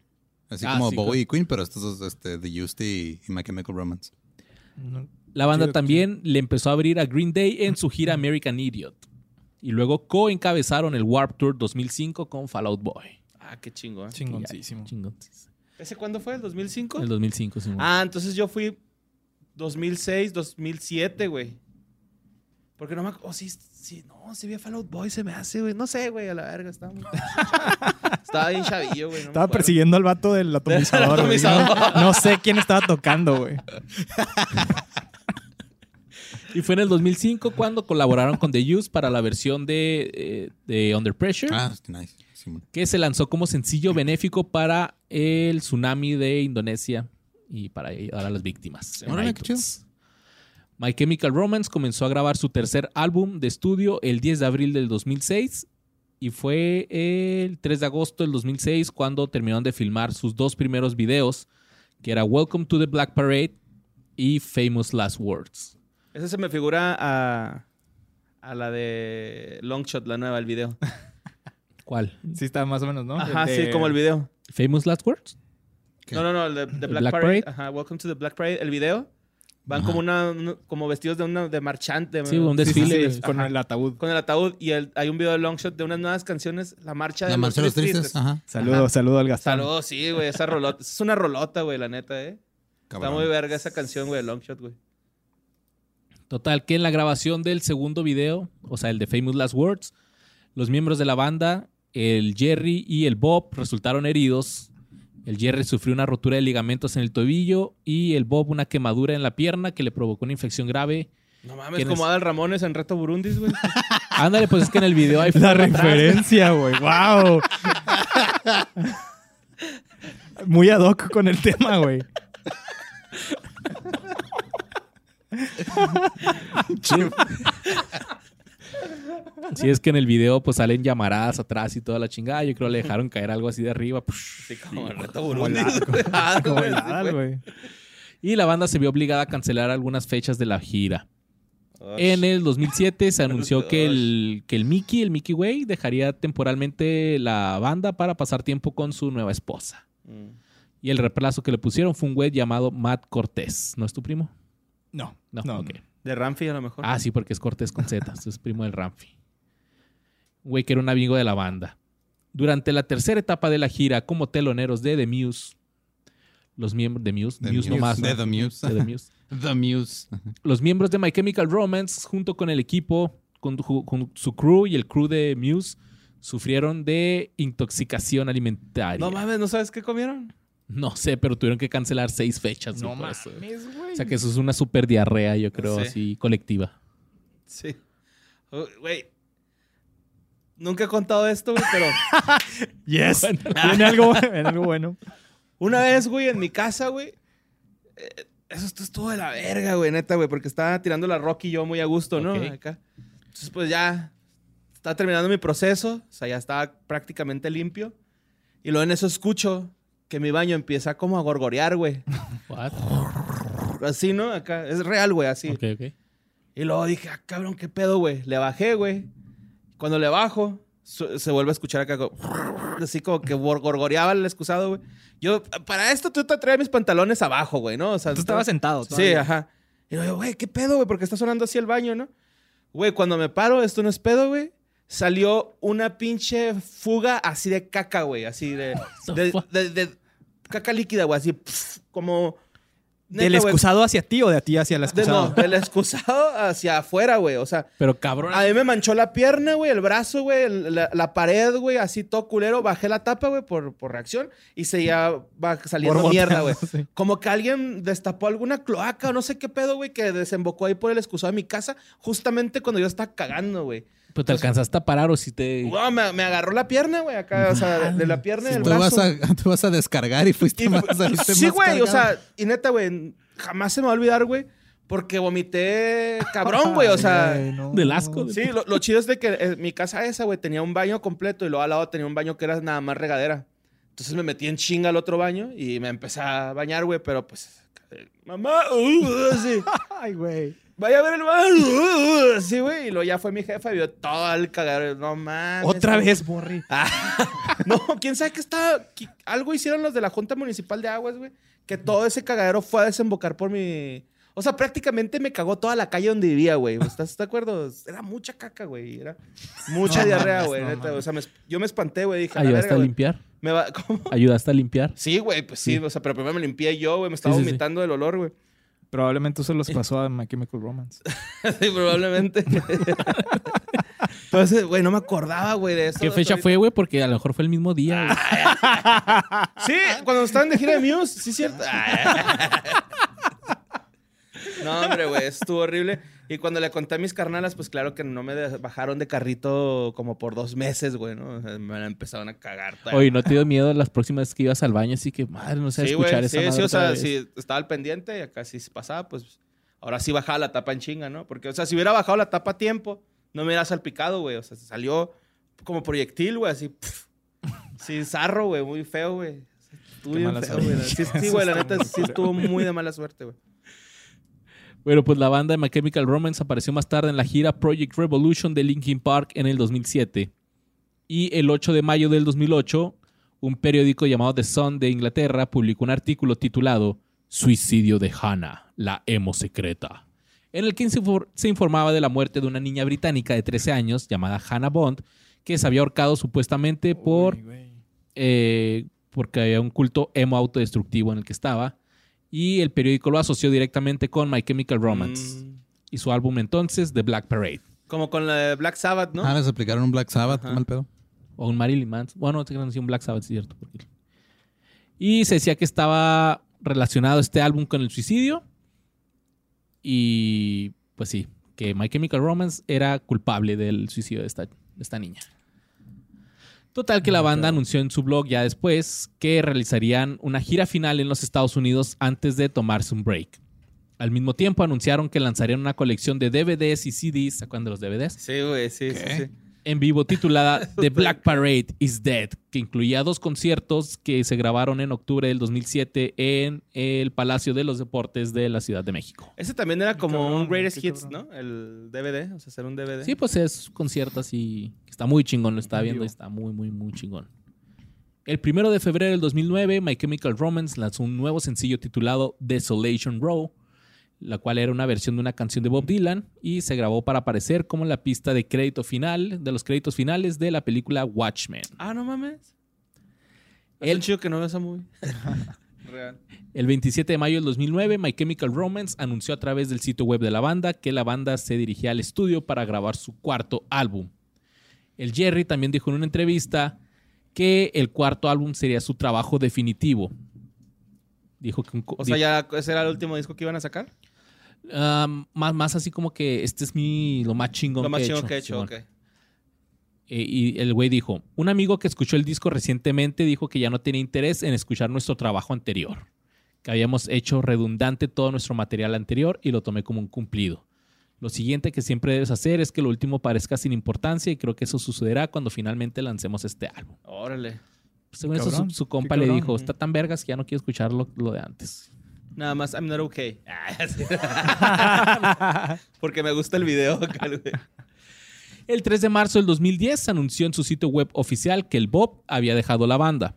S3: así
S2: Ah,
S3: como
S2: sí,
S3: Bowie y Queen, pero estos dos, este, The Used y, y My Chemical Romance.
S2: La banda
S4: Sí,
S2: también le empezó a abrir a Green Day en su gira American Idiot. Y luego co-encabezaron el Warp Tour 2005 con Fallout Boy.
S1: Ah, qué chingo, ¿eh?
S4: Chingoncísimo.
S2: Chingón.
S1: ¿Ese cuándo fue? ¿El 2005?
S2: El 2005, sí.
S1: Ah, entonces yo fui 2006, 2007, güey. Porque no me acuerdo. sí, sí, no, sí vi a Fallout Boy, se me hace, güey. No sé, güey, a la verga. Estaba, muy- estaba bien chavillo, güey. no me
S4: Estaba
S1: acuerdo.
S4: persiguiendo al vato del atomizador. güey.
S1: atomizador.
S4: No, no sé quién estaba tocando, güey.
S2: Y fue en el 2005 cuando colaboraron con The Used para la versión de, eh, de Under Pressure,
S3: Ah, nice. Simón.
S2: que se lanzó como sencillo benéfico para el tsunami de Indonesia y para ayudar a las víctimas. en
S3: Órale, qué
S2: iTunes. My Chemical Romance comenzó a grabar su tercer álbum de estudio el 10 de abril del 2006 y fue el 3 de agosto del 2006 cuando terminaron de filmar sus dos primeros videos, que era Welcome to the Black Parade y Famous Last Words.
S1: Ese se me figura a, a la de Longshot, la nueva, el video.
S2: ¿Cuál?
S4: Sí, estaba más o menos, ¿no?
S1: Ajá,
S4: De-
S1: sí, como el video.
S2: ¿Famous Last Words?
S3: ¿Qué?
S1: No, no, no, el de, de Black,
S2: Black
S1: Parade.
S2: Parade?
S1: Ajá, Welcome to the Black Parade, el video. Van
S3: Ajá.
S1: como una, una- como vestidos de una de marchante.
S2: Sí, un
S1: Sí, sí,
S2: desfile.
S1: sí,
S4: Con
S1: ajá.
S4: el ataúd.
S1: con el ataúd y el- hay un video de Longshot de unas nuevas canciones, La Marcha de
S3: La Marcha de los Tristes, Ah, ajá.
S4: Saludo, saludo al Gastón.
S1: Saludos, sí, güey, esa rolota. Es una rolota, güey, la neta, eh.
S3: Cabrón.
S1: Está muy verga esa canción, güey, de Longshot, güey.
S2: Total, que en la grabación del segundo video, o sea, el de Famous Last Words, los miembros de la banda, el Jerry y el Bob, resultaron heridos. El Jerry sufrió una rotura de ligamentos en el tobillo y el Bob una quemadura en la pierna que le provocó una infección grave.
S1: No mames,
S2: ¿Quién
S1: como
S2: es?
S1: Adal Ramones en Reto Burundis, güey.
S2: Ándale, pues es que en el video hay
S4: La
S2: fuego atrás, güey.
S4: referencia, güey. ¡Wow! Muy ad hoc con el tema, güey.
S2: Sí, es que en el video pues salen llamaradas atrás y toda la chingada. Yo creo que le dejaron caer algo así de arriba.
S1: Sí, como en Reto Ah,
S4: Como el
S1: Burundis.
S4: Adal,
S1: güey. Adal,
S4: Como
S1: güey,
S4: el
S1: sí,
S4: Adal,
S1: güey.
S4: güey.
S2: Y la banda se vio obligada a cancelar algunas fechas de la gira. En el 2007 se anunció que el, que el Mickey, el Mickey Way, dejaría temporalmente la banda para pasar tiempo con su nueva esposa.
S1: Mm.
S2: Y el reemplazo que le pusieron fue un güey llamado Matt Cortés. ¿No es tu primo?
S4: No,
S2: No, ok.
S1: De Ramfi a lo mejor.
S2: Ah, sí, porque es Cortés con Z, entonces es primo del Ramfi. Un güey que era un amigo de la banda. Durante la tercera etapa de la gira, como teloneros de The Muse, los miembros de Muse,
S3: The
S2: Muse
S3: Muse,
S2: nomás, ¿no?
S3: de The Muse.
S2: De The Muse.
S3: The Muse.
S2: los miembros de My Chemical Romance, junto con el equipo, con, ju- con su crew y el crew de Muse, sufrieron de intoxicación alimentaria.
S1: No mames, ¿no sabes qué comieron?
S2: No sé, pero tuvieron que cancelar seis fechas.
S4: No
S2: güey, por eso.
S4: mames, güey.
S2: O sea que eso es una super diarrea, yo creo,
S1: Sí.
S2: así colectiva.
S1: Sí. Oh, Güey. Nunca he contado esto, güey, pero
S4: Yes. Viene algo, viene algo bueno.
S1: una vez, güey, en mi casa, güey. eh, Eso esto estuvo de la verga, güey, neta, güey, porque estaba tirando la Rocky yo muy a gusto, ¿no?
S2: Ok.
S1: Acá. Entonces, pues ya estaba terminando mi proceso, o sea, ya estaba prácticamente limpio. Y luego en eso escucho que mi baño empieza como a gorgorear, güey.
S2: What?
S1: Así, ¿no? Acá. Es real, güey, así.
S2: Ok, ok.
S1: Y luego dije, ah, cabrón, qué pedo, güey. Le bajé, güey. Cuando le bajo, su- se vuelve a escuchar acá como... Así como que gor- gorgoreaba el excusado, güey. Yo, para esto tú te traes mis pantalones abajo, güey, ¿no? O sea,
S4: Tú estabas sentado.
S1: Sí, ah, ajá. Y yo, güey, qué pedo, güey, porque está sonando así el baño, ¿no? Güey, cuando me paro, esto no es pedo, güey. Salió una pinche fuga así de caca, güey. Así de...
S2: the
S1: de,
S2: fuck?
S1: de- de caca líquida, güey. Así pf, como...
S4: ¿Del
S1: Neta, güey,
S4: excusado hacia ti o de ti hacia el
S1: de- no,
S4: excusado?
S1: del excusado hacia afuera, güey. O sea,
S2: Pero cabrón.
S1: a mí me manchó la pierna, güey, el brazo, güey, el- la, la pared, güey, así todo culero. Bajé la tapa, güey, por, por reacción y seguía va saliendo
S4: Borboteando,
S1: mierda, güey.
S4: sí.
S1: Como que alguien destapó alguna cloaca o no sé qué pedo, güey, que desembocó ahí por el excusado de mi casa justamente cuando yo estaba cagando, güey.
S2: ¿Pero te alcanzaste a parar o si te.
S1: Guau, me, me agarró la pierna, güey, acá, o sea, de, de la pierna y del
S3: Tú
S1: brazo.
S3: vas, a, tú vas a descargar y fuiste
S1: Y- pues,
S3: más, saliste
S1: sí,
S3: más
S1: güey, o
S3: cargado.
S1: sea, y neta, güey, jamás se me va a olvidar, güey, porque vomité cabrón, güey, o sea.
S4: Ay, no.
S2: Del asco.
S1: Sí, lo, lo chido es de que eh, mi casa esa, güey, tenía un baño completo y luego al lado tenía un baño que era nada más regadera. Entonces me metí en chinga al otro baño y me empecé a bañar, güey, pero pues... eh, Mamá, uh, sí.
S4: Ay, güey.
S1: Vaya a ver el baño, uh, uh", sí, güey. Y luego ya fue mi jefa y vio todo el cagadero. No mames.
S4: Otra
S1: güey.
S4: vez, Borri.
S1: Ah, no, quién sabe qué está... qui- Algo hicieron los de la Junta Municipal de Aguas, güey, que todo ese cagadero fue a desembocar por mi... O sea, prácticamente me cagó toda la calle donde vivía, güey. ¿Estás de acuerdo? Era mucha caca, güey. Era mucha
S4: No
S1: diarrea,
S4: mames,
S1: güey.
S4: no
S1: neta,
S4: mames.
S1: o sea, me es- yo me espanté, güey. Dije, a la
S2: ¿Ayudaste
S1: verga,
S2: a
S1: güey.
S2: limpiar?
S1: Me va... ¿Cómo?
S2: ¿Ayudaste a limpiar?
S1: Sí, güey, pues sí.
S2: Sí.
S1: O sea, pero primero me limpié yo, güey. Me estaba
S2: Sí, sí, sí.
S1: vomitando del olor, güey.
S4: Probablemente eso los pasó a My Chemical Romance.
S1: sí, probablemente. Entonces, güey, no me acordaba, güey, de eso. Ah,
S2: ¿Qué fecha fue, güey? Porque a lo mejor fue el mismo día. güey.
S1: Sí, cuando estaban de gira de Muse, sí, cierto. No, hombre, güey, estuvo horrible. Y cuando le conté a mis carnalas, pues claro que no me de- bajaron de carrito como por dos meses, güey, ¿no? O sea, me la empezaron a cagar. todavía.
S2: Oye, ¿no te dio miedo las próximas que ibas al baño? Así que, madre, no sé
S1: sí,
S2: escuchar
S1: güey, sí,
S2: esa
S1: sí,
S2: madre
S1: o
S2: otra
S1: sea,
S2: vez.
S1: si estaba al pendiente y acá si se pasaba, pues ahora sí bajaba la tapa en chinga, ¿no? Porque, o sea, si hubiera bajado la tapa a tiempo, no me hubiera salpicado, güey. O sea, se salió como proyectil, güey, así. pf. Sí, zarro, güey, muy feo, güey. Estuvo
S4: Qué
S1: bien
S4: mala
S1: feo,
S4: suerte.
S1: güey. Sí, sí, güey, la neta sí estuvo muy de mala suerte, güey.
S2: Bueno, pues la banda de My Chemical Romance apareció más tarde en la gira Project Revolution de Linkin Park en el 2007. Y el 8 de mayo del 2008, un periódico llamado The Sun de Inglaterra publicó un artículo titulado Suicidio de Hannah, la emo secreta, en el que se infor- se informaba de la muerte de una niña británica de 13 años llamada Hannah Bond, que se había ahorcado supuestamente por
S4: Uy, güey.
S2: eh, porque había un culto emo autodestructivo en el que estaba. Y el periódico lo asoció directamente con My Chemical Romance
S1: Mm,
S2: y su álbum entonces, The Black Parade.
S1: como con la de Black Sabbath, ¿no?
S3: Ah, les aplicaron un Black Sabbath,
S1: Ajá.
S3: mal pedo.
S2: O un Marilyn Manson. Bueno, no sé si un Black Sabbath, es cierto. porque- Y se decía que estaba relacionado este álbum con el suicidio. Y pues sí, que My Chemical Romance era culpable del suicidio de esta, de esta niña. Total que la banda anunció en su blog ya después que realizarían una gira final en los Estados Unidos antes de tomarse un break. Al mismo tiempo anunciaron que lanzarían una colección de DVDs y CDs, ¿se acuerdan de los DVDs?
S1: Sí, güey, sí, sí,
S3: ¿Qué?
S1: sí.
S2: en vivo titulada The Black Parade is Dead, que incluía dos conciertos que se grabaron en octubre del 2007 en el Palacio de los Deportes de la Ciudad de México.
S1: Ese también era como
S4: cabrón,
S1: un Greatest
S4: qué
S1: Hits,
S4: cabrón.
S1: ¿no? El DVD, o sea, hacer un DVD.
S2: Sí, pues es un concierto así, que está muy chingón, lo estaba
S4: En
S2: viendo,
S4: vivo.
S2: está muy, muy, muy chingón. El primero de febrero del 2009, My Chemical Romance lanzó un nuevo sencillo titulado Desolation Row, la cual era una versión de una canción de Bob Dylan y se grabó para aparecer como la pista de crédito final, de los créditos finales de la película Watchmen.
S1: Ah, no mames. Es
S2: El-
S1: un chido que no ve esa movie. Real.
S2: El 27 de mayo del 2009, My Chemical Romance anunció a través del sitio web de la banda que la banda se dirigía al estudio para grabar su cuarto álbum. El Jerry también dijo en una entrevista que el cuarto álbum sería su trabajo definitivo Dijo que un co-
S1: O sea,
S2: di-
S1: ya ese era el último disco que iban a sacar.
S2: Ah, más, más así como que este es mi lo más chingón
S1: Lo más
S2: que
S1: chingón que he hecho,
S2: Simón.
S1: ok.
S2: Eh, y el güey dijo, un amigo que escuchó el disco recientemente dijo que ya no tenía interés en escuchar nuestro trabajo anterior, que habíamos hecho redundante todo nuestro material anterior y lo tomé como un cumplido. Lo siguiente que siempre debes hacer es que lo último parezca sin importancia y creo que eso sucederá cuando finalmente lancemos este álbum.
S1: Órale.
S2: Según
S4: Qué
S2: eso, su,
S4: cabrón,
S2: su
S4: qué
S2: compa le
S4: cabrón,
S2: dijo,
S1: ujú.
S2: está tan vergas que ya no quiero escuchar lo, lo de antes.
S1: Nada más, I'm not okay. Ah, sí. Porque me gusta el video. acá, güey.
S2: El 3 de marzo del 2010 anunció en su sitio web oficial que el Bob había dejado la banda.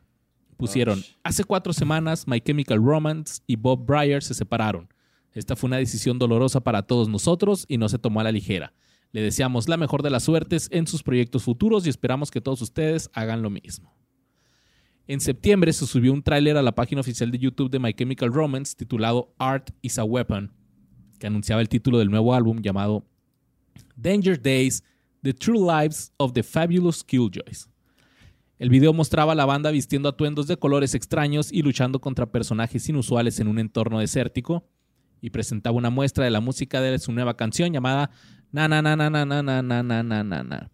S2: Pusieron,
S1: Ouch.
S2: hace cuatro semanas My Chemical Romance y Bob Breyer se separaron. Esta fue una decisión dolorosa para todos nosotros y no se tomó a la ligera. Le deseamos la mejor de las suertes en sus proyectos futuros y esperamos que todos ustedes hagan lo mismo. En septiembre se subió un tráiler a la página oficial de YouTube de My Chemical Romance titulado Art is a Weapon, que anunciaba el título del nuevo álbum llamado Danger Days, The True Lives of the Fabulous Killjoys. El video mostraba a la banda vistiendo atuendos de colores extraños y luchando contra personajes inusuales en un entorno desértico y presentaba una muestra de la música de su nueva canción llamada Na na na na na na na na na na na na.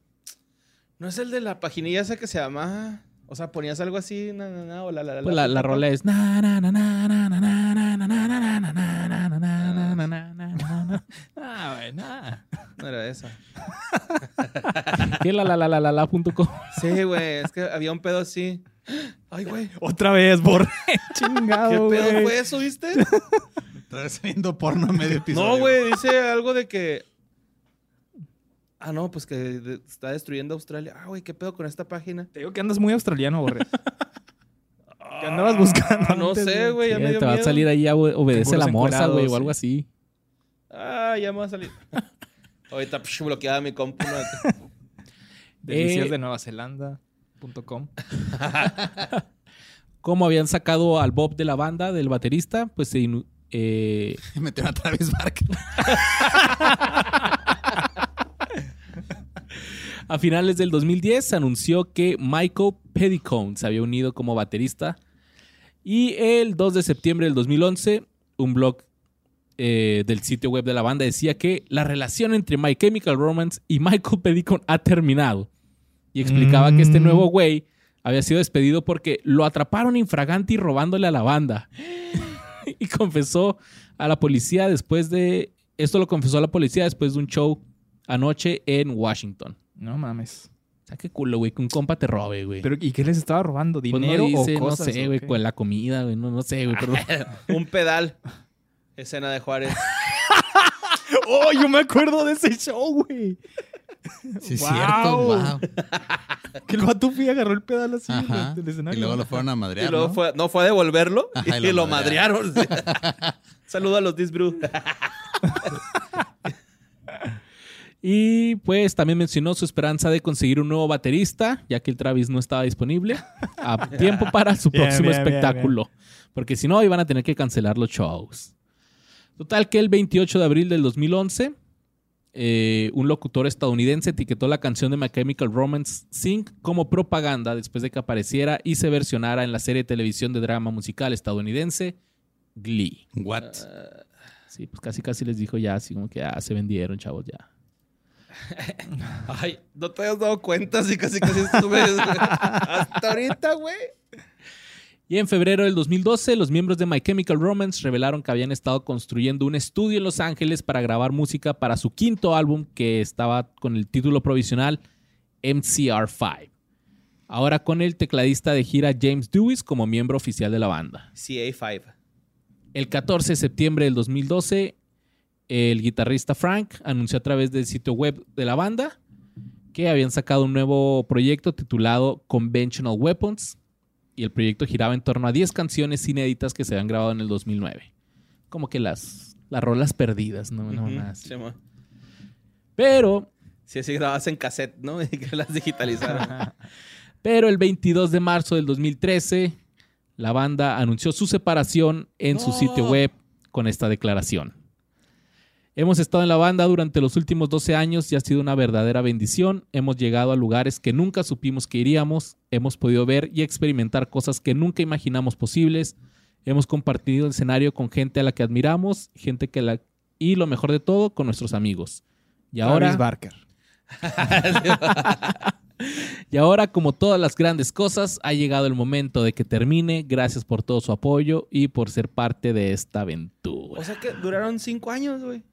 S1: ¿No es el de la paginilla esa que se llama? O sea, ponías algo así, na, na, na, o la, la, la.
S2: Pues la, la rola es na na na na na na na na na na na na na na na na na na na na na.
S4: Ah, güey, nada.
S1: No era esa.
S2: Que la la la la la la punto com.
S1: Sí, güey, es que había un pedo así. Ay, güey.
S4: Otra vez, borré.
S2: Ah,
S1: ¿Qué
S4: Chingado, güey.
S1: pedo fue eso, viste?
S3: Otra vez viendo porno en medio episodio.
S1: No, güey, dice algo de que. Ah, no, pues que de- está destruyendo Australia. Ah, güey, ¿qué pedo con esta página?
S4: Te digo que andas muy australiano, borré. ¿Qué andabas buscando?
S1: Ah, no
S4: antes,
S1: sé, güey, ya me dio
S2: Te va a
S1: miedo.
S2: salir ahí a ob- obedece
S4: Puros
S2: la morsa,
S4: encuerados,
S2: güey, o
S4: sí.
S2: algo así.
S1: Ah, ya me va a salir. Ahorita psh, bloqueada mi compu. ¿no?
S4: Delicias
S2: Eh.
S4: de Nueva Zelanda.com.
S2: Como habían sacado al Bob de la banda, del baterista, pues se inu- eh,
S3: Metieron a Travis Barker.
S2: a finales del 2010 se anunció que Michael Pedicone se había unido como baterista. Y el 2 de septiembre del 2011, un blog eh, del sitio web de la banda decía que la relación entre My Chemical Romance y Michael Pedicone ha terminado. Y explicaba que este
S4: Mm.
S2: nuevo güey había sido despedido porque lo atraparon infragante y robándole a la banda. y confesó a la policía después de... Esto lo confesó a la policía después de un show anoche en Washington.
S4: No mames.
S2: O sea, qué culo, güey, que un compa te robe, güey.
S4: Pero, ¿Y qué les estaba robando?
S2: Pues no
S4: ¿Dinero
S2: dice,
S4: o cosas?
S2: No sé,
S4: o
S2: güey,
S4: qué?
S2: con la comida, güey, no, no sé, güey, pero...
S1: Un pedal. Escena de Juárez.
S4: ¡Oh, yo me acuerdo de ese show, güey!
S3: Sí, es
S4: Wow.
S3: cierto. Wow.
S4: Que el vato fui y agarró el pedal así del-
S3: Ajá.
S4: del
S3: Y
S4: escenario.
S3: luego lo fueron a madrear.
S1: Y luego
S3: ¿no?
S1: fue, no fue a devolverlo
S3: Ajá,
S1: y,
S3: y lo
S1: lo madrearon. sí. Saludo a los Disbrew.
S2: Y pues también mencionó su esperanza de conseguir un nuevo baterista, ya que el Travis no estaba disponible a tiempo para su
S4: Bien,
S2: próximo
S4: bien, bien,
S2: espectáculo. Porque si no, iban a tener que cancelar los shows. Total que el 28 de abril del 2011, eh, un locutor estadounidense etiquetó la canción de My Chemical Romance Sing como propaganda después de que apareciera y se versionara en la serie de televisión de drama musical estadounidense Glee.
S3: What?
S2: Sí, pues casi casi les dijo ya, así como que ah, se vendieron, chavos, ya.
S1: Ay, no te habías dado cuenta, así casi casi estuve. Hasta ahorita, güey.
S2: Y en febrero del 2012, los miembros de My Chemical Romance revelaron que habían estado construyendo un estudio en Los Ángeles para grabar música para su quinto álbum que estaba con el título provisional MCR5. Ahora con el tecladista de gira James Dewis como miembro oficial de la banda.
S1: CA5.
S2: El 14 de septiembre del 2012, el guitarrista Frank anunció a través del sitio web de la banda que habían sacado un nuevo proyecto titulado Conventional Weapons y el proyecto giraba en torno a 10 canciones inéditas que se habían grabado en el 2009. Como que las, las rolas perdidas, ¿no? No,
S1: Ujú,
S2: nada así.
S1: Simón.
S2: Pero
S1: Sí, así grababas en cassette, ¿no? Y que las digitalizaron.
S2: Pero el 22 de marzo del 2013, la banda anunció su separación en su
S1: No.
S2: sitio web con esta declaración. Hemos estado en la banda durante los últimos 12 años y ha sido una verdadera bendición. Hemos llegado a lugares que nunca supimos que iríamos. Hemos podido ver y experimentar cosas que nunca imaginamos posibles. Hemos compartido el escenario con gente a la que admiramos, gente que la... Y lo mejor de todo, con nuestros amigos. Y ahora...
S4: Travis Barker.
S2: Y ahora, como todas las grandes cosas, ha llegado el momento de que termine. Gracias por todo su apoyo y por ser parte de esta aventura.
S1: O sea que duraron cinco años, güey.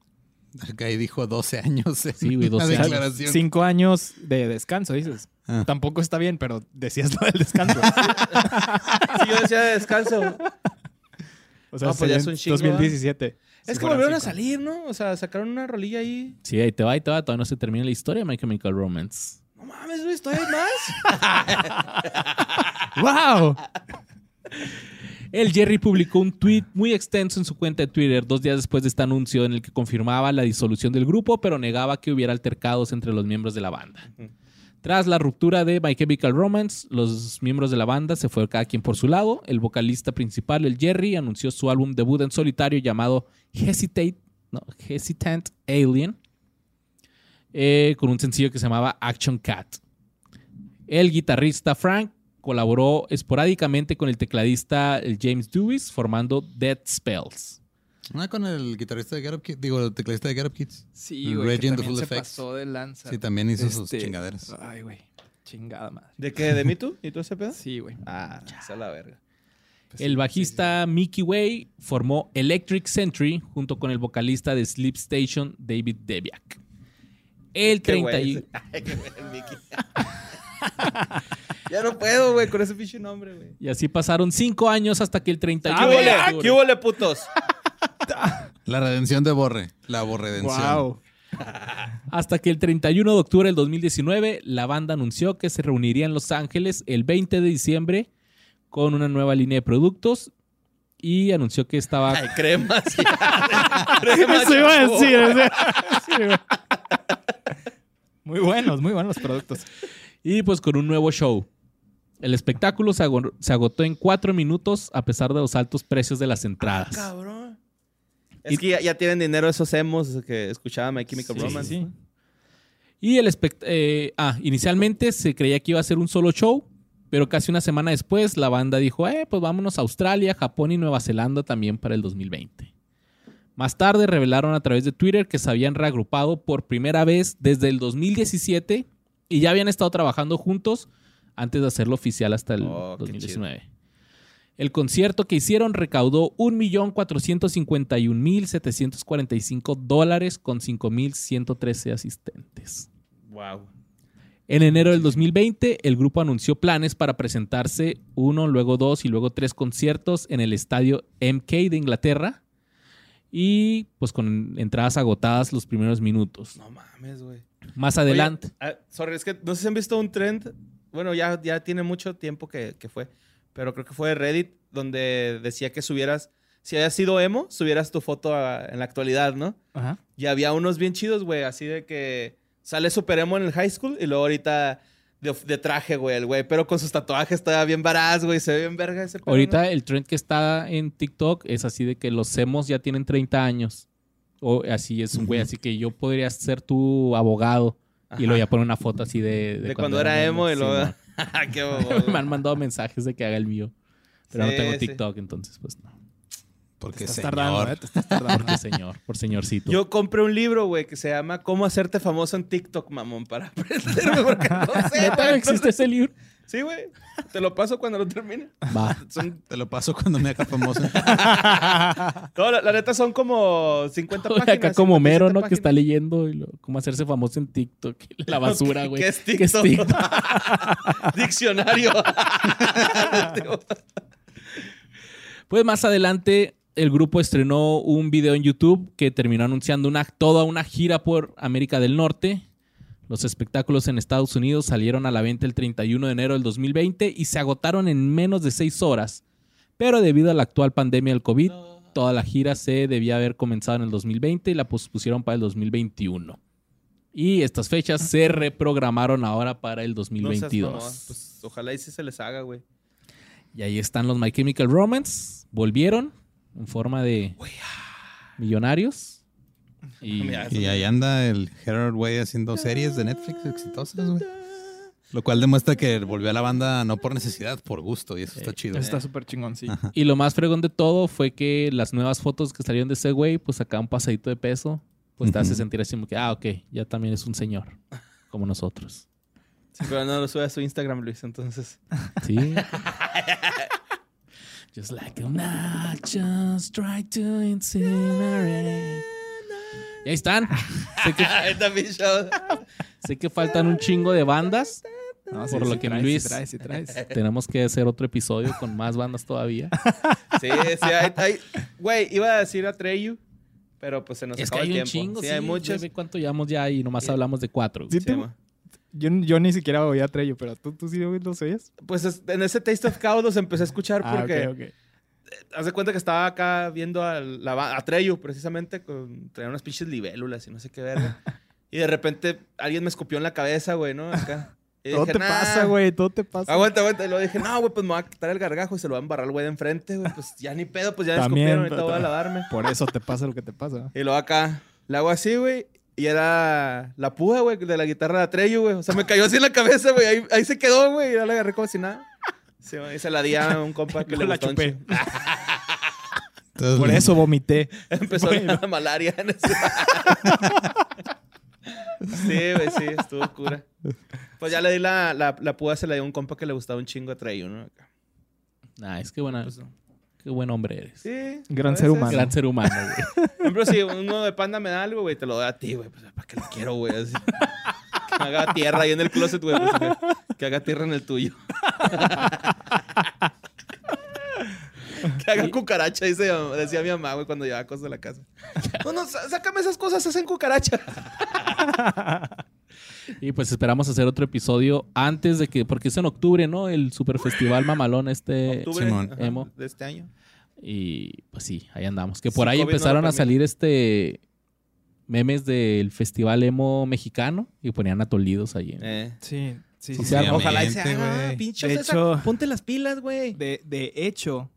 S3: Acá ahí dijo 12 años. en
S2: Sí, güey, 12
S3: la
S2: años.
S3: declaración.
S4: Cinco años de descanso, dices.
S3: Ah.
S4: Tampoco está bien, pero decías lo del descanso.
S1: Si yo decía descanso.
S4: O sea,
S1: No, pues ya es un
S4: en
S1: chingo,
S4: 2017.
S1: es
S4: Sí,
S1: que
S4: fueron
S1: volvieron a
S4: cinco.
S1: salir, ¿no? O sea, sacaron una rolilla ahí.
S2: Sí, ahí te va, ahí te va. Todavía no se termina la historia de My Chemical Romance.
S1: No mames, güey, estoy más.
S4: ¡Wow!
S2: El Jerry publicó un tweet muy extenso en su cuenta de Twitter dos días después de este anuncio en el que confirmaba la disolución del grupo, pero negaba que hubiera altercados entre los miembros de la banda. Tras la ruptura de My Chemical Romance, los miembros de la banda se fueron cada quien por su lado. El vocalista principal, el Jerry, anunció su álbum debut en solitario llamado Hesitate, no, Hesitant Alien, eh, con un sencillo que se llamaba Action Cat. El guitarrista Frank colaboró esporádicamente con el tecladista el James Dewis formando Dead Spells.
S3: Ah, con el guitarrista de Get Up Kids. Digo, el tecladista de Get Up Kids.
S4: Sí,
S3: güey, que Regent of también Full se Effects. pasó Este,
S4: de lanza.
S3: Sí, también hizo sus
S4: Este,
S3: chingaderas.
S4: Ay, güey. Chingada madre.
S1: ¿De qué? ¿De mí tú? ¿Y tú ese pedo?
S4: Sí, güey.
S1: Ah, esa la verga. Pues
S3: pues
S2: El bajista Mickey Way formó Electric Century junto con el vocalista de Sleep Station David Debiak. El
S1: Qué
S2: 30
S1: güey.
S2: y-
S1: Ay, qué güey, el Mickey. ya no puedo, güey, con ese pinche nombre, güey.
S2: y así pasaron cinco años hasta que el 31
S1: ¿Qué
S2: de
S1: huele?
S2: octubre-
S1: Ah, ¿Qué huele, putos?
S3: La redención de Borre. La Borredención.
S4: Wow.
S2: hasta que el 31 de octubre del 2019 la banda anunció que se reuniría en Los Ángeles el 20 de diciembre con una nueva línea de productos y anunció que estaba
S1: Ay, cremas.
S4: Eso iba a decir. o sea, sí, güey. muy buenos, muy buenos los productos.
S2: Y pues con un nuevo show. El espectáculo se, ago- se agotó en cuatro minutos a pesar de los altos precios de las entradas.
S1: Cabrón. Es que ya, ya tienen dinero esos emos que escuchaba My Chemical
S2: Sí,
S1: Romance.
S4: Pues sí.
S2: y el espect- eh, ah, inicialmente se creía que iba a ser un solo show, pero casi una semana después la banda dijo, eh, pues vámonos a Australia, Japón y Nueva Zelanda también para el 2020. Más tarde revelaron a través de Twitter que se habían reagrupado por primera vez desde el 2017 y ya habían estado trabajando juntos antes de hacerlo oficial hasta el
S1: Oh, qué
S2: 2019. El concierto que hicieron recaudó 1.451.745 dólares con 5.113 asistentes.
S1: Wow.
S2: En enero del 2020, el grupo anunció planes para presentarse uno, luego dos y luego tres conciertos en el estadio MK de Inglaterra. Y pues con entradas agotadas los primeros minutos.
S1: No mames, güey.
S2: Más adelante.
S1: Oye, ah, sorry, es que no sé si han visto un trend. Bueno, ya, ya tiene mucho tiempo que, que fue. Pero creo que fue de Reddit donde decía que subieras. Si hayas sido emo, subieras tu foto a- en la actualidad, ¿no?
S4: Ajá.
S1: Y había unos bien chidos, güey, así de que sale super emo en el high school y luego ahorita de, de traje, güey, el güey, pero con sus tatuajes está bien varaz, güey, se ve bien verga ese pedo,
S2: Ahorita el trend que está en TikTok es así de que los semos ya tienen 30 años. O así es un güey, así que yo podría ser tu abogado.
S1: ¿no?
S2: Y luego ya
S1: Ajá.
S2: pone una foto así de...
S1: de, cuando, era emo y luego. Ah, Qué bobo,
S2: Me
S1: güey.
S2: han mandado mensajes de que haga el mío. Pero
S1: Sí,
S2: no tengo
S1: sí.
S2: TikTok, entonces pues no.
S4: Te
S3: Porque
S4: estás
S3: señor.
S4: tardando, ¿eh? Te estás tardando.
S2: Por señor, por señorcito.
S1: Yo compré un libro, güey, que se llama Cómo hacerte famoso en TikTok, mamón, para aprenderme, porque no sé,
S2: ¿Neta
S1: güey,
S2: no
S1: no
S2: existe ese libro?
S1: sé. Sí, güey. Te lo paso cuando lo termine.
S2: Va.
S4: ¿eh?
S1: Son-
S3: Te lo paso cuando me haga famoso.
S1: no, la, la neta son como 50
S2: Oye,
S1: páginas.
S2: acá como
S1: 57
S2: Mero, ¿no? Que está
S1: páginas.
S2: leyendo y lo- cómo hacerse famoso en TikTok. La basura, güey.
S1: ¿Qué es
S2: ¿Qué es
S1: TikTok?
S2: TikTok?
S1: Diccionario.
S2: Pues más adelante el grupo estrenó un video en YouTube que terminó anunciando una, toda una gira por América del Norte. Los espectáculos en Estados Unidos salieron a la venta el 31 de enero del 2020 y se agotaron en menos de seis horas. Pero debido a la actual pandemia del COVID, toda la gira se debía haber comenzado en el 2020 y la pospusieron para el 2021. Y estas fechas se reprogramaron ahora para el
S1: No seas
S2: 2022.
S1: mamón. Pues, ojalá y sí se les haga, güey.
S2: Y ahí están los My Chemical Romance. Volvieron en forma de millonarios. Y
S1: Mira,
S3: y ahí anda el Harold Way haciendo series de Netflix exitosas, güey. Lo cual demuestra que volvió a la banda no por necesidad, por gusto, y eso está chido.
S4: Está súper chingón, sí.
S2: Y lo más fregón de todo fue que las nuevas fotos que salieron de ese güey, pues acá un pasadito de peso, pues te hace
S3: Ujú.
S2: sentir así como que, ah, ok, ya también es un señor, como nosotros.
S1: Sí, pero no lo sube a su Instagram, Luis, entonces.
S2: Sí. Just like a nachos, try to incinerate. Y ahí están. Sé que,
S1: Esta pinche-
S2: sé que faltan un chingo de bandas.
S4: No,
S2: Por lo que
S4: traes,
S2: Luis-
S4: sí traes, sí traes.
S2: Tenemos que hacer otro episodio con más bandas todavía.
S1: Sí, sí, hay, hay- Güey, iba a decir Atreyu, pero pues se nos
S2: es que
S1: acaba
S2: hay
S1: el
S2: un
S1: tiempo.
S2: chingo.
S1: sí, hay muchas.
S2: Ve cuánto llevamos ya y nomás
S1: Sí.
S2: hablamos de cuatro.
S4: Sí,
S1: Sí,
S4: te-
S1: ma.
S4: yo, yo ni siquiera oía a Trello, pero tú, tú sí los oías.
S1: Pues es- en ese Taste of Chaos los empecé a escuchar
S4: Ah,
S1: porque
S4: ok, ok.
S1: haz de cuenta que estaba acá viendo a, la, ba- a Treyu, precisamente, con, traía unas pinches libélulas y no sé qué verga. y de repente alguien me escupió en la cabeza, güey, ¿no? Acá. Y
S4: Todo
S1: dije,
S4: te
S1: "Nah, Ah,
S4: pasa, güey, todo te pasa.
S1: Aguanta, aguanta. Y luego dije, no, güey, pues me va a quitar el gargajo y se lo va a embarrar al güey de enfrente, güey. Pues ya ni pedo, pues ya me
S4: También,
S1: escupieron, ahorita
S4: pero-
S1: voy a lavarme.
S4: Por eso te pasa lo que te pasa.
S1: Y luego acá, la hago así, güey. Y era la púa, güey, de la guitarra de Atreyu, güey. O sea, me cayó así en la cabeza, güey. Ahí, ahí se quedó, güey. Y ya la agarré como si nada. Sí, güey, y se la di a un compa que
S4: Yo
S1: le
S4: la
S1: gustó un
S4: chupé.
S1: chingo.
S3: Entonces,
S4: Por eso vomité.
S1: Empezó la malaria. en ese- sí, güey, sí. Estuvo cura. Pues ya le di la, la, la púa, se la di a un compa que le gustaba un chingo a Atreyu, ¿no? Acá,
S2: Nah, es que buena,
S1: pues, no.
S2: qué buen hombre eres.
S1: Sí.
S4: Gran
S1: a
S4: ser
S1: veces.
S4: humano.
S2: Gran ser humano, güey.
S1: Por ejemplo, si uno de panda me da algo, güey, te lo doy a ti, güey. Pues, ¿Para qué lo quiero, güey? Así. Que me haga tierra ahí en el closet, güey. pues, que, que haga tierra en el tuyo. que haga cucaracha, dice, decía mi mamá, güey, cuando llevaba cosas de la casa. No, no, sa- sácame esas cosas, hacen cucaracha.
S2: Y pues esperamos hacer otro episodio antes de que, porque es en octubre, ¿no? El super festival mamalón este.
S1: Octubre
S3: Simón.
S1: ajá,
S2: Emo.
S1: de este año.
S2: Y pues sí, ahí andamos. Que por
S1: Si
S2: ahí
S1: COVID no lo
S2: empezaron a
S1: permite.
S2: salir este memes del festival emo mexicano y ponían atolidos ahí.
S1: Eh.
S4: Sí, sí,
S3: Sí,
S4: sí.
S3: se llama.
S1: Ojalá y se
S3: Obviamente,
S1: haga,
S3: güey.
S1: pinche
S4: De
S1: César,
S4: hecho-
S1: ponte las pilas, güey.
S4: De, de hecho,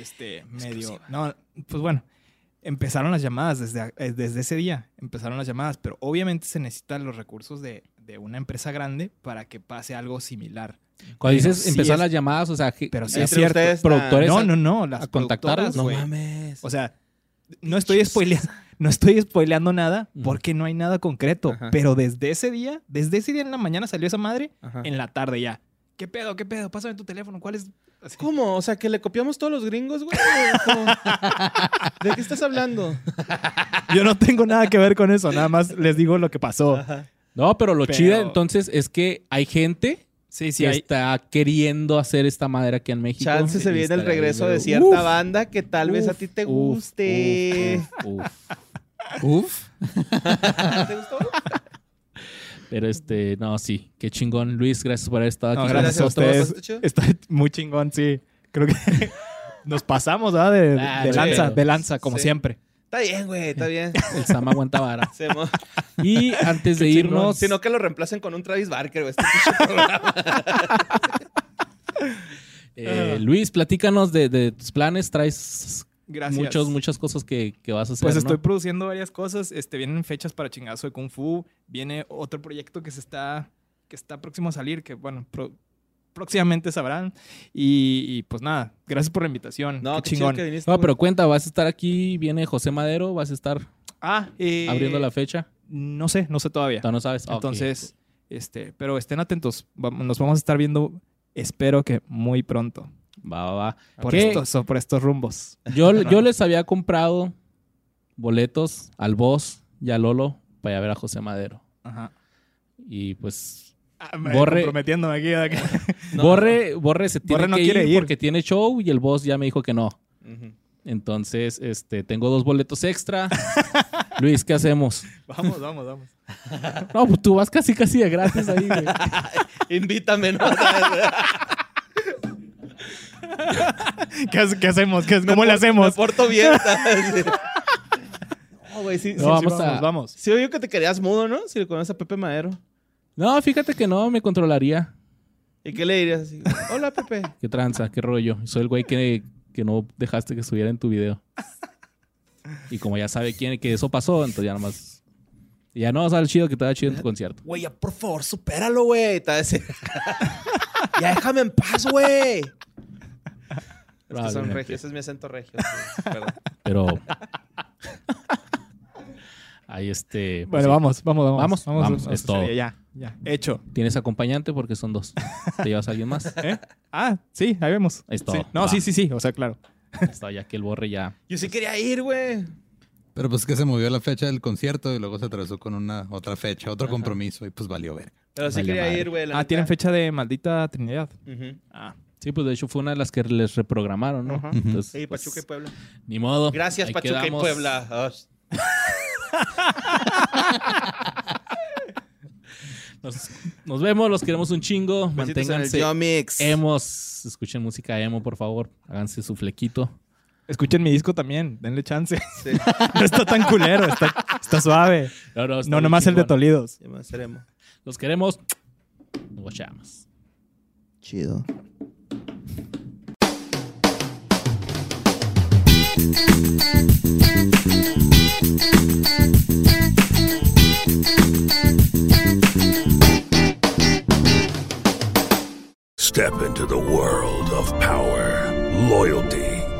S4: este medio. No, pues bueno, empezaron las llamadas desde, a- eh, desde ese día. Empezaron las llamadas, pero obviamente se necesitan los recursos de, de una empresa grande para que pase algo similar.
S2: Cuando dices
S4: sí
S2: empezaron
S4: es-
S2: las llamadas, o sea, que-
S4: Pero sí
S1: Entre
S4: es cierto.
S1: ustedes,
S2: productores
S4: No,
S2: a-
S4: no, no, las
S2: a contactarlos,
S4: productoras,
S1: No
S4: güey.
S1: mames.
S4: O sea, no estoy spoileando. No estoy spoileando nada
S2: Ujú.
S4: porque no hay nada concreto.
S1: Ajá.
S4: Pero desde ese día, desde ese día en la mañana salió esa madre,
S1: Ajá.
S4: en la tarde ya. ¿Qué pedo? ¿Qué pedo? Pásame tu teléfono. ¿Cuál es? Así.
S1: ¿Cómo? O sea, que le copiamos todos los gringos, güey. ¿Cómo? ¿De qué estás hablando?
S4: Yo no tengo nada que ver con eso, nada más les digo lo que pasó.
S2: No, pero lo
S4: Pero-
S2: chido entonces es que hay gente
S4: Sí, sí,
S2: que
S4: hay-
S2: está queriendo hacer esta madera aquí en México.
S1: Chance se
S2: Y
S1: viene el
S2: estaría
S1: regreso
S2: bien,
S1: de
S2: uf,
S1: cierta banda que tal vez a
S2: uf,
S1: ti te
S2: uf,
S1: guste.
S2: uf, uf.
S3: Uf.
S1: ¿Te gustó?
S2: Pero este, no, sí. Qué chingón, Luis. Gracias por haber estado aquí.
S4: No,
S2: con
S4: gracias a
S2: nosotros.
S4: ustedes.
S1: ¿Está chido?
S4: Está muy chingón, sí. Creo que nos pasamos, ¿verdad? De,
S2: Ah,
S4: de
S2: sí.
S4: lanza, de lanza, como
S1: Sí.
S4: siempre.
S1: Está bien, güey, está bien.
S2: El Sam aguanta vara.
S1: Se mo-
S2: Y antes de irnos,
S1: Si no, que lo reemplacen con un Travis Barker, güey. Este pinche programa.
S2: eh, Luis, platícanos de, de tus planes. Traes
S4: Gracias.
S2: muchas, muchas cosas que, que vas a hacer.
S4: Pues
S2: ¿no?
S4: estoy produciendo varias cosas. Este, vienen fechas para chingazo de Kung Fu. Viene otro proyecto que se está, que está próximo a salir, que bueno, pro- próximamente sabrán. Y, y, pues nada, gracias por la invitación.
S1: No,
S4: Qué
S1: qué
S4: chingón.
S1: chido que viniste.
S2: No,
S1: güey.
S2: pero cuenta, vas a estar aquí. Viene José Madero, vas a estar
S4: Ah, eh,
S2: abriendo la fecha.
S4: No sé, no sé todavía.
S2: Todavía no sabes. Ah, ok.
S4: Entonces, este, pero estén atentos. Vamos- nos vamos a estar viendo, espero que muy pronto.
S2: va, va, va.
S4: Por
S2: ¿Qué?
S4: estos, por estos rumbos.
S2: Yo, yo les había comprado boletos al Boss y a Lolo para ir a ver a José Madero.
S4: Ajá.
S2: Y pues
S4: me
S2: Borre-
S4: Comprometiéndome aquí. ¿verdad?
S1: No.
S2: Borre, Borre se tiene
S4: Borre no
S2: que
S4: quiere
S2: ir,
S4: ir.
S2: porque tiene show y el Boss ya me dijo que no.
S1: Ujú.
S2: Entonces, este, tengo dos boletos extra. Luis, ¿qué hacemos?
S4: Vamos, vamos, vamos.
S2: No, pues tú vas casi casi de gratis ahí, güey.
S1: Invítame, ¿no?
S4: ¿Qué, hace- qué hacemos? ¿Qué- ¿Cómo le
S1: Me
S4: hacemos?
S1: porto bien. ¿sabes? No, güey, sí.
S2: No,
S1: sí,
S2: vamos
S1: sí.
S2: a-
S4: vamos.
S1: Sí, oye que te querías mudo, ¿no? Si le conoces a Pepe Madero.
S2: No, fíjate que no, me controlaría.
S1: ¿Y qué le dirías así? Hola, Pepe.
S2: Qué tranza, qué rollo. Soy el güey que, que no dejaste que subiera en tu video. Y como ya sabe quién que eso pasó, entonces ya nomás Y ya no, sale chido que te va chido en tu concierto.
S1: Güey, ya por favor, supéralo, güey. Te va a decir. ya déjame en paz, güey. Es que son
S2: Probablemente.
S1: regios, ese es mi acento regio. sí, perdón.
S2: Pero. Ahí este.
S4: Bueno,
S2: pues sí.
S4: vamos, vamos, vamos.
S2: Vamos, vamos, es todo.
S4: Ya, ya. Hecho.
S2: Tienes acompañante porque son dos. ¿Te llevas a alguien más?
S4: ¿Eh? Ah, sí, ahí vemos.
S2: Es
S4: Sí.
S2: todo.
S4: No,
S2: Va.
S4: sí, sí, sí. O sea, claro.
S2: Está ya que el borre ya.
S1: Yo sí quería ir, güey.
S3: Pero pues que se movió la fecha del concierto y luego se atravesó con una otra fecha, otro compromiso y pues valió ver.
S1: Pero sí
S2: Vale
S1: quería
S2: madre.
S1: ir, güey. la
S4: Ah,
S1: neta.
S4: tienen fecha de maldita Trinidad.
S1: Ujú.
S4: Ah,
S2: Sí, pues de hecho fue una de las que les reprogramaron, ¿no?
S4: Ajá.
S2: Entonces,
S1: Sí,
S2: pues,
S1: Pachuca y Puebla.
S2: Ni modo.
S1: Gracias,
S2: Ahí
S1: Pachuca
S2: quedamos.
S1: y Puebla. Ah,
S2: Nos, nos vemos, los queremos un chingo.
S1: besitos en el
S2: Manténganse
S1: Yomix.
S2: emos. Escuchen música emo, por favor. Háganse su flequito.
S4: escuchen mi disco también. Denle chance.
S1: Sí,
S4: No está tan culero. Está, está suave.
S2: No, no, está
S4: No,
S2: bien
S4: nomás el de
S2: chingón.
S4: Tolidos.
S1: ya me seremos.
S2: Los queremos. Nos guachamos.
S1: Chido.
S5: Step into the world of power, loyalty,